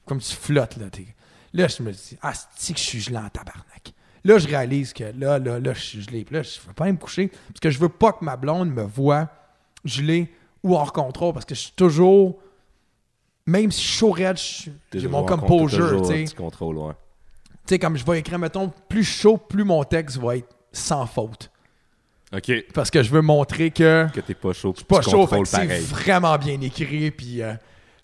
Speaker 2: Comme tu flottes, là. t'es- Là, je me dis, ah, c'est que je suis gelé en tabarnak. Là, je réalise que là, là, là, je suis gelé. Puis là, je ne veux pas aller me coucher parce que je veux pas que ma blonde me voie gelé ou hors contrôle parce que je suis toujours. Même si je suis chaud raide, je suis- j'ai mon
Speaker 3: Toujours en
Speaker 2: composure,
Speaker 3: contrôle,
Speaker 2: tu sais.
Speaker 3: toujours, Tu contrôles, ouais.
Speaker 2: Tu sais, comme je vais écrire, mettons, plus chaud, plus mon texte va être sans faute.
Speaker 3: OK.
Speaker 2: Parce que je veux montrer que
Speaker 3: Que t'es pas chaud, puis
Speaker 2: pas
Speaker 3: tu
Speaker 2: chaud, fait
Speaker 3: contrôles
Speaker 2: que c'est
Speaker 3: pareil.
Speaker 2: vraiment bien écrit. Puis, euh,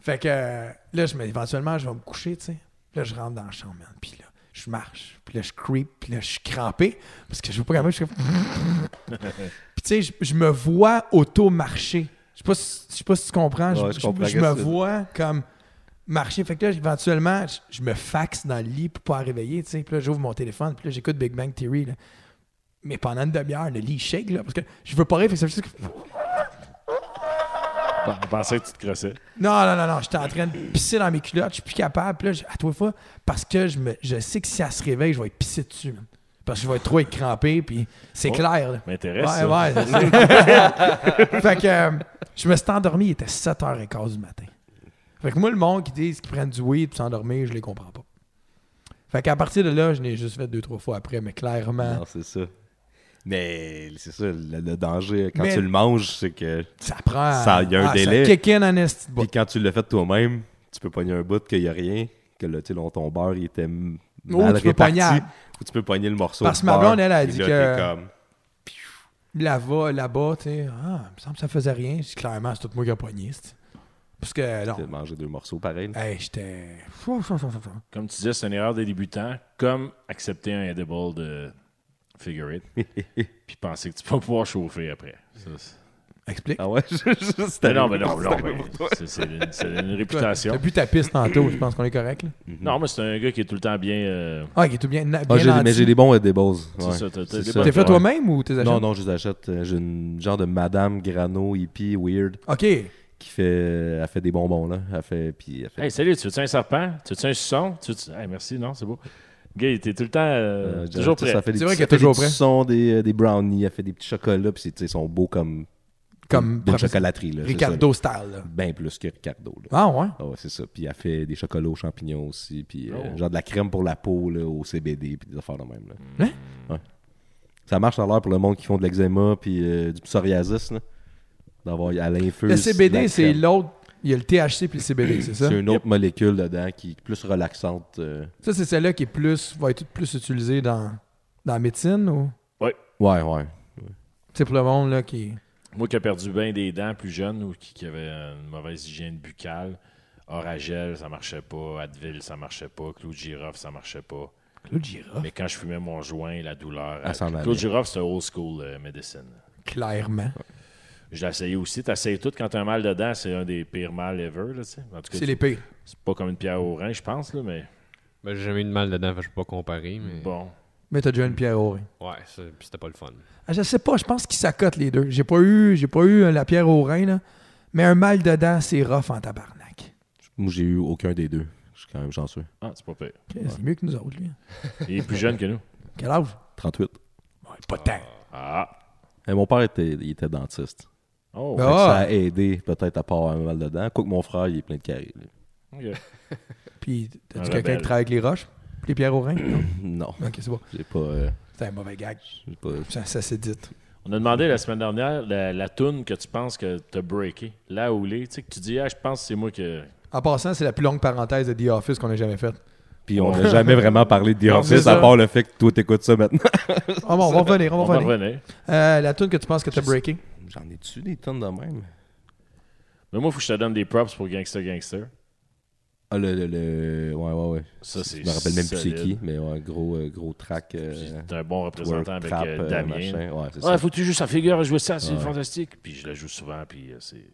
Speaker 2: fait que euh, là, je, me- éventuellement, je vais me coucher, tu sais. Là, je rentre dans la chambre, man. Puis là, je marche. Puis là, je creep. Puis là, je suis crampé. Parce que je veux pas quand même. Je suis comme- puis, tu sais, je, je me vois auto-marcher. Je sais pas, si- je sais pas si tu comprends. Je-
Speaker 3: Ouais, je
Speaker 2: je,
Speaker 3: comprends
Speaker 2: je
Speaker 3: que
Speaker 2: me
Speaker 3: c'est-
Speaker 2: vois comme marcher. Fait que là, éventuellement, je, je me faxe dans le lit pour pas réveiller, tu sais. Puis là, j'ouvre mon téléphone. Puis là, j'écoute Big Bang Theory, là. Mais pendant une demi-heure, le lit shake, là, parce que je veux pas rêver, fait que ça fait juste que-
Speaker 1: Je pensais que tu te crossais.
Speaker 2: Non, non, non, non, j'étais en train de pisser dans mes culottes, je suis plus capable. Puis là, je- à toi fois, parce que je, me, je sais que si elle se réveille, je vais être pissé dessus. man. Parce que je vais être trop être crampé, puis c'est
Speaker 1: Oh,
Speaker 2: clair. là.
Speaker 1: M'intéresse. ça.
Speaker 2: Ouais, ouais. c'est- fait que euh, je me suis endormi, il était 7h15 du matin. Fait que moi, le monde qui dit qu'ils prennent du weed pour s'endormir, je les comprends pas. Fait qu'à partir de là, je l'ai juste fait deux, trois fois après, mais clairement,
Speaker 3: Non, c'est ça. Mais c'est ça, le, le danger, quand
Speaker 2: Mais-
Speaker 3: tu le manges, c'est que.
Speaker 2: ça prend.
Speaker 3: Ça, il y a un
Speaker 2: ah,
Speaker 3: délai.
Speaker 2: Ça kick in en esti de bout.
Speaker 3: Puis quand tu l'as fait toi-même, tu peux pogner un bout qu'il n'y a rien, que le, tu sais, ton- ton beurre il était m-
Speaker 2: Ou
Speaker 3: mal
Speaker 2: Oh, tu peux
Speaker 3: réparti,
Speaker 2: pogner à-
Speaker 3: ou tu peux pogner le morceau
Speaker 2: Parce que
Speaker 3: de
Speaker 2: ma
Speaker 3: beurre,
Speaker 2: blonde, elle, elle a
Speaker 3: puis
Speaker 2: dit
Speaker 3: là,
Speaker 2: que-
Speaker 3: t'es comme,
Speaker 2: là-bas, là-bas, tu sais, ah, il me semble que ça faisait rien. Je dis, clairement, c'est tout moi qui a poigné, c'est- Parce que,
Speaker 3: t'as
Speaker 2: non,
Speaker 3: mangé deux morceaux pareil. là.
Speaker 2: hey, j'étais...
Speaker 1: Comme tu disais, c'est une erreur des débutants, comme accepter un edible de figure eight, puis penser que tu vas pouvoir chauffer après. Ça, c'est-
Speaker 2: Explique.
Speaker 3: Ah ouais, juste
Speaker 1: Mais non, mais non, non, mais c'est- c'est une, c'est une réputation.
Speaker 2: T'as bu ta piste tantôt, je pense qu'on est correct, là.
Speaker 1: Non, mais c'est un gars qui est tout le temps bien. euh,
Speaker 2: Ah, qui est tout bien, bien
Speaker 3: Ah, j'ai- mais
Speaker 2: nanti.
Speaker 3: j'ai des bons edibles.
Speaker 1: C'est
Speaker 3: ouais.
Speaker 1: ça, t'as- t'as
Speaker 3: C'est
Speaker 1: des
Speaker 3: ça.
Speaker 1: bons-
Speaker 2: T'es fait
Speaker 1: Ouais.
Speaker 2: toi-même ou t'es acheté?
Speaker 3: Non, non, je les achète. Euh, J'ai une genre de madame grano hippie weird
Speaker 2: OK.
Speaker 3: qui fait, euh, elle fait des bonbons là. Elle fait, puis elle fait.
Speaker 1: Hey, salut, tu veux-tu un serpent? Tu veux-tu un son? Tu veux-tu- Hey, merci, non, c'est beau. Gars, t'es tout le temps. euh,
Speaker 3: Euh,
Speaker 1: toujours
Speaker 3: ça,
Speaker 1: prêt.
Speaker 3: ça fait des
Speaker 2: C'est vrai
Speaker 3: petits-
Speaker 2: qu'elle
Speaker 3: ça fait
Speaker 2: est toujours
Speaker 3: des
Speaker 2: prêt.
Speaker 3: petits sons, des, euh, des brownies, elle fait des petits chocolats, puis c'est- tu sais, ils sont beaux comme
Speaker 2: Comme
Speaker 3: d'une
Speaker 2: professeur-
Speaker 3: chocolaterie là. c'est ça, là.
Speaker 2: Ricardo style, là.
Speaker 3: Ben plus que Ricardo là.
Speaker 2: Ah, ouais?
Speaker 3: Ah ouais, c'est ça. Puis elle fait des chocolats aux champignons aussi. Puis euh,
Speaker 1: Oh.
Speaker 3: genre de la crème pour la peau là, au CBD. Puis des affaires de même. Là.
Speaker 2: Hein?
Speaker 3: Ouais. Ça marche à l'heure pour le monde qui font de l'eczéma. Puis euh, du psoriasis. là. D'avoir à l'infuse.
Speaker 2: Le CBD,
Speaker 3: la
Speaker 2: c'est
Speaker 3: crème.
Speaker 2: l'autre... Il y a le THC puis le CBD, c'est ça?
Speaker 3: C'est une autre molécule dedans qui est plus relaxante. euh.
Speaker 2: Ça, c'est celle-là qui est plus... va être plus utilisée dans, dans la médecine ou...
Speaker 3: Ouais, ouais.
Speaker 2: C'est pour le monde, là, qui...
Speaker 1: Moi qui ai perdu bien des dents plus jeune ou qui, qui avait une mauvaise hygiène buccale, Oragel, ça marchait pas. Advil, ça marchait pas. Claude Girofle, ça marchait pas.
Speaker 2: Claude Girard.
Speaker 1: Mais quand je fumais mon joint, la douleur.
Speaker 3: Ah, ça en allait.
Speaker 1: Claude Girofle, c'est old school euh, medicine.
Speaker 2: Clairement.
Speaker 1: Je l'ai essayé aussi. T'essayes tout quand t'as un mal de dents, c'est un des pires mal ever. Là, tu sais. en tout
Speaker 2: C'est
Speaker 1: cas,
Speaker 2: les pires.
Speaker 1: c'est pas comme une pierre au rein, je pense, là, mais
Speaker 4: Ben, j'ai jamais eu de mal dedans, fait que je peux pas comparer, mais.
Speaker 1: bon.
Speaker 2: Mais t'as déjà une pierre au rein.
Speaker 4: Ouais, c'est- puis c'était pas le fun.
Speaker 2: Ah, Je sais pas, je pense qu'ils s'accotent les deux. J'ai pas eu, j'ai pas eu euh, la pierre au rein, là. Mais un mal dedans, c'est rough en tabarnak.
Speaker 3: Moi, j'ai eu aucun des deux. Je suis quand même chanceux.
Speaker 1: Ah, c'est pas pire.
Speaker 2: Ok, C'est mieux que nous autres, lui.
Speaker 1: Il est plus jeune que nous.
Speaker 2: Quel âge?
Speaker 3: 38.
Speaker 2: Ouais, pas de temps.
Speaker 1: Ah.
Speaker 3: Et Eh, mon père était, il était dentiste.
Speaker 1: Oh.
Speaker 2: Ah.
Speaker 3: Fait que Ça a aidé peut-être à pas avoir mal dedans. Quoique mon frère, il est plein de caries. là.
Speaker 1: ok.
Speaker 2: Puis,
Speaker 1: Un
Speaker 2: t'as-tu quelqu'un
Speaker 1: rebelle.
Speaker 2: qui travaille avec les roches? Les pierres au rein? Non?
Speaker 3: Non,
Speaker 2: Ok, c'est bon.
Speaker 3: j'ai pas. euh,
Speaker 2: C'est un mauvais gag.
Speaker 3: j'ai pas
Speaker 2: Ça, ça c'est dit.
Speaker 1: On a demandé la semaine dernière la, la toune que tu penses que t'as breaké. Là où les. Tu sais que tu dis, ah, je pense que c'est moi que.
Speaker 2: En passant, c'est la plus longue parenthèse de The Office qu'on a jamais faite.
Speaker 3: Puis on n'a jamais vraiment parlé de The
Speaker 2: Non,
Speaker 3: Office,
Speaker 2: c'est
Speaker 3: à
Speaker 2: ça.
Speaker 3: part le fait que toi t'écoutes ça maintenant.
Speaker 2: Ah bon, on va revenir, on
Speaker 1: On
Speaker 2: va
Speaker 1: va
Speaker 2: revenir.
Speaker 1: revenir.
Speaker 2: Euh, la tune que tu penses que t'as
Speaker 3: Je-
Speaker 2: breaké?
Speaker 3: J'en ai-tu des tonnes de même?
Speaker 1: Mais moi, faut que je te donne des props pour Gangster Gangster.
Speaker 3: Ah, le, le, le- Ouais, ouais, ouais.
Speaker 1: Ça, c'est
Speaker 3: Je me rappelle même plus c'est
Speaker 1: solide.
Speaker 3: qui, mais ouais, gros, euh, gros track. euh,
Speaker 1: C'est un bon
Speaker 3: twerk,
Speaker 1: représentant avec
Speaker 3: trap,
Speaker 1: euh,
Speaker 3: euh,
Speaker 1: Damien.
Speaker 3: machin. Ouais, c'est
Speaker 1: ouais,
Speaker 3: ça.
Speaker 1: faut que tu joues sa figure à jouer ça, c'est
Speaker 3: Ouais.
Speaker 1: fantastique. Puis je la joue souvent, puis euh, c'est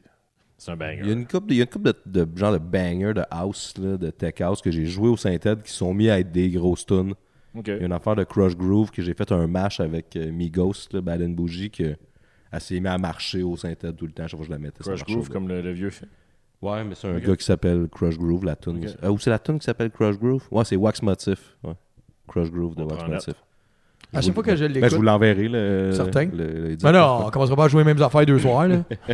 Speaker 1: c'est un banger.
Speaker 3: Il y a une couple, de, il y a une couple de, de genre de bangers de house, là, de tech house que j'ai joué au Synthède qui sont mis à être des grosses tunes.
Speaker 1: OK.
Speaker 3: Il y a une affaire de Crush Groove que j'ai fait un match avec euh, Migos, là, Baden Bougie, que elle s'est mise à marcher au Synthède tout le temps. à Chaque fois que je la mettais, ça
Speaker 1: Crush
Speaker 3: marchait,
Speaker 1: Groove,
Speaker 3: là.
Speaker 1: comme le, le vieux film.
Speaker 3: Ouais, mais c'est un gars qui s'appelle Crush Groove, la tune.
Speaker 1: Ok.
Speaker 3: Euh, ou c'est la tune qui s'appelle Crush Groove Ouais, c'est Wax Motif. Ouais. Crush Groove de
Speaker 1: On
Speaker 3: Wax
Speaker 1: prend note.
Speaker 3: Motif.
Speaker 2: À chaque fois que Ah, je
Speaker 3: Ben, je vous
Speaker 2: l'écoute.
Speaker 3: l'enverrai, le.
Speaker 2: Certain.
Speaker 3: Le, le-
Speaker 2: Mais non, on commencera pas à jouer les mêmes affaires deux soirs, là.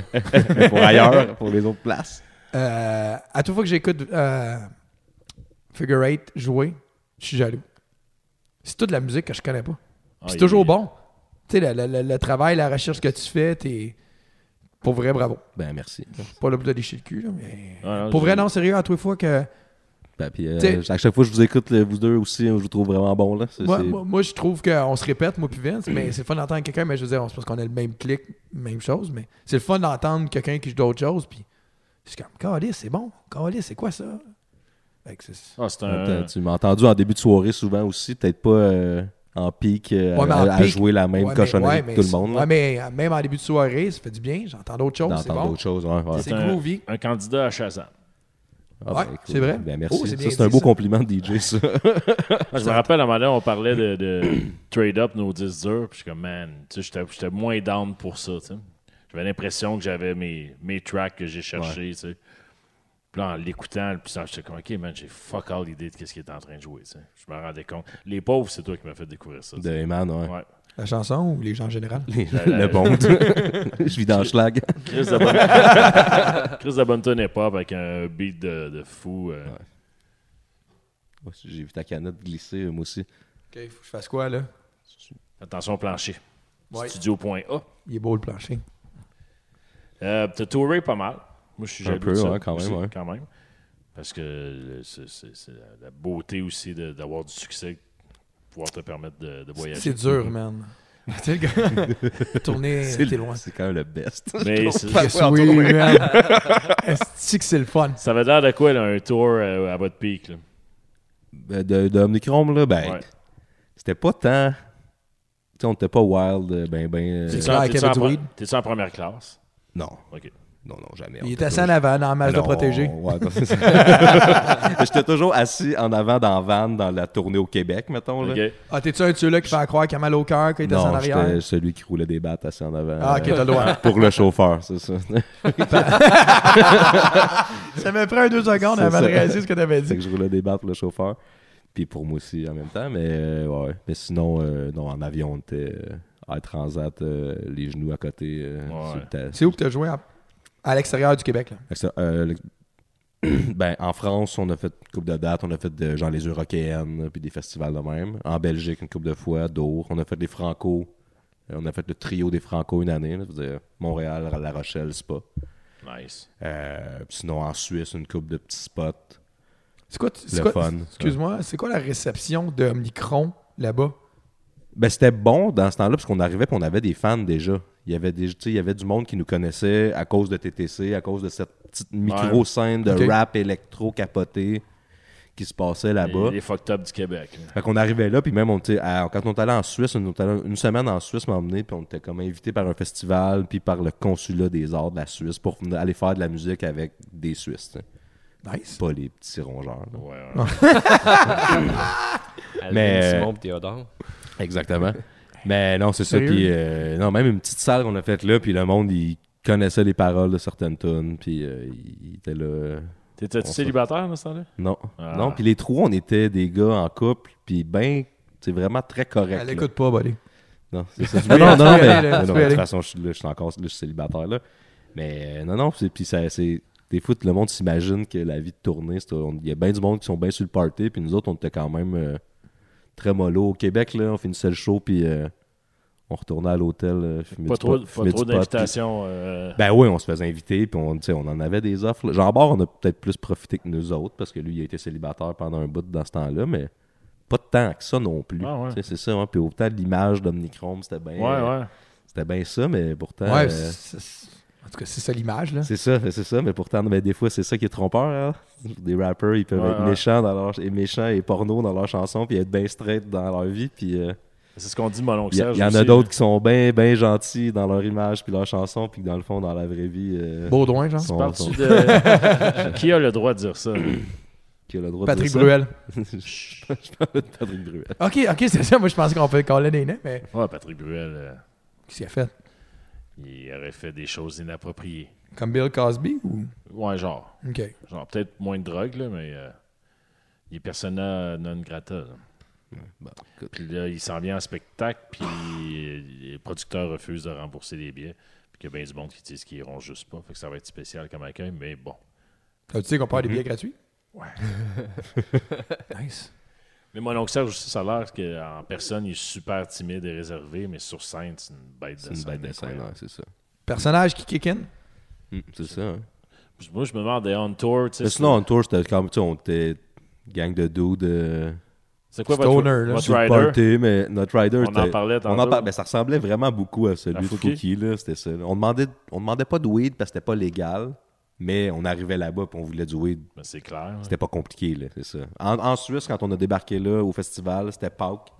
Speaker 3: Mais pour ailleurs, pour les autres places.
Speaker 2: Euh, à toute fois que j'écoute euh, Figure 8 jouer, je suis jaloux. C'est toute la musique que je connais pas. Puis
Speaker 1: Ah,
Speaker 2: c'est
Speaker 1: il-
Speaker 2: toujours bon. Tu sais, le, le- le- le travail, la recherche que tu fais, t'es. Pour vrai, bravo.
Speaker 3: Ben, merci.
Speaker 2: Je suis Pas là pour te lécher le cul, là, mais.
Speaker 1: Ah,
Speaker 2: Pour
Speaker 1: je-
Speaker 2: vrai, non, sérieux, à toute fois que.
Speaker 3: Ben, puis, euh,
Speaker 2: T'sais-
Speaker 3: à chaque fois que je vous écoute, là, vous deux aussi, je vous trouve vraiment bon. Là. C'est-
Speaker 2: Moi,
Speaker 3: c'est-
Speaker 2: moi, moi, je trouve qu'on se répète, moi puis Vince, mais c'est le fun d'entendre quelqu'un, mais je veux dire, on se pense qu'on a le même clic, même chose, mais c'est le fun d'entendre quelqu'un qui joue d'autres choses, puis c'est comme, Calis, c'est bon, Calis, c'est quoi ça? Fait que c'est-
Speaker 1: Ah, c'est
Speaker 3: En même temps,
Speaker 1: un.
Speaker 3: tu m'as entendu en début de soirée souvent aussi, peut-être pas euh, en pic euh,
Speaker 2: Ouais, mais
Speaker 3: à,
Speaker 2: en
Speaker 3: à
Speaker 2: pic-
Speaker 3: jouer la même
Speaker 2: Ouais, mais-
Speaker 3: cochonnerie
Speaker 2: ouais,
Speaker 3: que
Speaker 2: mais
Speaker 3: tout le
Speaker 2: c'est-
Speaker 3: monde. là,
Speaker 2: ouais, mais euh, même en début de soirée, ça fait du bien, j'entends d'autres choses, c'est
Speaker 3: d'entendre
Speaker 2: bon.
Speaker 3: d'autres choses. ouais, ouais.
Speaker 2: C'est
Speaker 1: un-
Speaker 2: groovy.
Speaker 1: Un candidat à Shazam.
Speaker 3: Ah,
Speaker 2: Ouais,
Speaker 3: ben, écoute,
Speaker 2: c'est vrai.
Speaker 3: ben, merci.
Speaker 2: Oh, c'est
Speaker 3: Ça,
Speaker 2: bien
Speaker 3: c'est un
Speaker 2: dit,
Speaker 3: beau
Speaker 2: ça.
Speaker 3: compliment de DJ, ça.
Speaker 1: Ah, je me rappelle, à un moment donné, on parlait de, de trade-up nos 10 durs. Puis je suis comme, man, tu sais, j'étais- j'étais moins down pour ça. tu sais. J'avais l'impression que j'avais mes, mes tracks que j'ai cherchés. tu sais. Puis là, en l'écoutant, le plus j'étais comme, OK, man, j'ai fuck all l'idée de ce qu'il est en train de jouer. tu sais. Je me rendais compte. Les pauvres, c'est toi qui m'as fait découvrir ça. tu
Speaker 3: de
Speaker 1: sais.
Speaker 3: Eman, ouais.
Speaker 1: Ouais.
Speaker 2: La chanson ou les gens en général?
Speaker 3: Le bon. je vis dans le schlag.
Speaker 1: Chris de bonne... Chris de bonne tonne est pop avec un beat de, de fou. euh.
Speaker 3: Ouais, J'ai vu ta canette glisser, euh, moi aussi.
Speaker 2: Ok, faut que je fasse quoi, là?
Speaker 1: Attention au plancher.
Speaker 2: Ouais.
Speaker 1: Studio.a.
Speaker 2: Il est beau le plancher.
Speaker 1: Euh, T'as touré pas mal. Moi, je suis
Speaker 3: Un
Speaker 1: jaloux
Speaker 3: peu,
Speaker 1: de ça
Speaker 3: ouais, quand
Speaker 1: aussi,
Speaker 3: même, ouais.
Speaker 1: quand même. Parce que le- c'est- c'est c'est la- la beauté aussi de- d'avoir du succès, pouvoir te permettre de, de voyager.
Speaker 2: C'est dur, man. Tu sais, le gars, tourner,
Speaker 3: C'est
Speaker 2: t'es
Speaker 3: le-
Speaker 2: loin.
Speaker 3: C'est quand même le best.
Speaker 1: Mais c'est-
Speaker 2: Yes, oui, man. Est-ce que c'est le fun?
Speaker 1: ça avait l'air de quoi, là, un tour euh, à votre pic? là?
Speaker 3: Ben, de, de Omnicron, là, ben,
Speaker 1: Ouais.
Speaker 3: c'était pas tant. Tu sais, on était pas wild, euh, ben, ben. euh,
Speaker 1: T'es-tu
Speaker 2: clair
Speaker 1: en-
Speaker 2: qu'il y
Speaker 1: t'es-tu en
Speaker 2: avait du
Speaker 1: pre-
Speaker 2: weed.
Speaker 1: T'es-tu en première classe?
Speaker 3: Non,
Speaker 1: OK.
Speaker 3: non, non, jamais.
Speaker 2: Il
Speaker 3: On
Speaker 2: est
Speaker 3: était
Speaker 2: assis en avant, dans la masse de
Speaker 3: Alors,
Speaker 2: protégé.
Speaker 3: on- ouais, c'est ça. J'étais toujours assis en avant dans la van dans la tournée au Québec, mettons. Là.
Speaker 1: OK.
Speaker 2: Ah, t'es-tu un de ceux-là qui fait croire qu'il a mal au cœur, qu'il est assis en
Speaker 3: Non,
Speaker 2: arrière?
Speaker 3: j'étais celui qui roulait des battes assis en avant.
Speaker 2: Ah, ok,
Speaker 3: euh,
Speaker 2: t'as le droit.
Speaker 3: Pour le chauffeur, c'est ça.
Speaker 2: Ça m'a pris un deux secondes
Speaker 3: C'est
Speaker 2: avant de
Speaker 3: ça.
Speaker 2: réaliser ce que t'avais dit.
Speaker 3: c'est que je roulais des battes pour le chauffeur. Puis pour moi aussi en même temps. Mais euh, ouais. Mais sinon, euh, non, en avion, on était euh, à transat, euh, les genoux à côté. euh,
Speaker 1: Ouais.
Speaker 3: sur le ta-
Speaker 2: C'est où que t'as joué à, à l'extérieur du Québec, là?
Speaker 3: Fait que ça, euh, le- ben, en France, on a fait une coupe de dates, on a fait de, genre les Eurockéennes, puis des festivals de même. En Belgique, une coupe de fois, Dour. On a fait les Franco. Euh, On a fait le trio des Franco une année, là, je veux dire, Montréal, La Rochelle, Spa.
Speaker 1: Nice.
Speaker 3: Euh, puis sinon, en Suisse, une coupe de petits spots.
Speaker 2: C'est quoi, c'est
Speaker 3: Le
Speaker 2: quoi-
Speaker 3: fun,
Speaker 2: Excuse-moi, c'est quoi la réception de Omnicron là-bas?
Speaker 3: Ben, c'était bon dans ce temps-là, parce qu'on arrivait puis on avait des fans déjà. Il y, avait des, tu sais, il y avait du monde qui nous connaissait à cause de TTC, à cause de cette petite micro-scène de
Speaker 2: Ok.
Speaker 3: rap électro capotée qui se passait là-bas.
Speaker 1: Les, les fucked up du Québec. là.
Speaker 3: Fait qu'on arrivait là, puis même, on, était à- quand on est allé en Suisse, on est allé une semaine en Suisse, m'a emmené, puis on était comme invité par un festival, puis par le consulat des arts de la Suisse pour venir- aller faire de la musique avec des Suisses. tu sais.
Speaker 2: Nice.
Speaker 3: Pas les petits rongeurs. là.
Speaker 1: Ouais, ouais.
Speaker 3: Mais,
Speaker 4: Alvin,
Speaker 3: euh,
Speaker 4: Simon pis Théodore.
Speaker 3: Exactement. Mais non, c'est ça.
Speaker 2: Sérieux?
Speaker 3: Puis, euh, non, même une petite salle qu'on a faite là, puis le monde, il connaissait les paroles de certaines tunes, puis euh, il il était là. euh,
Speaker 1: T'étais-tu
Speaker 3: On
Speaker 1: célibataire dans ce temps-là?
Speaker 3: Non.
Speaker 1: Ah.
Speaker 3: Non, puis les trois, on était des gars en couple, puis ben, c'est vraiment très correct.
Speaker 2: Elle
Speaker 3: là.
Speaker 2: écoute pas, buddy.
Speaker 3: Non, c'est ça.
Speaker 2: peux y
Speaker 3: Ah non, non,
Speaker 2: aller, tu peux
Speaker 3: non,
Speaker 2: y aller,
Speaker 3: mais,
Speaker 2: là,
Speaker 3: mais
Speaker 2: tu
Speaker 3: non,
Speaker 2: peux y
Speaker 3: de
Speaker 2: aller.
Speaker 3: toute façon, je suis, là, je suis encore là, je suis célibataire, là. Mais euh, non, non, c'est- puis ça, c'est... Des fois, tout le monde s'imagine que la vie de tournée, c'est- on- il y a bien du monde qui sont bien sur le party, puis nous autres, on était quand même euh, très mollo. Au Québec, là, on finissait le show, puis euh, on retournait à l'hôtel euh, fumer
Speaker 1: Pas
Speaker 3: du
Speaker 1: trop,
Speaker 3: pot,
Speaker 1: pas
Speaker 3: fumer
Speaker 1: trop
Speaker 3: du pot, puis-
Speaker 1: d'invitations. euh,
Speaker 3: ben oui, on se faisait inviter, puis on, tu sais, on en avait des offres. là. Jean-Bart, on a peut-être plus profité que nous autres, parce que lui, il a été célibataire pendant un bout dans ce temps-là, mais pas tant que ça non plus.
Speaker 1: Ah ouais.
Speaker 3: Tu sais, C'est ça, hein. puis autant l'image d'Omnicron, c'était bien
Speaker 1: Ouais, ouais.
Speaker 3: c'était bien ça, mais pourtant...
Speaker 2: ouais,
Speaker 3: euh,
Speaker 2: c'est- c'est- en tout cas, c'est ça l'image, là.
Speaker 3: c'est ça, c'est ça, mais pourtant, ben, des fois, c'est ça qui est trompeur. hein. Des rappers, ils peuvent
Speaker 1: Ouais,
Speaker 3: être
Speaker 1: ouais.
Speaker 3: méchants, dans leur, et méchants et porno dans leur chanson, puis être bien straight dans leur vie, puis... euh,
Speaker 1: C'est ce qu'on dit, mon oncle
Speaker 3: il y, a-
Speaker 1: Serge.
Speaker 3: il y en a
Speaker 1: aussi, euh,
Speaker 3: d'autres qui sont bien ben gentils dans leur image puis leur chanson, puis que dans le fond, dans la vraie vie, euh,
Speaker 2: Baudouin, genre.
Speaker 3: sont-
Speaker 1: Parles-tu
Speaker 3: sont-
Speaker 1: de- qui a le droit de dire ça?
Speaker 3: qui a le droit de
Speaker 2: Patrick
Speaker 3: dire ça.
Speaker 2: Bruel.
Speaker 3: je parle de Patrick Bruel.
Speaker 2: Ok, ok, c'est ça. Moi, je pensais qu'on peut coller des noms, mais
Speaker 1: Ouais, Patrick Bruel, euh,
Speaker 2: qu'est-ce qu'il a fait?
Speaker 1: il aurait fait des choses inappropriées.
Speaker 2: Comme Bill Cosby ou.
Speaker 1: Ouais, genre.
Speaker 2: Ok.
Speaker 1: Genre, peut-être moins de drogue, là, mais euh, il est persona non grata. là.
Speaker 3: bah,
Speaker 1: Puis là, il s'en vient en spectacle, puis les producteurs refusent de rembourser les billets. Puis qu'il y a bien du monde qui disent qu'ils iront juste pas. Fait que ça va être spécial comme accueil, mais bon.
Speaker 2: Ah, tu sais qu'on peut avoir
Speaker 3: Mm-hmm.
Speaker 2: des billets gratuits? Ouais. nice.
Speaker 1: Mais mon oncle Serge aussi, ça a l'air qu'en personne, il est super timide et réservé, mais sur scène, c'est une bête de
Speaker 3: C'est une
Speaker 1: scène Hmm,
Speaker 3: bête de scène,
Speaker 1: incroyable.
Speaker 3: ouais, c'est ça.
Speaker 2: Personnage qui kick in?
Speaker 3: Mm, C'est ça. hein.
Speaker 1: Puis Moi, je me demande des on tour, tu sais.
Speaker 3: Mais sinon, on tour, c'était comme, tu sais, on était Gang de dudes. euh,
Speaker 1: C'est quoi
Speaker 2: Stoner,
Speaker 1: votre,
Speaker 2: là.
Speaker 1: votre
Speaker 3: sur le
Speaker 1: rider?
Speaker 3: party, mais notre rider,
Speaker 1: On en
Speaker 3: était-
Speaker 1: parlait
Speaker 3: on en
Speaker 1: tantôt.
Speaker 3: par- ben, ça ressemblait vraiment beaucoup à celui
Speaker 1: À
Speaker 3: de
Speaker 1: Fouki.
Speaker 3: Fouki, là, c'était ça. On demandait, on demandait pas de weed parce que c'était pas légal, mais on arrivait là-bas et on voulait du weed.
Speaker 1: Ben, c'est clair.
Speaker 3: C'était pas compliqué, là, c'est ça. En, en Suisse, quand on a débarqué là au festival, c'était Pâques.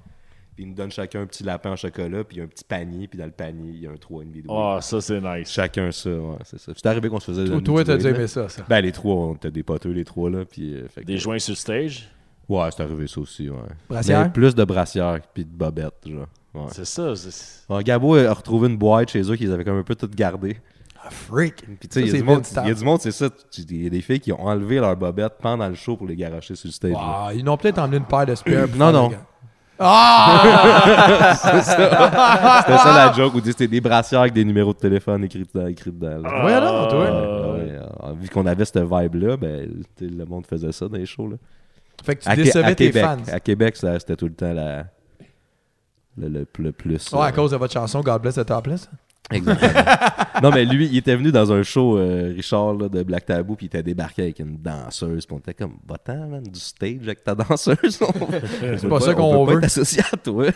Speaker 3: Puis ils nous donnent chacun un petit lapin en chocolat, puis un petit panier, puis dans le panier, il y a un 3,5 de weed.
Speaker 1: Ah, ça, c'est nice.
Speaker 3: Chacun ça, ouais, c'est ça. C'est arrivé qu'on se faisait.
Speaker 2: Toi,
Speaker 3: donner
Speaker 2: toi,
Speaker 3: du
Speaker 2: t'as
Speaker 3: weed,
Speaker 2: dû
Speaker 3: là.
Speaker 2: aimer ça, ça.
Speaker 3: Ben, les trois, on était des poteux, les trois, là. Puis, euh, fait que-
Speaker 1: Des joints sur le stage.
Speaker 3: Ouais, c'est arrivé ça aussi, ouais.
Speaker 2: Brassière?
Speaker 3: Mais plus de brassières puis de bobettes, genre. Ouais.
Speaker 1: C'est ça. c'est-
Speaker 3: Ouais, Gabo a retrouvé une boîte chez eux qu'ils avaient comme un peu toute gardée.
Speaker 2: Ah, freak.
Speaker 3: Puis tu
Speaker 2: Ça,
Speaker 3: sais, il y a
Speaker 2: c'est
Speaker 3: du monde-
Speaker 2: vintage.
Speaker 3: il y a du monde, c'est ça. tu- Il y a des filles qui ont enlevé leurs bobettes pendant le show pour les garocher sur le stage. là.
Speaker 2: Wow, ils n'ont peut-être emmené une paire de spares. pour faire
Speaker 3: Non, non.
Speaker 2: le gars. Ah!
Speaker 3: C'était ça la joke où dit c'était des brassières avec des numéros de téléphone écrits dedans. Écrits dedans là.
Speaker 1: Ah,
Speaker 2: Ouais, non,
Speaker 3: Ouais,
Speaker 2: toi.
Speaker 3: ouais, ah, ouais. Alors, vu qu'on avait cette vibe-là, ben, tu sais, le monde faisait ça dans les shows. Là.
Speaker 2: Fait que tu
Speaker 3: à, Qué- à
Speaker 2: décevais tes
Speaker 3: Québec,
Speaker 2: fans.
Speaker 3: à Québec, ça, c'était tout le temps la... le, le- le plus.
Speaker 2: Ouais,
Speaker 3: euh,
Speaker 2: à cause de votre chanson God Bless the Topless.
Speaker 3: Exactement. non, mais lui, il était venu dans un show, euh, Richard, là, de Black Tabou, puis il était débarqué avec une danseuse, puis on était comme, va-t'en, man, du stage avec ta danseuse.
Speaker 2: C'est
Speaker 3: c'est
Speaker 2: pas ça qu'on
Speaker 3: on peut
Speaker 2: veut.
Speaker 3: Pas être associé à toi.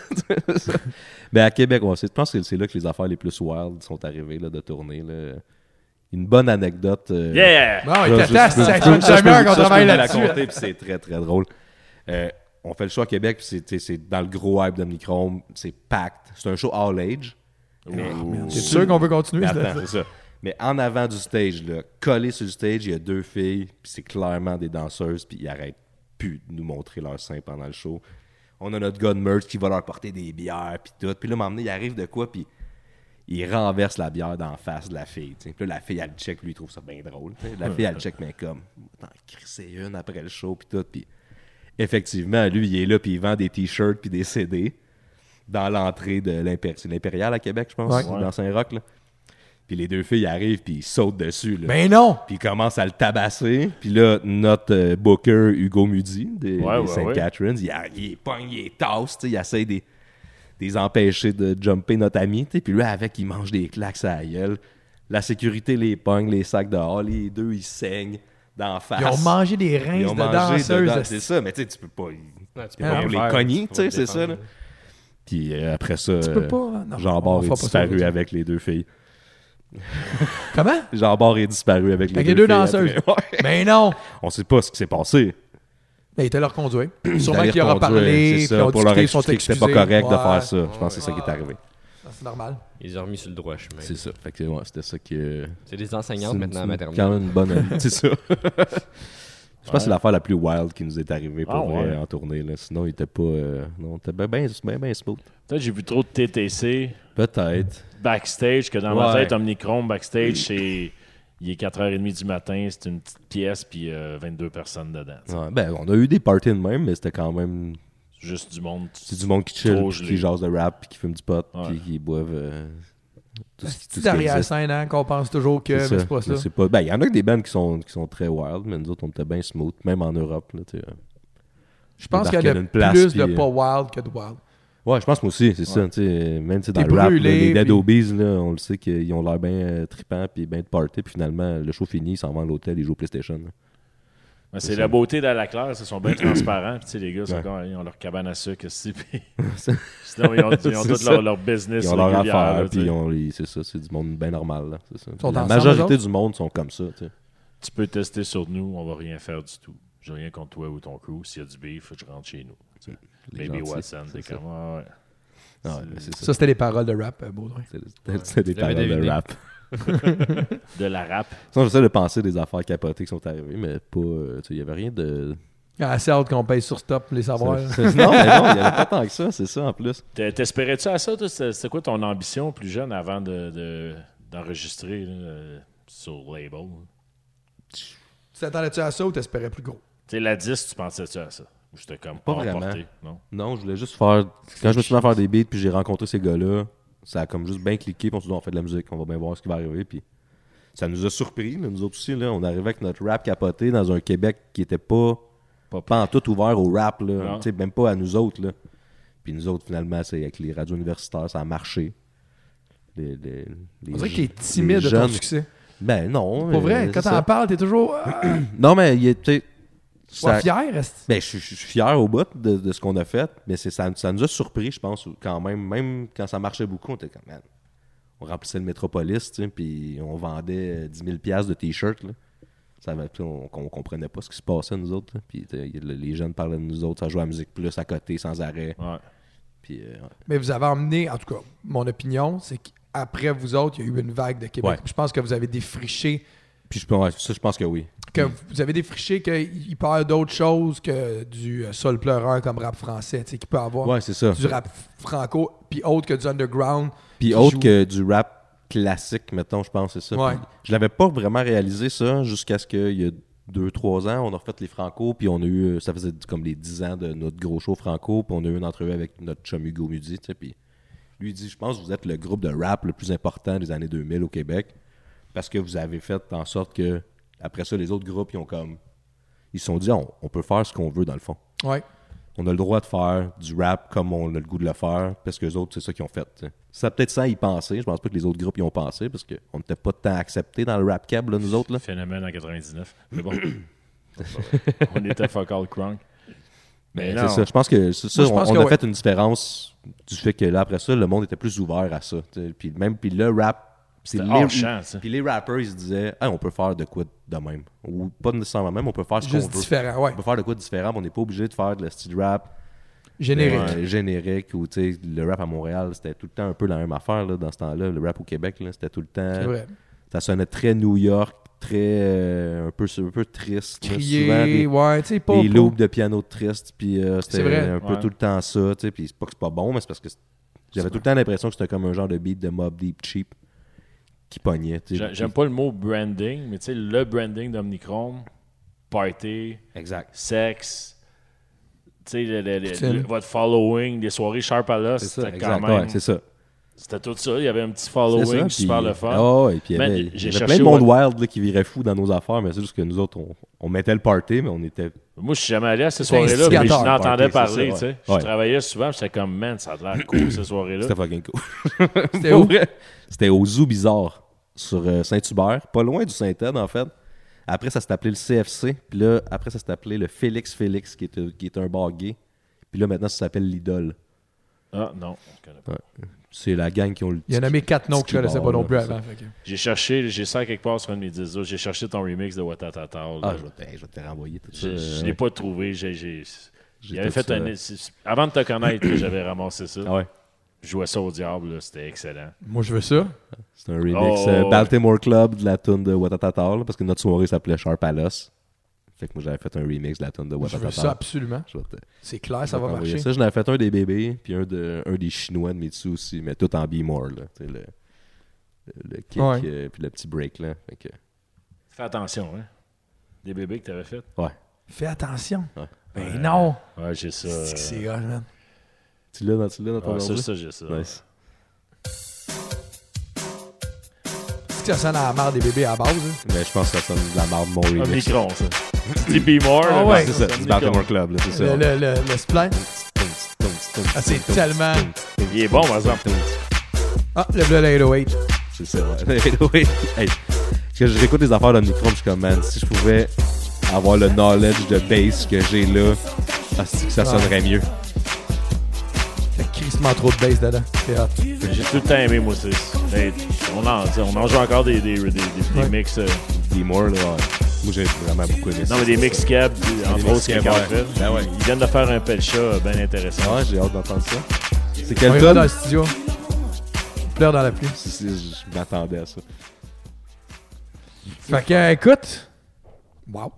Speaker 3: mais à Québec, ouais, c'est- je pense que c'est là que les affaires les plus wild sont arrivées, là, de tourner. là. Une bonne anecdote. euh,
Speaker 1: Yeah!
Speaker 2: Non, il
Speaker 3: Là, je-
Speaker 2: t'attache,
Speaker 3: je peux-
Speaker 2: ça
Speaker 3: je
Speaker 2: fait
Speaker 3: peux-
Speaker 2: une
Speaker 3: ça, je peux-
Speaker 2: demi-heure qu'on
Speaker 3: ça, je peux
Speaker 2: travaille
Speaker 3: vous la
Speaker 2: là-dessus.
Speaker 3: raconter, puis c'est très, très drôle. Euh, on fait le show à Québec, puis c'est- c'est- c'est dans le gros hype d'Omnicron. C'est packed. C'est un show all age.
Speaker 2: C'est sûr qu'on veut continuer.
Speaker 3: Mais
Speaker 2: c'est-
Speaker 3: attends, c'est ça. Mais en avant du stage, là, collé sur le stage, il y a deux filles, puis c'est clairement des danseuses, puis ils arrêtent plus de nous montrer leur sein pendant le show. On a notre gars de merch qui va leur porter des bières, puis tout. Puis là, m'emmener, il arrive de quoi, puis il renverse la bière d'en face de la fille. tu sais. Puis là, la fille, elle le check, lui, il trouve ça bien drôle. tu sais. La fille, elle le check, mais comme, t'en crisser une après le show, puis tout. Puis effectivement, lui, il est là, puis il vend des t-shirts, puis des CD dans l'entrée de l'Impé- c'est l'Impérial à Québec, je pense,
Speaker 2: Ouais.
Speaker 3: dans Saint-Roch. là. Puis les deux filles arrivent, puis ils sautent dessus. Là.
Speaker 2: Ben non!
Speaker 3: Puis ils commencent à le tabasser. Puis là, notre euh, booker Hugo Mudi des,
Speaker 1: Ouais,
Speaker 3: des
Speaker 1: ouais,
Speaker 3: St.
Speaker 1: ouais.
Speaker 3: Catharines, il, a- il est pogne, il est tasse, tu sais, il essaie des des empêcher de jumper notre ami. tu sais. Puis lui, avec, il mange des claques à la gueule. La sécurité les pogne, les sacs dehors, les deux, ils saignent d'en face.
Speaker 2: Ils ont mangé des reins
Speaker 3: Ils
Speaker 2: de
Speaker 3: ont mangé de dan-
Speaker 2: danseuses.
Speaker 3: C'est ça, mais tu sais, tu peux pas...
Speaker 5: Ouais, tu
Speaker 3: Tu
Speaker 5: peux
Speaker 3: peux
Speaker 2: Ah,
Speaker 3: pas
Speaker 5: rien
Speaker 3: les
Speaker 5: faire,
Speaker 3: cogner,
Speaker 5: tu
Speaker 3: tu
Speaker 5: peux
Speaker 3: sais,
Speaker 5: pas
Speaker 3: c'est
Speaker 5: les
Speaker 3: ça.
Speaker 5: défendre.
Speaker 3: là. Puis euh, après ça,
Speaker 2: Tu
Speaker 3: euh,
Speaker 2: peux pas. non,
Speaker 3: Jean
Speaker 2: on
Speaker 3: Bart est
Speaker 2: fera pas ça.
Speaker 3: disparu avec les deux filles.
Speaker 2: Comment?
Speaker 3: Jean Bart est disparu avec les
Speaker 2: Avec
Speaker 3: deux,
Speaker 2: les deux
Speaker 3: filles
Speaker 2: danseuses.
Speaker 3: après. Ouais.
Speaker 2: Ben non!
Speaker 3: On sait pas ce qui s'est passé.
Speaker 2: Ben, il était leur conduit.
Speaker 3: Ils
Speaker 2: Sûrement
Speaker 3: allaient
Speaker 2: qu'il aura
Speaker 3: reconduire,
Speaker 2: parlé.
Speaker 3: c'est ça,
Speaker 2: puis ils ont
Speaker 3: pour leur
Speaker 2: discuté, ils sont
Speaker 3: expliquer que c'était pas
Speaker 2: excusés.
Speaker 3: correct de
Speaker 2: Ouais.
Speaker 3: faire ça. Je pense que c'est ça qui est arrivé.
Speaker 2: C'est normal.
Speaker 5: Ils ont remis sur le droit chemin.
Speaker 3: C'est ça. Fait que ouais, c'était ça qui. euh,
Speaker 5: C'est des
Speaker 3: c'est
Speaker 5: enseignantes
Speaker 3: une-
Speaker 5: maintenant à
Speaker 3: c'est une-
Speaker 5: maternelle.
Speaker 3: Quand même une bonne. c'est ça. Je pense que c'est l'affaire la plus wild qui nous est arrivée pour
Speaker 1: Ah,
Speaker 3: vrai
Speaker 1: ouais.
Speaker 3: en tournée. là. Sinon, il était pas. euh, non, il était bien ben, ben, ben smooth.
Speaker 1: Peut-être j'ai vu trop de TTC
Speaker 3: Peut-être.
Speaker 1: backstage, que dans ma
Speaker 3: Ouais.
Speaker 1: tête, Omnicron backstage, c'est... Il est 4h30 du matin, c'est une petite pièce, puis euh, 22 personnes dedans. tu sais.
Speaker 3: Ouais, ben, on a eu des parties de même, mais c'était quand même
Speaker 1: Juste du monde. tu-
Speaker 3: C'est du monde qui chill,
Speaker 1: Trop
Speaker 3: puis
Speaker 1: gelé.
Speaker 3: qui jase de rap, puis qui fume du pot,
Speaker 1: Ouais.
Speaker 3: puis qui boivent euh, tout
Speaker 2: Ah,
Speaker 3: ce qui tout
Speaker 2: C'est
Speaker 3: ce qui
Speaker 2: derrière
Speaker 3: existe.
Speaker 2: scène, hein, qu'on pense toujours que. Mais c'est pas ça.
Speaker 3: Mais c'est pas- Ben, il y en a que des bands qui sont, qui sont très wild, mais nous autres, on était bien smooth, même en Europe. Là, tu sais, euh.
Speaker 2: Je pense qu'il y a
Speaker 3: débarquer
Speaker 2: de
Speaker 3: d'une place,
Speaker 2: plus de
Speaker 3: puis, euh,
Speaker 2: pas wild que de wild.
Speaker 3: Ouais, je pense moi aussi, c'est ça. tu sais, Même tu sais, dans
Speaker 2: T'es
Speaker 3: le rap, là,
Speaker 2: brûlé,
Speaker 3: les Dead
Speaker 2: puis-
Speaker 3: Obies, là, on le sait qu'ils ont l'air bien euh, trippants, puis bien de party, puis finalement, le show fini, ils s'en vont à l'hôtel, ils jouent au PlayStation. là.
Speaker 1: Mais c'est la beauté d'à la classe, ils sont bien transparents. Puis, tu sais, les gars, c'est
Speaker 3: Ouais.
Speaker 1: comme, ils ont leur cabane à sucre, aussi, puis- Sinon, ils ont, ils ont
Speaker 3: C'est
Speaker 1: tout
Speaker 3: ça.
Speaker 1: leur, leur business.
Speaker 3: Ils ont leur
Speaker 1: régulière,
Speaker 3: affaire,
Speaker 1: là, tu
Speaker 3: puis
Speaker 1: sais.
Speaker 3: ils ont- ils- c'est ça, c'est du monde bien normal. Là, c'est ça.
Speaker 2: sont
Speaker 3: La
Speaker 2: ensemble, eux
Speaker 3: majorité du monde sont comme ça. tu sais.
Speaker 1: Tu peux tester sur nous, on va rien faire du tout. J'ai rien contre toi ou ton crew. S'il y a du beef, faut que je rentre chez nous. tu sais.
Speaker 3: Les
Speaker 1: Baby
Speaker 3: gentils,
Speaker 1: Watson, t'es
Speaker 3: c'est
Speaker 1: comme, ah ouais.
Speaker 3: Ah ouais, c'est ça.
Speaker 2: Ça, c'était les paroles de rap, euh, Baudouin.
Speaker 3: C'est- c'est- C'est des
Speaker 5: Je l'avais
Speaker 3: paroles de
Speaker 5: deviné.
Speaker 3: rap.
Speaker 1: De la rap.
Speaker 3: Sinon, j'essaie de penser des affaires capotées qui sont arrivées, mais pas. euh, tu sais, Il n'y avait rien de.
Speaker 2: Ah, Assez hâte qu'on paye sur stop pour les savoir. là.
Speaker 3: non, mais non, il n'y avait pas tant que ça, c'est ça en plus.
Speaker 1: T'es- T'espérais-tu à ça, toi? C'est c'est quoi ton ambition plus jeune avant de- de- d'enregistrer là, euh, sur label?
Speaker 2: Tu t'attendais-tu à ça ou t'espérais plus gros?
Speaker 1: Tu sais, la 10, tu pensais-tu à ça? Ou j'étais comme,
Speaker 3: Pas
Speaker 1: hors
Speaker 3: vraiment.
Speaker 1: portée, non?
Speaker 3: Non, je voulais juste faire. Quand je me suis mis à faire des beats, puis j'ai rencontré ces gars-là, ça a comme juste bien cliqué, puis on s'est dit, on fait de la musique, on va bien voir ce qui va arriver, puis. Ça nous a surpris, là, nous autres aussi. Là, on arrivait avec notre rap capoté dans un Québec qui était pas, pas, en tout ouvert au rap, là,
Speaker 1: Non.
Speaker 3: Tu sais, même pas à nous autres. Là. Puis nous autres, finalement, c'est avec les radios universitaires, ça a marché. Les, les, les
Speaker 2: On dirait que
Speaker 3: je-
Speaker 2: t'es timide
Speaker 3: les
Speaker 2: de ton
Speaker 3: jeunes-
Speaker 2: succès.
Speaker 3: Ben non.
Speaker 2: Pour
Speaker 3: mais
Speaker 2: vrai,
Speaker 3: c'est
Speaker 2: quand
Speaker 3: ça.
Speaker 2: t'en parles, t'es toujours. ah,
Speaker 3: Non, mais il est- tu sais,
Speaker 2: Sois
Speaker 3: Ça-
Speaker 2: fier, reste.
Speaker 3: Ben, je, suis- je suis fier au bout de, de ce qu'on a fait, mais c'est, ça, ça nous a surpris, je pense, quand même. Même quand ça marchait beaucoup, on était comme, man, on remplissait le métropolis, tu sais, puis on vendait euh, 10 000 piastres de t-shirts. là. Ça avait- puis on, on comprenait pas ce qui se passait, nous autres. là. Puis tu sais, le- les jeunes parlaient de nous autres, ça jouait à la musique plus à côté, sans arrêt.
Speaker 1: Ah Ouais.
Speaker 3: Puis, euh, ouais.
Speaker 2: Mais vous avez emmené, en tout cas, mon opinion, c'est qu'après vous autres, il y a eu une vague de Québec.
Speaker 3: Ouais.
Speaker 2: Je pense que vous avez défriché,
Speaker 3: puis je, peux- ouais, ça, je pense que oui.
Speaker 2: que vous avez défriché qu'il peut y avoir d'autres choses que du euh, sol pleurant comme rap français, tu sais, qu'il peut avoir
Speaker 3: Ouais, c'est ça.
Speaker 2: du rap franco, puis autre que du underground.
Speaker 3: Puis
Speaker 2: qui
Speaker 3: autre
Speaker 2: joue-
Speaker 3: que du rap classique, mettons, je pense, c'est ça.
Speaker 2: Ouais.
Speaker 3: Puis Je l'avais pas vraiment réalisé, ça, jusqu'à ce qu'il y a 2-3 ans, on a refait les Franco, puis on a eu, ça faisait comme les 10 ans de notre gros show Franco, puis on a eu une entrevue avec notre chum Hugo Mudi, tu sais, puis lui il dit, je pense que vous êtes le groupe de rap le plus important des années 2000 au Québec, parce que vous avez fait en sorte que, après ça, les autres groupes, ils ont comme, ils se sont dit, on, on peut faire ce qu'on veut, dans le fond.
Speaker 2: Ouais.
Speaker 3: On a le droit de faire du rap comme on a le goût de le faire, parce que les autres, c'est ça qu'ils ont fait. t'sais. Ça peut-être sans y penser. Je pense pas que les autres groupes y ont pensé, parce qu'on n'était pas tant acceptés dans le rap cab, là, nous autres. Là.
Speaker 1: Phénomène en 99. Mais bon. on était fuck all crunk. Mais
Speaker 3: C'est
Speaker 1: non.
Speaker 3: ça. Je pense que c'est ça.
Speaker 2: Moi, je
Speaker 3: on
Speaker 2: pense
Speaker 3: on
Speaker 2: que
Speaker 3: a
Speaker 2: ouais.
Speaker 3: fait une différence du fait que là, après ça, le monde était plus ouvert à ça. t'sais. Puis même puis le rap, c'est
Speaker 1: C'était
Speaker 3: les,
Speaker 1: hors champ, ça.
Speaker 3: puis les rappers, ils se disaient, Hey, on peut faire de quoi de même. Ou pas nécessairement même, on peut faire ce qu'on
Speaker 2: Juste
Speaker 3: veut.
Speaker 2: différent, ouais.
Speaker 3: On peut faire de quoi de différent, mais on n'est pas obligé de faire de la style rap.
Speaker 2: Générique.
Speaker 3: Ouais, générique ou tu sais, le rap à Montréal, c'était tout le temps un peu la même affaire là, dans ce temps-là. Le rap au Québec, là, c'était tout le
Speaker 2: C'est
Speaker 3: temps.
Speaker 2: vrai.
Speaker 3: Ça sonnait très New York, très euh, un peu un peu triste. là, souvent,
Speaker 2: Crier,
Speaker 3: des,
Speaker 2: ouais, tu sais, pas.
Speaker 3: des
Speaker 2: pas-
Speaker 3: loops de piano triste, puis euh,
Speaker 2: C'est
Speaker 3: c'était
Speaker 2: vrai.
Speaker 3: un peu
Speaker 1: Ouais.
Speaker 3: tout le temps ça. tu sais, Puis c'est pas que c'est pas bon, mais c'est parce que c'est- j'avais tout le temps l'impression que c'était comme un genre de beat de Mob Deep Cheap qui pognait. tu sais.
Speaker 1: J'a- J'aime pas le mot branding, mais tu sais, le branding d'Omnicron, party,
Speaker 3: Exact.
Speaker 1: sexe, tu sais, le- le- le-
Speaker 2: Poutine.
Speaker 1: le- votre following, les soirées Sharp à l'os,
Speaker 3: C'est ça,
Speaker 1: c'était
Speaker 3: exact.
Speaker 1: quand même.
Speaker 3: ouais, c'est ça.
Speaker 1: c'était tout ça. Il y avait un petit
Speaker 3: C'est
Speaker 1: following
Speaker 3: ça,
Speaker 1: super
Speaker 3: puis-
Speaker 1: le fun.
Speaker 3: Ah ouais, puis il y
Speaker 1: Man,
Speaker 3: avait, il y
Speaker 1: j'ai
Speaker 3: avait
Speaker 1: cherché
Speaker 3: plein de monde
Speaker 1: au-
Speaker 3: wild là, qui virait fou dans nos affaires, mais c'est juste que nous autres, on, on mettait le party, mais on était
Speaker 1: Moi, je suis jamais allé à ces
Speaker 2: C'est
Speaker 1: soirées-là, mais je
Speaker 2: instigateur,
Speaker 1: n'entendais
Speaker 3: party, c'est
Speaker 1: parler.
Speaker 3: ça,
Speaker 1: tu
Speaker 3: ouais.
Speaker 1: sais. Je
Speaker 3: Ouais.
Speaker 1: travaillais souvent, j'étais comme, man, ça a l'air cool ces soirées-là.
Speaker 3: C'était fucking cool.
Speaker 2: C'était
Speaker 3: Pour
Speaker 2: où?
Speaker 3: vrai, C'était au Zoo Bizarre, sur euh, Saint-Hubert, pas loin du Saint-Ed, en fait. Après, ça s'est appelé le CFC. Puis là, après, ça s'est appelé le Félix Félix, qui est, euh, qui est un bar gay. Puis là, maintenant, ça s'appelle l'Idole.
Speaker 1: Ah non, je connais pas.
Speaker 3: C'est la gang qui ont le
Speaker 2: Il y en a mis quatre noms que je
Speaker 3: Petit
Speaker 2: connaissais
Speaker 3: bar,
Speaker 2: pas non
Speaker 3: là,
Speaker 2: plus
Speaker 3: c'est ça.
Speaker 2: avant. fait que-
Speaker 1: J'ai cherché, j'ai ça quelque part sur un de mes disques, j'ai cherché ton remix de Watatata.
Speaker 3: Ah, je vais te, je vais te renvoyer tout ça.
Speaker 1: Je, je
Speaker 3: euh,
Speaker 1: l'ai pas trouvé. J'ai, j'ai-
Speaker 3: J'ai
Speaker 1: j'avais
Speaker 3: tout
Speaker 1: fait
Speaker 3: ça.
Speaker 1: un. c'est- c'est- Avant de te connaître, là, j'avais ramassé ça.
Speaker 3: Ah ouais.
Speaker 1: Je jouais ça au diable, là, c'était excellent.
Speaker 2: Moi, je veux ça.
Speaker 3: C'est un remix
Speaker 1: Oh,
Speaker 3: euh,
Speaker 1: ouais.
Speaker 3: Baltimore Club de la tune de Watatata, parce que notre soirée s'appelait Sharp Palace. Fait que moi, j'avais fait un remix de la tune de
Speaker 2: Je veux ça
Speaker 3: Watatata.
Speaker 2: absolument.
Speaker 3: Je vais te-
Speaker 2: C'est clair, ça va
Speaker 3: Je vais t'envoyer
Speaker 2: marcher.
Speaker 3: Ça, j'en avais fait un des bébés, puis un, de, un des chinois de Mitsu aussi, mais tout en B-more, là. Tu sais, le, le kick,
Speaker 2: Ouais.
Speaker 3: euh, puis le petit break, là. Fait que,
Speaker 1: Fais attention, hein. Des bébés que t'avais fait.
Speaker 3: ouais.
Speaker 2: Fais attention.
Speaker 3: Ouais.
Speaker 2: Ben non.
Speaker 1: Ouais, j'ai ça. euh,
Speaker 2: C'est que c'est hot, man.
Speaker 3: Tu l'as dans, tu l'as dans ton
Speaker 1: Ouais, ça,
Speaker 3: ordi?
Speaker 1: ça, j'ai ça.
Speaker 3: Nice.
Speaker 2: C'est que ça sonne à la merde des bébés à la base. hein.
Speaker 3: Mais je pense que ça sonne de la marde, mon remix.
Speaker 1: Un micron, ça. Petit Be More.
Speaker 2: Ah
Speaker 1: là, parce
Speaker 2: ouais.
Speaker 3: C'est
Speaker 1: que
Speaker 3: ça,
Speaker 1: un
Speaker 3: c'est
Speaker 1: micron.
Speaker 3: Baltimore Club, là, c'est ça.
Speaker 2: Le, le, le, le spleen. Ah, c'est tellement-
Speaker 1: Il est bon, par exemple.
Speaker 2: Ah, le bleu, le 808.
Speaker 3: C'est ça, ouais. Oui. Hey, Parce que je réécoute les affaires d'Omnicron, je suis comme, man, si je pouvais avoir le knowledge de bass que j'ai là, ah, c'est que ça sonnerait mieux.
Speaker 2: Fait crissement trop de bass dedans. C'est hot.
Speaker 1: J'ai tout le temps aimé, moi, ça. Mais on en, tu sais, on en joue encore des, des, des, des- des
Speaker 2: Ouais.
Speaker 1: mix. euh,
Speaker 3: B-more, là, ouais. moi, j'ai vraiment beaucoup aimé ça.
Speaker 1: non, mais des mix cab, entre autres,
Speaker 3: mix
Speaker 1: qu'ils
Speaker 3: cab,
Speaker 1: ont
Speaker 3: ouais.
Speaker 1: fait.
Speaker 3: Ben ouais.
Speaker 1: Ils viennent de faire un pelcha bien intéressant.
Speaker 3: Ouais, j'ai hâte d'entendre ça. C'est
Speaker 2: On
Speaker 3: quel
Speaker 2: est dans
Speaker 3: tonne?
Speaker 2: le studio. Pleure dans la pluie.
Speaker 3: Si, si, Je m'attendais à ça.
Speaker 2: Fait que, euh, écoute. Wow.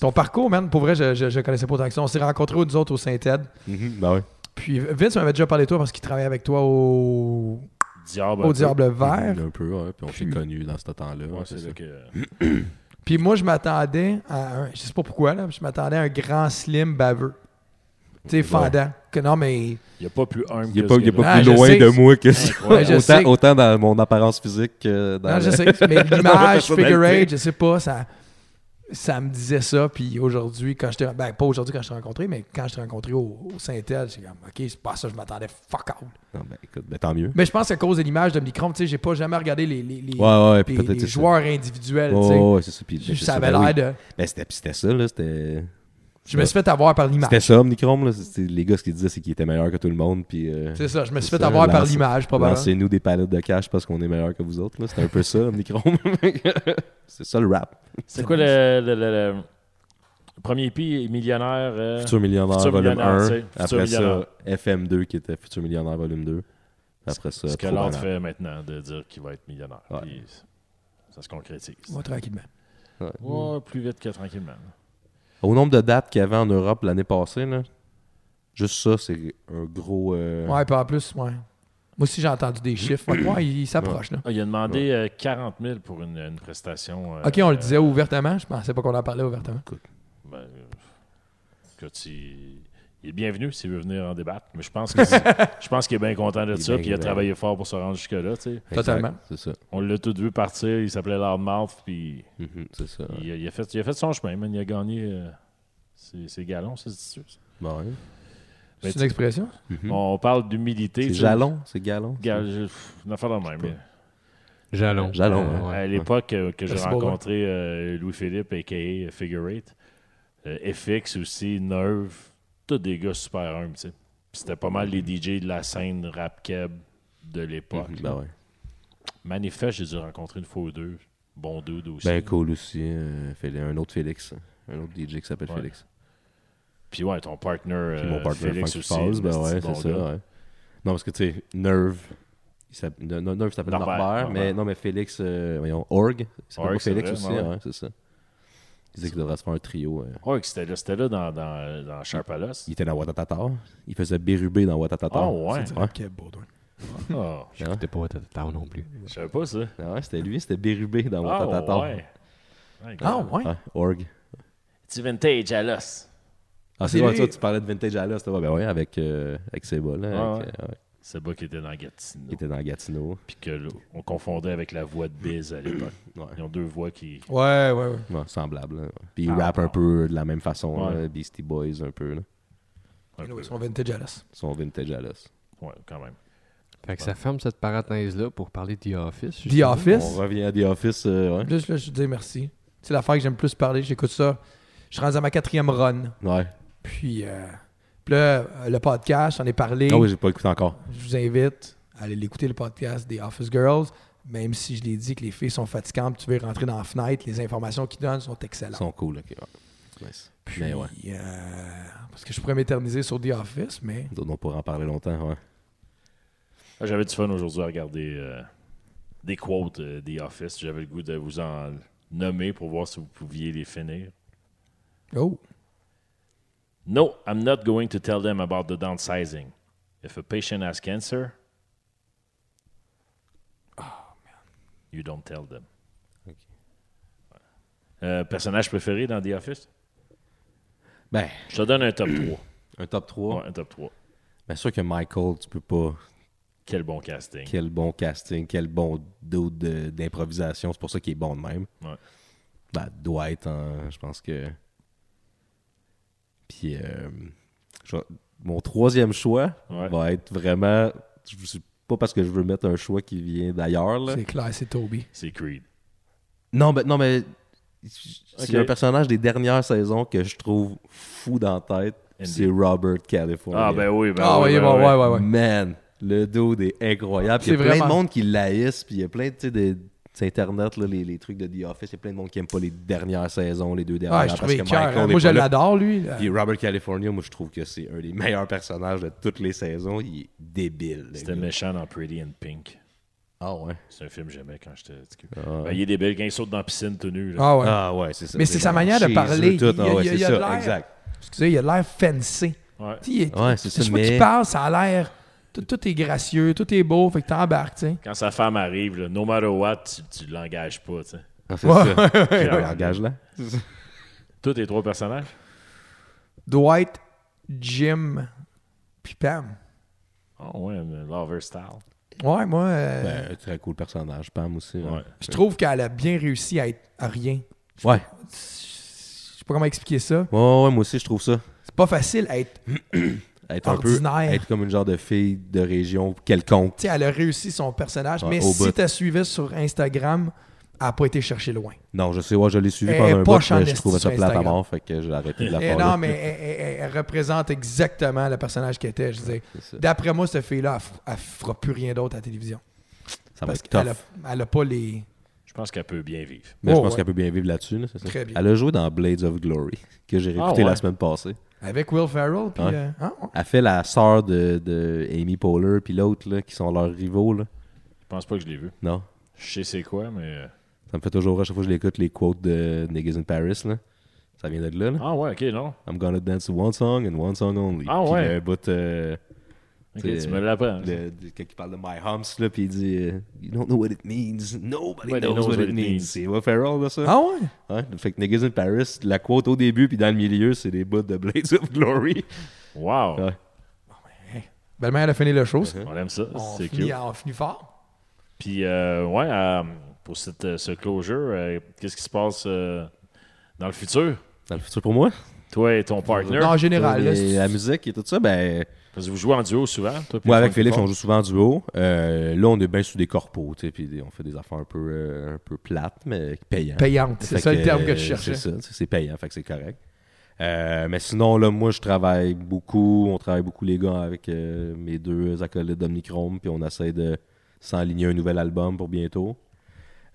Speaker 2: Ton parcours, man, pour vrai, je, je, je connaissais pas autant que ça. On s'est rencontrés, nous autres, au Saint-Ed.
Speaker 3: Ben ouais.
Speaker 2: Puis Vince m'avait déjà parlé de toi parce qu'il travaillait avec toi au,
Speaker 1: Diable. un
Speaker 2: au
Speaker 1: peu.
Speaker 2: Diable Vert. Hmm.
Speaker 3: Un peu, ouais. Puis on s'est connus dans ce temps-là.
Speaker 1: Ouais,
Speaker 3: ouais,
Speaker 1: c'est là que. euh,
Speaker 2: Puis moi, je m'attendais à un, je sais pas pourquoi, là, je m'attendais à un grand slim baveux. Tu sais, fendant. Que non, mais.
Speaker 1: Il n'y a pas plus humble
Speaker 3: Il
Speaker 1: que
Speaker 3: n'est pas,
Speaker 1: ce
Speaker 3: il est
Speaker 1: gars-là.
Speaker 2: Ah,
Speaker 3: pas plus
Speaker 2: je
Speaker 3: loin
Speaker 2: sais
Speaker 3: de
Speaker 2: que-
Speaker 3: moi que ça.
Speaker 2: Ouais, je sais
Speaker 3: autant,
Speaker 2: que-
Speaker 3: autant dans mon apparence physique que dans.
Speaker 2: Non, je
Speaker 3: le-
Speaker 2: sais. Mais l'image, figure
Speaker 3: personnalité.
Speaker 2: eight, je sais pas, ça, ça me disait ça. Puis aujourd'hui, quand je t'ai. Ben, pas aujourd'hui quand je t'ai rencontré, mais quand je t'ai rencontré au, au Saint-Ed, j'ai comme, OK, c'est pas ça, je m'attendais fuck out.
Speaker 3: Non, ben écoute, ben tant mieux.
Speaker 2: Mais je pense qu'à cause de l'image de Micron, tu sais, j'ai pas jamais regardé les, les, les,
Speaker 3: Ouais, ouais,
Speaker 2: les-
Speaker 3: puis peut-être
Speaker 2: les
Speaker 3: c'est ça.
Speaker 2: joueurs individuels,
Speaker 3: Oh, ouais, c'est ça. Puis,
Speaker 2: tu
Speaker 3: ben,
Speaker 2: sais.
Speaker 3: c'est
Speaker 2: Ça avait
Speaker 3: ben oui.
Speaker 2: l'air de.
Speaker 3: Ben, c'était, puis c'était ça, là. C'était.
Speaker 2: Je me suis fait avoir par l'image.
Speaker 3: C'était ça, Omnicrom, là. C'était les gars, ce qu'ils disaient, c'est qu'ils étaient meilleurs que tout le monde. Puis, euh,
Speaker 2: C'est ça, je me suis
Speaker 3: c'est
Speaker 2: fait
Speaker 3: ça,
Speaker 2: avoir par
Speaker 3: lancez-
Speaker 2: l'image, probablement.
Speaker 3: Lancez-nous des palettes de cash parce qu'on est meilleurs que vous autres. là. C'était un peu ça, Omnicrom. c'est ça le rap.
Speaker 1: C'est quoi le, le- le- le premier EP millionnaire euh,
Speaker 3: Futur millionnaire,
Speaker 1: Futur
Speaker 3: volume
Speaker 1: millionnaire, tu
Speaker 3: 1.
Speaker 1: sais, Futur
Speaker 3: Après
Speaker 1: millionnaire.
Speaker 3: ça, FM2 qui était Futur millionnaire, volume 2. Après ça,
Speaker 1: ce que
Speaker 3: euh, Trop
Speaker 1: l'on
Speaker 3: Banal.
Speaker 1: fait maintenant de dire qu'il va être millionnaire.
Speaker 3: Ouais.
Speaker 1: Puis, ça se concrétise.
Speaker 2: Ouais, tranquillement.
Speaker 1: Ouais, plus vite que tranquillement.
Speaker 3: Au nombre de dates qu'il y avait en Europe l'année passée, là, juste ça, c'est un gros. euh,
Speaker 2: Ouais, puis en plus, ouais. Moi aussi, j'ai entendu des chiffres. Ouais, ouais, il il s'approche, là.
Speaker 1: Ah, il a demandé euh, 40 000 pour une, une prestation. euh,
Speaker 2: Ok, on le disait ouvertement. Je pensais pas qu'on en parlait ouvertement.
Speaker 1: Ben, euh, écoute, il, il est bienvenu s'il veut venir en débattre. Mais je pense que c'est- je pense qu'il est bien content de
Speaker 3: Il est
Speaker 1: ça.
Speaker 3: bien
Speaker 1: Puis il a
Speaker 3: content.
Speaker 1: travaillé fort pour se rendre jusque-là. tu sais.
Speaker 3: exact,
Speaker 2: Totalement.
Speaker 3: C'est ça.
Speaker 1: On l'a tout vu partir. Il s'appelait Loudmouth. Puis
Speaker 3: Mhm, c'est ça. ouais.
Speaker 1: il, a- il a fait, il a fait son chemin. man. Il a gagné euh, ses, ses galons, ça se dit-tu, ça?
Speaker 3: Bon, hein.
Speaker 1: Mais
Speaker 2: C'est une expression?
Speaker 3: Mhm.
Speaker 1: On parle d'humilité.
Speaker 3: C'est
Speaker 1: tu sais.
Speaker 3: jalon, c'est galon.
Speaker 1: Gal- je- pff, Une affaire de même. mais-
Speaker 4: Jalon.
Speaker 3: Jalon,
Speaker 4: Euh,
Speaker 3: hein.
Speaker 1: à l'époque euh, que j'ai
Speaker 2: Merci, Bourgoin.
Speaker 1: rencontré euh, Louis-Philippe, a.k.a. Figure 8, euh, FX aussi, Nerve, tous des gars super humbles, tu sais. Puis C'était pas mal les DJ de la scène rap keb de l'époque.
Speaker 3: Mhm, Ben ouais.
Speaker 1: Manifeste, j'ai dû rencontrer une fois ou deux. Bon dude aussi.
Speaker 3: Ben cool aussi. euh, Félix- un autre Félix. Un autre DJ qui s'appelle
Speaker 1: Ouais.
Speaker 3: Félix.
Speaker 1: Puis ouais, ton partner,
Speaker 3: Puis mon
Speaker 1: euh,
Speaker 3: partner
Speaker 1: Félix
Speaker 3: Frank
Speaker 1: aussi.
Speaker 3: Falls, ben
Speaker 1: un
Speaker 3: ouais,
Speaker 1: petit bon
Speaker 3: c'est ça.
Speaker 1: gars.
Speaker 3: ouais. Non, parce que tu sais, Nerve. il s'appelle- Ne- Ne- Nerve s'appelle
Speaker 1: Norbert,
Speaker 3: Norbert, mais
Speaker 1: Norbert.
Speaker 3: non, mais Félix, euh, voyons, Org. C'est
Speaker 1: Org,
Speaker 3: pas
Speaker 1: c'est
Speaker 3: Félix
Speaker 1: vrai,
Speaker 3: aussi,
Speaker 1: ouais, ouais.
Speaker 3: ouais, c'est ça. Il disait qu'il devrait se faire un trio. euh.
Speaker 1: Ouais, que c'était là, c'était là dans, dans, dans Sharpalos.
Speaker 3: Il était dans Watatata. Il faisait Bérubé dans Watatata.
Speaker 1: Oh, ouais.
Speaker 3: Ouais.
Speaker 2: Ok, Baudouin.
Speaker 1: Oh,
Speaker 4: J'écoutais pas Watatata non plus.
Speaker 1: je savais pas ça.
Speaker 3: Ah ouais, c'était lui, c'était Bérubé dans
Speaker 1: Ah
Speaker 3: Watatata.
Speaker 1: ouais. Ouais,
Speaker 2: Ah,
Speaker 1: gars.
Speaker 2: ouais.
Speaker 3: Ouais, Org.
Speaker 1: Tu vintage à l'os.
Speaker 3: Ah,
Speaker 2: C'est
Speaker 3: c'est vrai,
Speaker 2: lui.
Speaker 3: toi, tu parlais de Vintage Alice, toi. Ben ouais, avec, euh, avec Seba, là.
Speaker 1: Ouais,
Speaker 3: avec, euh, ouais.
Speaker 1: C'est pas qui était dans Gatineau.
Speaker 3: Il était dans Gatineau.
Speaker 1: puis que l- on confondait avec la voix de Biz à l'époque.
Speaker 3: Ouais.
Speaker 1: Ils ont deux voix qui.
Speaker 2: Ouais, ouais, ouais.
Speaker 3: Ouais, semblable. là. Puis il
Speaker 1: Ah,
Speaker 3: rappe un
Speaker 1: bon.
Speaker 3: peu de la même façon,
Speaker 1: Ouais.
Speaker 3: là, Beastie Boys un peu.
Speaker 1: un
Speaker 3: Là.
Speaker 1: peu-
Speaker 2: Anyway, Ils sont vintage à l'os.
Speaker 3: Ils sont vintage à l'os.
Speaker 1: ouais, quand même.
Speaker 4: Fait que ça ferme cette parenthèse-là pour parler de The Office.
Speaker 2: The
Speaker 4: justement.
Speaker 3: On
Speaker 2: Office.
Speaker 3: revient à The Office. euh, ouais.
Speaker 2: Juste là, je dis merci. C'est l'affaire que j'aime plus parler. J'écoute ça. Je suis rendu à ma quatrième run.
Speaker 3: Ouais.
Speaker 2: Puis, euh, puis là, euh, le podcast, j'en ai parlé.
Speaker 3: Ah oui, j'ai pas écouté encore.
Speaker 2: Je vous invite à aller l'écouter, le podcast des Office Girls. Même si je l'ai dit que les filles sont fatigantes, puis tu veux rentrer dans la fenêtre, les informations qu'ils donnent sont
Speaker 3: Ils
Speaker 2: excellentes.
Speaker 3: sont cool. ok, ouais. Nice.
Speaker 2: Puis,
Speaker 3: Mais Ben ouais,
Speaker 2: euh, parce que je pourrais m'éterniser sur The Office, mais
Speaker 3: d'autres, on pourra en parler longtemps. Ouais.
Speaker 1: Ah, J'avais du fun aujourd'hui à regarder euh, des quotes euh, des Office. J'avais le goût de vous en nommer pour voir si vous pouviez les finir.
Speaker 2: oh,
Speaker 1: No, I'm not going to tell them about the downsizing. If a patient has cancer, you don't tell them. Euh, personnage préféré dans The Office?
Speaker 3: Ben,
Speaker 1: Je te donne un top 3.
Speaker 3: un top 3.
Speaker 1: Ouais, un top 3.
Speaker 3: Bien sûr que Michael, tu peux pas.
Speaker 1: Quel bon casting.
Speaker 3: Quel bon casting, quel bon dos de- d'improvisation. C'est pour ça qu'il est bon de même.
Speaker 1: Ouais.
Speaker 3: Ben, Dwight, hein, je pense que. Puis, euh, je vais- mon troisième choix
Speaker 1: Ouais.
Speaker 3: va être vraiment. je- c'est Pas parce que je veux mettre un choix qui vient d'ailleurs. là.
Speaker 2: c'est clair, c'est Toby.
Speaker 1: C'est Creed.
Speaker 3: Non, mais, non, mais c'est
Speaker 1: Ok.
Speaker 3: un personnage des dernières saisons que je trouve fou dans la tête.
Speaker 1: Andy.
Speaker 3: C'est Robert California.
Speaker 1: Ah, ben oui, ben
Speaker 2: Ah
Speaker 1: oui.
Speaker 2: oui, ouais,
Speaker 1: ben
Speaker 2: ouais,
Speaker 1: oui.
Speaker 2: ouais, ouais.
Speaker 3: Man, le dude est incroyable. Puis Il y a
Speaker 2: C'est
Speaker 3: plein de
Speaker 2: vraiment-
Speaker 3: monde qui l'haïssent. Puis il y a plein de, tu sais, de- sur Internet, là, les, les trucs de The Office. Il y a plein de monde qui aime pas les dernières saisons, les deux dernières.
Speaker 2: Ouais, je trouvais
Speaker 3: parce que
Speaker 2: cœur,
Speaker 3: Michael
Speaker 2: hein.
Speaker 3: est
Speaker 2: Moi, je
Speaker 3: pas là.
Speaker 2: l'adore, lui. là.
Speaker 3: Puis Robert California, moi, je trouve que c'est un des meilleurs personnages de toutes les saisons. Il est débile. le
Speaker 1: C'était
Speaker 3: gars.
Speaker 1: méchant dans Pretty in Pink.
Speaker 3: Ah ouais.
Speaker 1: C'est un film que j'aimais quand j'étais petit. Ben, il est débile quand il saute dans la piscine tout nu. là.
Speaker 2: Ah ouais.
Speaker 3: Ah ouais, c'est ça.
Speaker 2: Mais c'est sa
Speaker 3: dans-
Speaker 2: manière de
Speaker 3: chez
Speaker 2: parler.
Speaker 3: eux, tout. Ah
Speaker 2: Il y a-
Speaker 3: ouais,
Speaker 2: il y a-
Speaker 3: c'est
Speaker 2: il y a de
Speaker 3: ça,
Speaker 2: l'air.
Speaker 3: exact.
Speaker 2: Excusez, il a l'air fancy.
Speaker 1: Ouais.
Speaker 2: Tu sais, il est-
Speaker 3: Ouais, c'est ça,
Speaker 2: chaque fois qu'il
Speaker 3: mais-
Speaker 2: parle, ça a l'air. Tout, tout est gracieux, tout est beau, fait que t'embarques, tu sais.
Speaker 1: Quand sa femme arrive, là, no matter what, tu, tu l'engages pas. tu sais.
Speaker 3: Ah, c'est
Speaker 2: Ouais,
Speaker 3: ça. Quel langage, là.
Speaker 1: Tous tes trois personnages.
Speaker 2: Dwight, Jim, puis Pam.
Speaker 1: Ah ouais, un lover style.
Speaker 2: Ouais, moi, euh,
Speaker 3: Ben, très cool personnage, Pam aussi. hein.
Speaker 1: Ouais.
Speaker 2: je trouve qu'elle a bien réussi à être à rien.
Speaker 3: Ouais.
Speaker 2: Je sais pas comment expliquer ça.
Speaker 3: Ouais, ouais, moi aussi, je trouve ça.
Speaker 2: C'est pas facile à être. Tu
Speaker 3: Être un peu.
Speaker 2: Ordinaire.
Speaker 3: Être comme une genre de fille de région quelconque.
Speaker 2: sais, elle a réussi son personnage,
Speaker 3: Ouais,
Speaker 2: mais
Speaker 3: au
Speaker 2: si
Speaker 3: bout.
Speaker 2: t'as suivi sur Instagram, elle n'a pas été chercher loin.
Speaker 3: Non, je sais, ouais, je l'ai suivi
Speaker 2: Elle est
Speaker 3: pendant un bout,
Speaker 2: poche en
Speaker 3: mais je
Speaker 2: esti
Speaker 3: trouvais
Speaker 2: sur
Speaker 3: ça plate à
Speaker 2: Instagram.
Speaker 3: mort, fait que j'ai arrêté de la
Speaker 2: Eh
Speaker 3: faire.
Speaker 2: non, mais elle, elle- elle- elle représente exactement le personnage qu'elle était. Je veux dire, d'après moi, cette fille-là, elle f- elle fera plus rien d'autre à la télévision.
Speaker 3: Ça va
Speaker 2: parce
Speaker 3: être tough.
Speaker 2: qu'elle a, elle a pas les.
Speaker 1: Je pense qu'elle peut bien vivre.
Speaker 3: Mais je
Speaker 2: Oh,
Speaker 3: pense
Speaker 2: ouais.
Speaker 3: qu'elle peut bien vivre là-dessus. là, c'est ça.
Speaker 2: Très bien.
Speaker 3: Elle a joué dans Blades of Glory, que j'ai réécouté
Speaker 1: Ah, ouais.
Speaker 3: la semaine passée.
Speaker 2: Avec Will Ferrell, puis.
Speaker 3: Ouais.
Speaker 2: euh, hein, ouais.
Speaker 3: Elle fait la sœur de, de Amy Poehler puis l'autre, là, qui sont leurs rivaux. Là.
Speaker 1: Je pense pas que je l'ai vu.
Speaker 3: Non?
Speaker 1: Je sais c'est quoi, mais. euh,
Speaker 3: Ça me fait toujours rire à chaque fois que je l'écoute, les quotes de Niggas in Paris. Là. Ça vient de là. là.
Speaker 1: Ah ouais, ok, non.
Speaker 3: I'm gonna dance one song and one song only.
Speaker 1: Ah,
Speaker 3: Puis
Speaker 1: ouais.
Speaker 3: il y a un bout... euh,
Speaker 1: Ok,
Speaker 3: C'est-
Speaker 1: tu me l'apprends.
Speaker 3: Le, de- quand il parle de My Humps, là, puis il dit euh, You don't know what it means. Nobody
Speaker 1: Nobody
Speaker 3: knows, what, it means. C'est Will Ferrell, là, ça.
Speaker 2: Ah ouais?
Speaker 3: Ouais, fait que Niggas in Paris, la quote au début, puis dans le milieu, c'est des bouts de Blades of Glory.
Speaker 1: Wow.
Speaker 3: Ouais.
Speaker 2: Belle-mère, elle a fini le show. ça.
Speaker 1: On aime ça.
Speaker 2: On,
Speaker 1: C'est
Speaker 2: finit,
Speaker 1: cute.
Speaker 2: on finit fort.
Speaker 1: Puis, euh, ouais, euh, pour cette, euh, ce closure, euh, qu'est-ce qui se passe euh, dans le futur?
Speaker 3: Dans le futur pour moi.
Speaker 1: Toi et ton partner.
Speaker 2: Non, en général. là,
Speaker 3: Et
Speaker 2: c'est-
Speaker 3: la musique et tout ça, ben,
Speaker 1: Parce que vous jouez en duo souvent. toi puis
Speaker 3: moi avec
Speaker 1: Frankie
Speaker 3: Félix, on
Speaker 1: Ford.
Speaker 3: joue souvent en duo. Euh, là, on est bien sous des corpos, tu sais, puis des- on fait des affaires un peu, euh, un peu plates, mais payantes.
Speaker 2: payante. C'est
Speaker 3: Fait
Speaker 2: ça le terme que
Speaker 3: euh,
Speaker 2: je cherchais.
Speaker 3: C'est ça, tu sais, c'est payant, fait que c'est correct. Euh, mais sinon, là, moi, je travaille beaucoup. On travaille beaucoup, les gars, avec euh, mes deux acolytes d'Omnichrome, puis on essaie de s'enligner un nouvel album pour bientôt.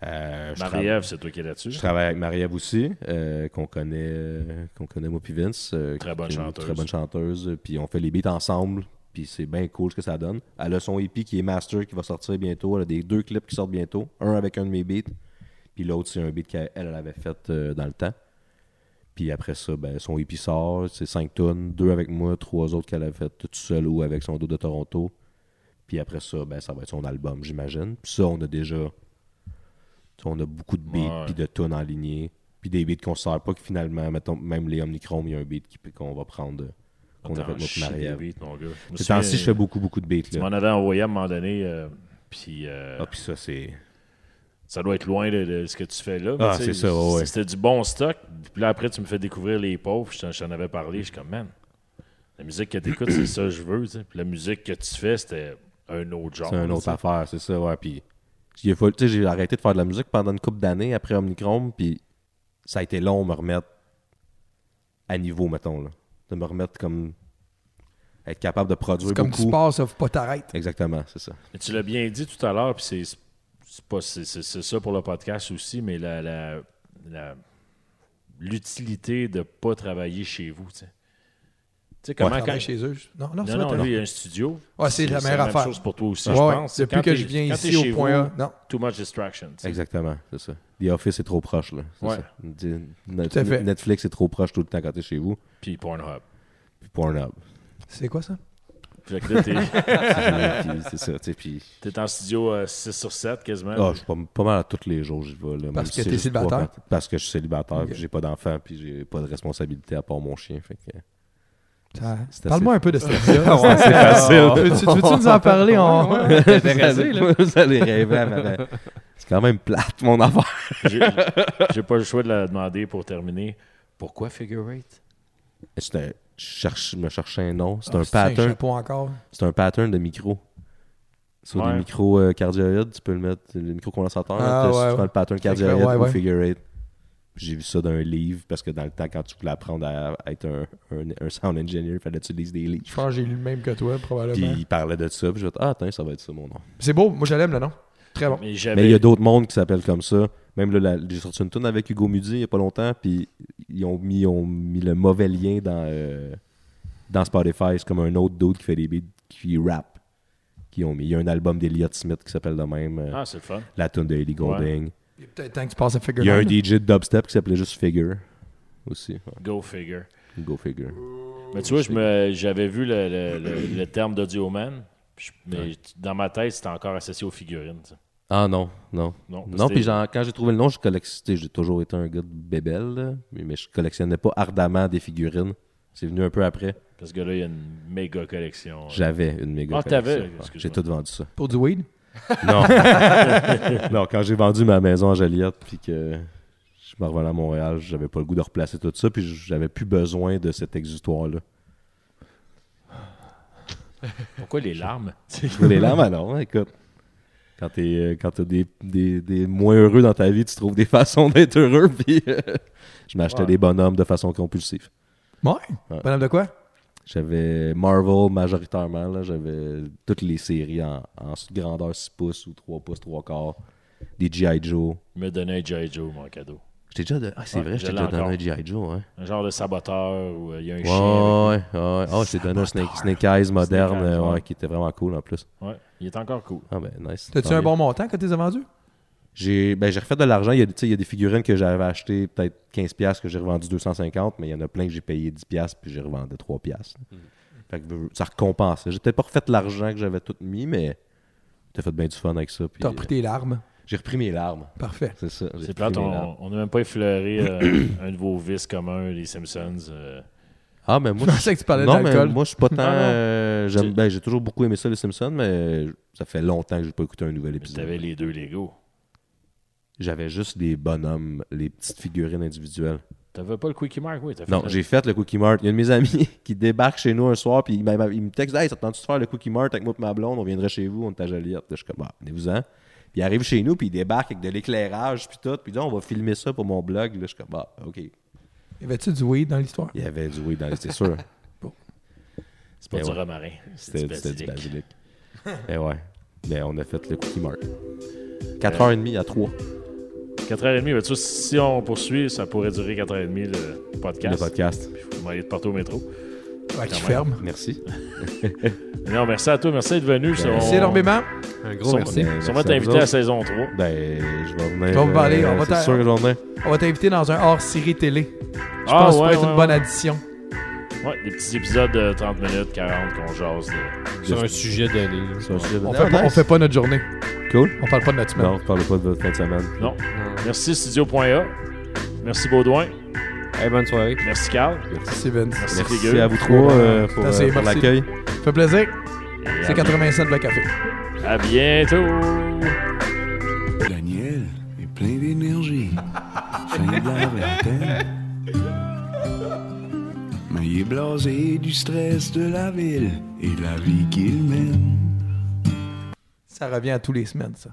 Speaker 3: Euh, je travaille-
Speaker 1: Marie-Ève, c'est toi qui es là-dessus.
Speaker 3: Je travaille avec Marie-Ève aussi, euh, qu'on connaît, euh, qu'on connaît moi puis Vince. euh,
Speaker 1: Très
Speaker 3: qui-
Speaker 1: bonne
Speaker 3: qui est une
Speaker 1: chanteuse.
Speaker 3: Très bonne chanteuse. euh, Puis on fait les beats ensemble. Puis c'est bien cool ce que ça donne. Elle a son EP qui est Master qui va sortir bientôt. Elle a des deux clips qui sortent bientôt. Un avec un de mes beats. Puis l'autre, c'est un beat qu'elle elle avait fait euh, dans le temps. Puis après ça, ben, son EP sort. C'est cinq tonnes. Deux avec moi, trois autres qu'elle a fait toute seule ou avec son dos de Toronto. Puis après ça, ben, ça va être son album, j'imagine. Puis ça, on a déjà. tu sais, on a beaucoup de
Speaker 1: Ouais.
Speaker 3: beats, puis de tonnes en lignée, puis des beats qu'on ne sert pas, que finalement, mettons, même les Omnichrome, il y a un beat qui- qu'on va prendre, euh, qu'on a fait
Speaker 1: Attends,
Speaker 3: avec moi,
Speaker 1: je chie
Speaker 3: puis
Speaker 1: des
Speaker 3: Marie-Ève.
Speaker 1: beats, mon gars. Je me
Speaker 3: Ces
Speaker 1: souviens,
Speaker 3: temps-ci, je fais beaucoup, beaucoup de beats.
Speaker 1: Tu
Speaker 3: Là.
Speaker 1: m'en avais envoyé à un moment donné. euh, puis euh,
Speaker 3: Ah, puis ça, c'est.
Speaker 1: ça doit être loin de, de ce que tu fais là. mais
Speaker 3: Ah,
Speaker 1: tu sais,
Speaker 3: c'est ça, ouais, ouais.
Speaker 1: C'était du bon stock. Puis là, après, tu me fais découvrir les pauvres. Je t'en- je t'en avais parlé. Je suis comme, man, la musique que t'écoutes, c'est ça que je veux. tu sais. Puis la musique que tu fais, c'était un autre genre.
Speaker 3: C'est une
Speaker 1: tu
Speaker 3: autre
Speaker 1: sais.
Speaker 3: affaire, c'est ça, ouais. Puis, il a fallu- tu sais, j'ai arrêté de faire de la musique pendant une couple d'années après Omnichrome, puis ça a été long de me remettre à niveau, mettons, là. De me remettre comme. être capable de produire
Speaker 2: C'est comme du
Speaker 3: beaucoup.
Speaker 2: sport, ça, faut pas t'arrêter.
Speaker 3: Exactement, c'est ça.
Speaker 1: Mais tu l'as bien dit tout à l'heure, puis c'est- c'est pas- c'est- c'est- c'est ça pour le podcast aussi, mais la- la- la- l'utilité de ne pas travailler chez vous. Tu sais. Tu sais, comment
Speaker 2: Travailler
Speaker 1: quand-
Speaker 2: chez eux. je- Non, non, c'est
Speaker 1: Non, non,
Speaker 2: vrai,
Speaker 1: lui,
Speaker 2: t'as-
Speaker 1: il y a un studio.
Speaker 2: Ah, c'est la meilleure affaire.
Speaker 1: chose pour toi aussi,
Speaker 2: Ouais,
Speaker 1: je
Speaker 2: ouais.
Speaker 1: pense.
Speaker 2: Depuis
Speaker 1: Quand
Speaker 2: que
Speaker 1: t'es-
Speaker 2: je viens
Speaker 1: quand t'es
Speaker 2: ici au
Speaker 1: chez
Speaker 2: point
Speaker 1: vous,
Speaker 2: A, non.
Speaker 1: Too much distraction. tu sais.
Speaker 3: Exactement, c'est ça. The Office est trop proche, là. c'est
Speaker 1: Ouais.
Speaker 3: ça. Di- Net-
Speaker 2: Tout à fait.
Speaker 3: Netflix est trop proche tout le temps quand t'es chez vous.
Speaker 1: Puis Pornhub.
Speaker 3: Puis Pornhub.
Speaker 2: C'est quoi ça?
Speaker 1: Fait que là, t'es-
Speaker 3: puis c'est ça, tu sais. Puis.
Speaker 1: t'es en studio 6 sur 7 quasiment.
Speaker 3: Ah, je suis pas, pas mal à tous les jours, j'y vais. Là, même
Speaker 2: Parce que
Speaker 3: c'est
Speaker 2: t'es
Speaker 3: juste pas
Speaker 2: célibataire?
Speaker 3: quand- parce que je suis célibataire, puis j'ai pas d'enfant, puis j'ai pas de responsabilité à part mon chien. Fait que...
Speaker 2: Ça-
Speaker 3: c'est
Speaker 2: Parle-moi
Speaker 3: assez-
Speaker 2: un peu de cette là
Speaker 3: C'est facile.
Speaker 2: tu veux-tu veux-tu nous en parler? On-
Speaker 3: Vous allez rêver à ma- C'est quand même plate, mon affaire.
Speaker 1: J'ai j'ai pas le choix de la demander pour terminer. Pourquoi Figure 8?
Speaker 3: C'est un- Je cherche, me cherchais un nom. C'est
Speaker 2: Ah,
Speaker 3: un
Speaker 2: c'est-tu un
Speaker 3: pattern.
Speaker 2: chapeau encore.
Speaker 3: C'est un pattern de micro. Sur
Speaker 1: Ouais.
Speaker 3: des micros euh, cardioïdes, tu peux le mettre, le micro-condensateurs.
Speaker 2: Ah,
Speaker 3: là, tu-
Speaker 2: ouais,
Speaker 3: tu prends
Speaker 2: ouais.
Speaker 3: le pattern
Speaker 2: Fait que,
Speaker 3: cardioïde
Speaker 2: ouais,
Speaker 3: ou
Speaker 2: ouais.
Speaker 3: figure eight. J'ai vu ça dans un livre, parce que dans le temps, quand tu voulais apprendre à, à être un, un- un sound engineer, il fallait que tu lises des livres.
Speaker 2: Je pense que j'ai lu le même que toi,
Speaker 3: Puis
Speaker 2: probablement.
Speaker 3: il parlait de ça, puis je me ah, attends, ça va être ça mon nom.
Speaker 2: C'est beau, moi je l'aime le nom. Très bon.
Speaker 1: Mais ben,
Speaker 3: Mais
Speaker 1: j'avais
Speaker 3: il y a d'autres mondes qui s'appellent comme ça. Même là, la- j'ai sorti une tune avec Hugo Mudi il n'y a pas longtemps, puis ils ont mis, ils ont mis le mauvais lien dans, euh, dans Spotify. C'est comme un autre dude qui fait des beats, qui rap. Qui ont mis. Il y a un album d'Eliott Smith qui s'appelle le même, euh,
Speaker 1: Ah, c'est le fun.
Speaker 3: la tune de Ellie Golding.
Speaker 2: Il est peut-être temps que tu passes à Figure
Speaker 3: Il y a un
Speaker 2: Nine.
Speaker 3: DJ de dubstep qui s'appelait juste Figure aussi. Ouais,
Speaker 1: Go Figure.
Speaker 3: Go Figure.
Speaker 1: Mais tu vois, je me- j'avais vu le, le- le- le terme d'audioman, puis je- mais tu- dans ma tête, c'était encore associé aux figurines. tu sais.
Speaker 3: Ah non, non.
Speaker 1: Non,
Speaker 3: Non,
Speaker 1: parce que
Speaker 3: puis
Speaker 1: t'es-
Speaker 3: j'en- quand j'ai trouvé le nom, je collectionnais. J'ai toujours été un gars de bébelle, là, mais, mais je collectionnais pas ardemment des figurines. C'est venu un peu après.
Speaker 1: Parce que là, il y a une méga collection. euh.
Speaker 3: J'avais une méga
Speaker 1: Ah,
Speaker 3: collection.
Speaker 1: t'avais,
Speaker 3: Ouais,
Speaker 1: excuse-moi.
Speaker 3: J'ai tout vendu ça.
Speaker 2: Pour du weed.
Speaker 3: Non. non, quand j'ai vendu ma maison à Joliette, puis que je me revenais à Montréal, j'avais pas le goût de replacer tout ça, puis j'avais plus besoin de cet exutoire-là.
Speaker 1: euh. Pourquoi les larmes?
Speaker 3: Je voulais là, mais non, écoute. Quand t'es, euh, quand t'as des, des, des moins heureux dans ta vie, tu trouves des façons d'être heureux. Puis euh, je m'achetais des bonhommes de façon compulsive.
Speaker 2: Ouais. Bonhomme de quoi?
Speaker 3: J'avais Marvel majoritairement. là. J'avais toutes les séries en, en grandeur 6 pouces ou 3 pouces, 3 quarts. Des G.I. Joe.
Speaker 1: Il me donnait un G.I. Joe, mon cadeau.
Speaker 3: Je t'ai déjà donné- Ah, c'est
Speaker 1: Ouais,
Speaker 3: vrai,
Speaker 1: je
Speaker 3: je t'ai
Speaker 1: l'ai
Speaker 3: déjà donné
Speaker 1: encore.
Speaker 3: un G.I. Joe, hein.
Speaker 1: Un genre de saboteur où euh, il y a un
Speaker 3: Ouais,
Speaker 1: chien. avec-
Speaker 3: ouais, ouais. Ah, je t'ai donné un Snake, Snake Eyes moderne
Speaker 1: Eyes,
Speaker 3: euh, ouais,
Speaker 1: ouais.
Speaker 3: qui était vraiment cool en plus.
Speaker 1: Ouais. Il est encore cool.
Speaker 3: Ah, ben, nice.
Speaker 2: T'as-tu
Speaker 3: Tant
Speaker 2: un
Speaker 3: mieux.
Speaker 2: bon montant quand t'es vendu?
Speaker 3: J'ai ben, j'ai refait de l'argent. Il y, a, tu sais, il y a des figurines que j'avais achetées peut-être 15$ que j'ai revendu 250$, mais il y en a plein que j'ai payé 10$ puis j'ai revendu 3$.
Speaker 1: Mm.
Speaker 3: Fait que euh, ça recompense. J'ai peut-être pas refait l'argent que j'avais tout mis, mais t'as fait bien du fun avec ça. puis,
Speaker 2: T'as repris
Speaker 3: euh,
Speaker 2: tes larmes.
Speaker 3: J'ai repris mes larmes.
Speaker 2: Parfait.
Speaker 3: C'est ça. j'ai
Speaker 1: C'est
Speaker 3: repris
Speaker 1: plate,
Speaker 3: mes larmes.
Speaker 1: on on n'a même pas effleuré euh, un de vos vices communs, les Simpsons. euh.
Speaker 3: Ah, mais moi,
Speaker 2: Je pensais que tu parlais
Speaker 3: non, mais
Speaker 2: d'alcool.
Speaker 3: moi, je suis pas tant.
Speaker 1: non.
Speaker 3: euh, j'aime-
Speaker 1: Tu-
Speaker 3: ben, j'ai toujours beaucoup aimé ça, les Simpsons, mais ça fait longtemps que j'ai pas écouté un nouvel
Speaker 1: Puis
Speaker 3: épisode.
Speaker 1: t'avais les deux Lego.
Speaker 3: J'avais juste des bonhommes, les petites figurines individuelles.
Speaker 1: T'avais pas le Quickie Mark, oui. t'as fait
Speaker 3: Non,
Speaker 1: le-
Speaker 3: j'ai fait le Cookie Mart. Il y a un de mes amis qui débarque chez nous un soir, puis il, m'a- il me texte Hey, ça te tente-tu de faire le Cookie Mart avec moi et ma blonde On viendrait chez vous, on est à Joliette. Je suis comme, bah, venez-vous-en. Puis il arrive chez nous, puis il débarque avec de l'éclairage, puis tout. Puis là, on va filmer ça pour mon blog. Là, je suis comme, bah, OK. Il
Speaker 2: Y avait-tu du weed dans l'histoire?
Speaker 3: y avait du oui dans les. C'est sûr.
Speaker 1: C'est pas
Speaker 3: Mais
Speaker 1: du
Speaker 3: ouais.
Speaker 1: romarin. C'était
Speaker 3: C'était c'était du
Speaker 1: du basilic.
Speaker 3: basilic. Mais ouais. Mais on a fait le Cookie Mart. 4h30 à 3,
Speaker 1: 4h30, ben, tu vois, si on poursuit, ça pourrait durer 4h30 le podcast.
Speaker 3: le podcast.
Speaker 1: Puis Vous m'allez de partout au métro.
Speaker 2: Ouais, qui
Speaker 1: même.
Speaker 2: ferme.
Speaker 3: Merci.
Speaker 1: Non, merci à toi, merci d'être venu. C'est-
Speaker 2: Merci
Speaker 3: Oh.
Speaker 1: on-
Speaker 2: énormément.
Speaker 5: Un
Speaker 1: Sûrement-
Speaker 3: merci.
Speaker 1: Sûrement
Speaker 3: Merci à vous
Speaker 1: t'inviter à la
Speaker 3: autres.
Speaker 1: saison 3.
Speaker 3: Ben, je vais revenir.
Speaker 2: On va parler, on
Speaker 3: euh,
Speaker 2: va
Speaker 3: C'est
Speaker 2: t'en-
Speaker 3: sûr que je vais revenir.
Speaker 2: On va t'inviter dans un hors-série télé. Je
Speaker 1: Ah,
Speaker 2: pense que ça
Speaker 1: ouais,
Speaker 2: pourrait être
Speaker 1: ouais,
Speaker 2: une bonne
Speaker 1: ouais.
Speaker 2: addition.
Speaker 1: Ouais, des petits épisodes de 30 minutes, 40 qu'on jase. de-
Speaker 4: Sur un sujet donné. là.
Speaker 2: On fait, pas, on fait pas notre journée.
Speaker 3: Cool.
Speaker 2: On parle pas de notre semaine.
Speaker 3: Non, ne parlez pas de votre fin de semaine.
Speaker 1: Non. Merci Studio.A. Merci Baudouin.
Speaker 5: Hey, bonne soirée.
Speaker 1: Merci Carl.
Speaker 2: Merci Vince.
Speaker 1: Merci,
Speaker 3: Merci
Speaker 1: Figueux.
Speaker 3: à vous trois euh, pour,
Speaker 2: Merci,
Speaker 3: euh, pour
Speaker 2: merci.
Speaker 3: l'accueil.
Speaker 2: Ça fait plaisir.
Speaker 1: Et à
Speaker 2: C'est
Speaker 1: bi-
Speaker 2: 87 le café.
Speaker 1: À bientôt.
Speaker 6: Daniel est plein d'énergie. Fin de la vingtaine. Mais il est blasé du stress de la ville et de la vie qu'il mène.
Speaker 2: Ça revient à tous les semaines, ça.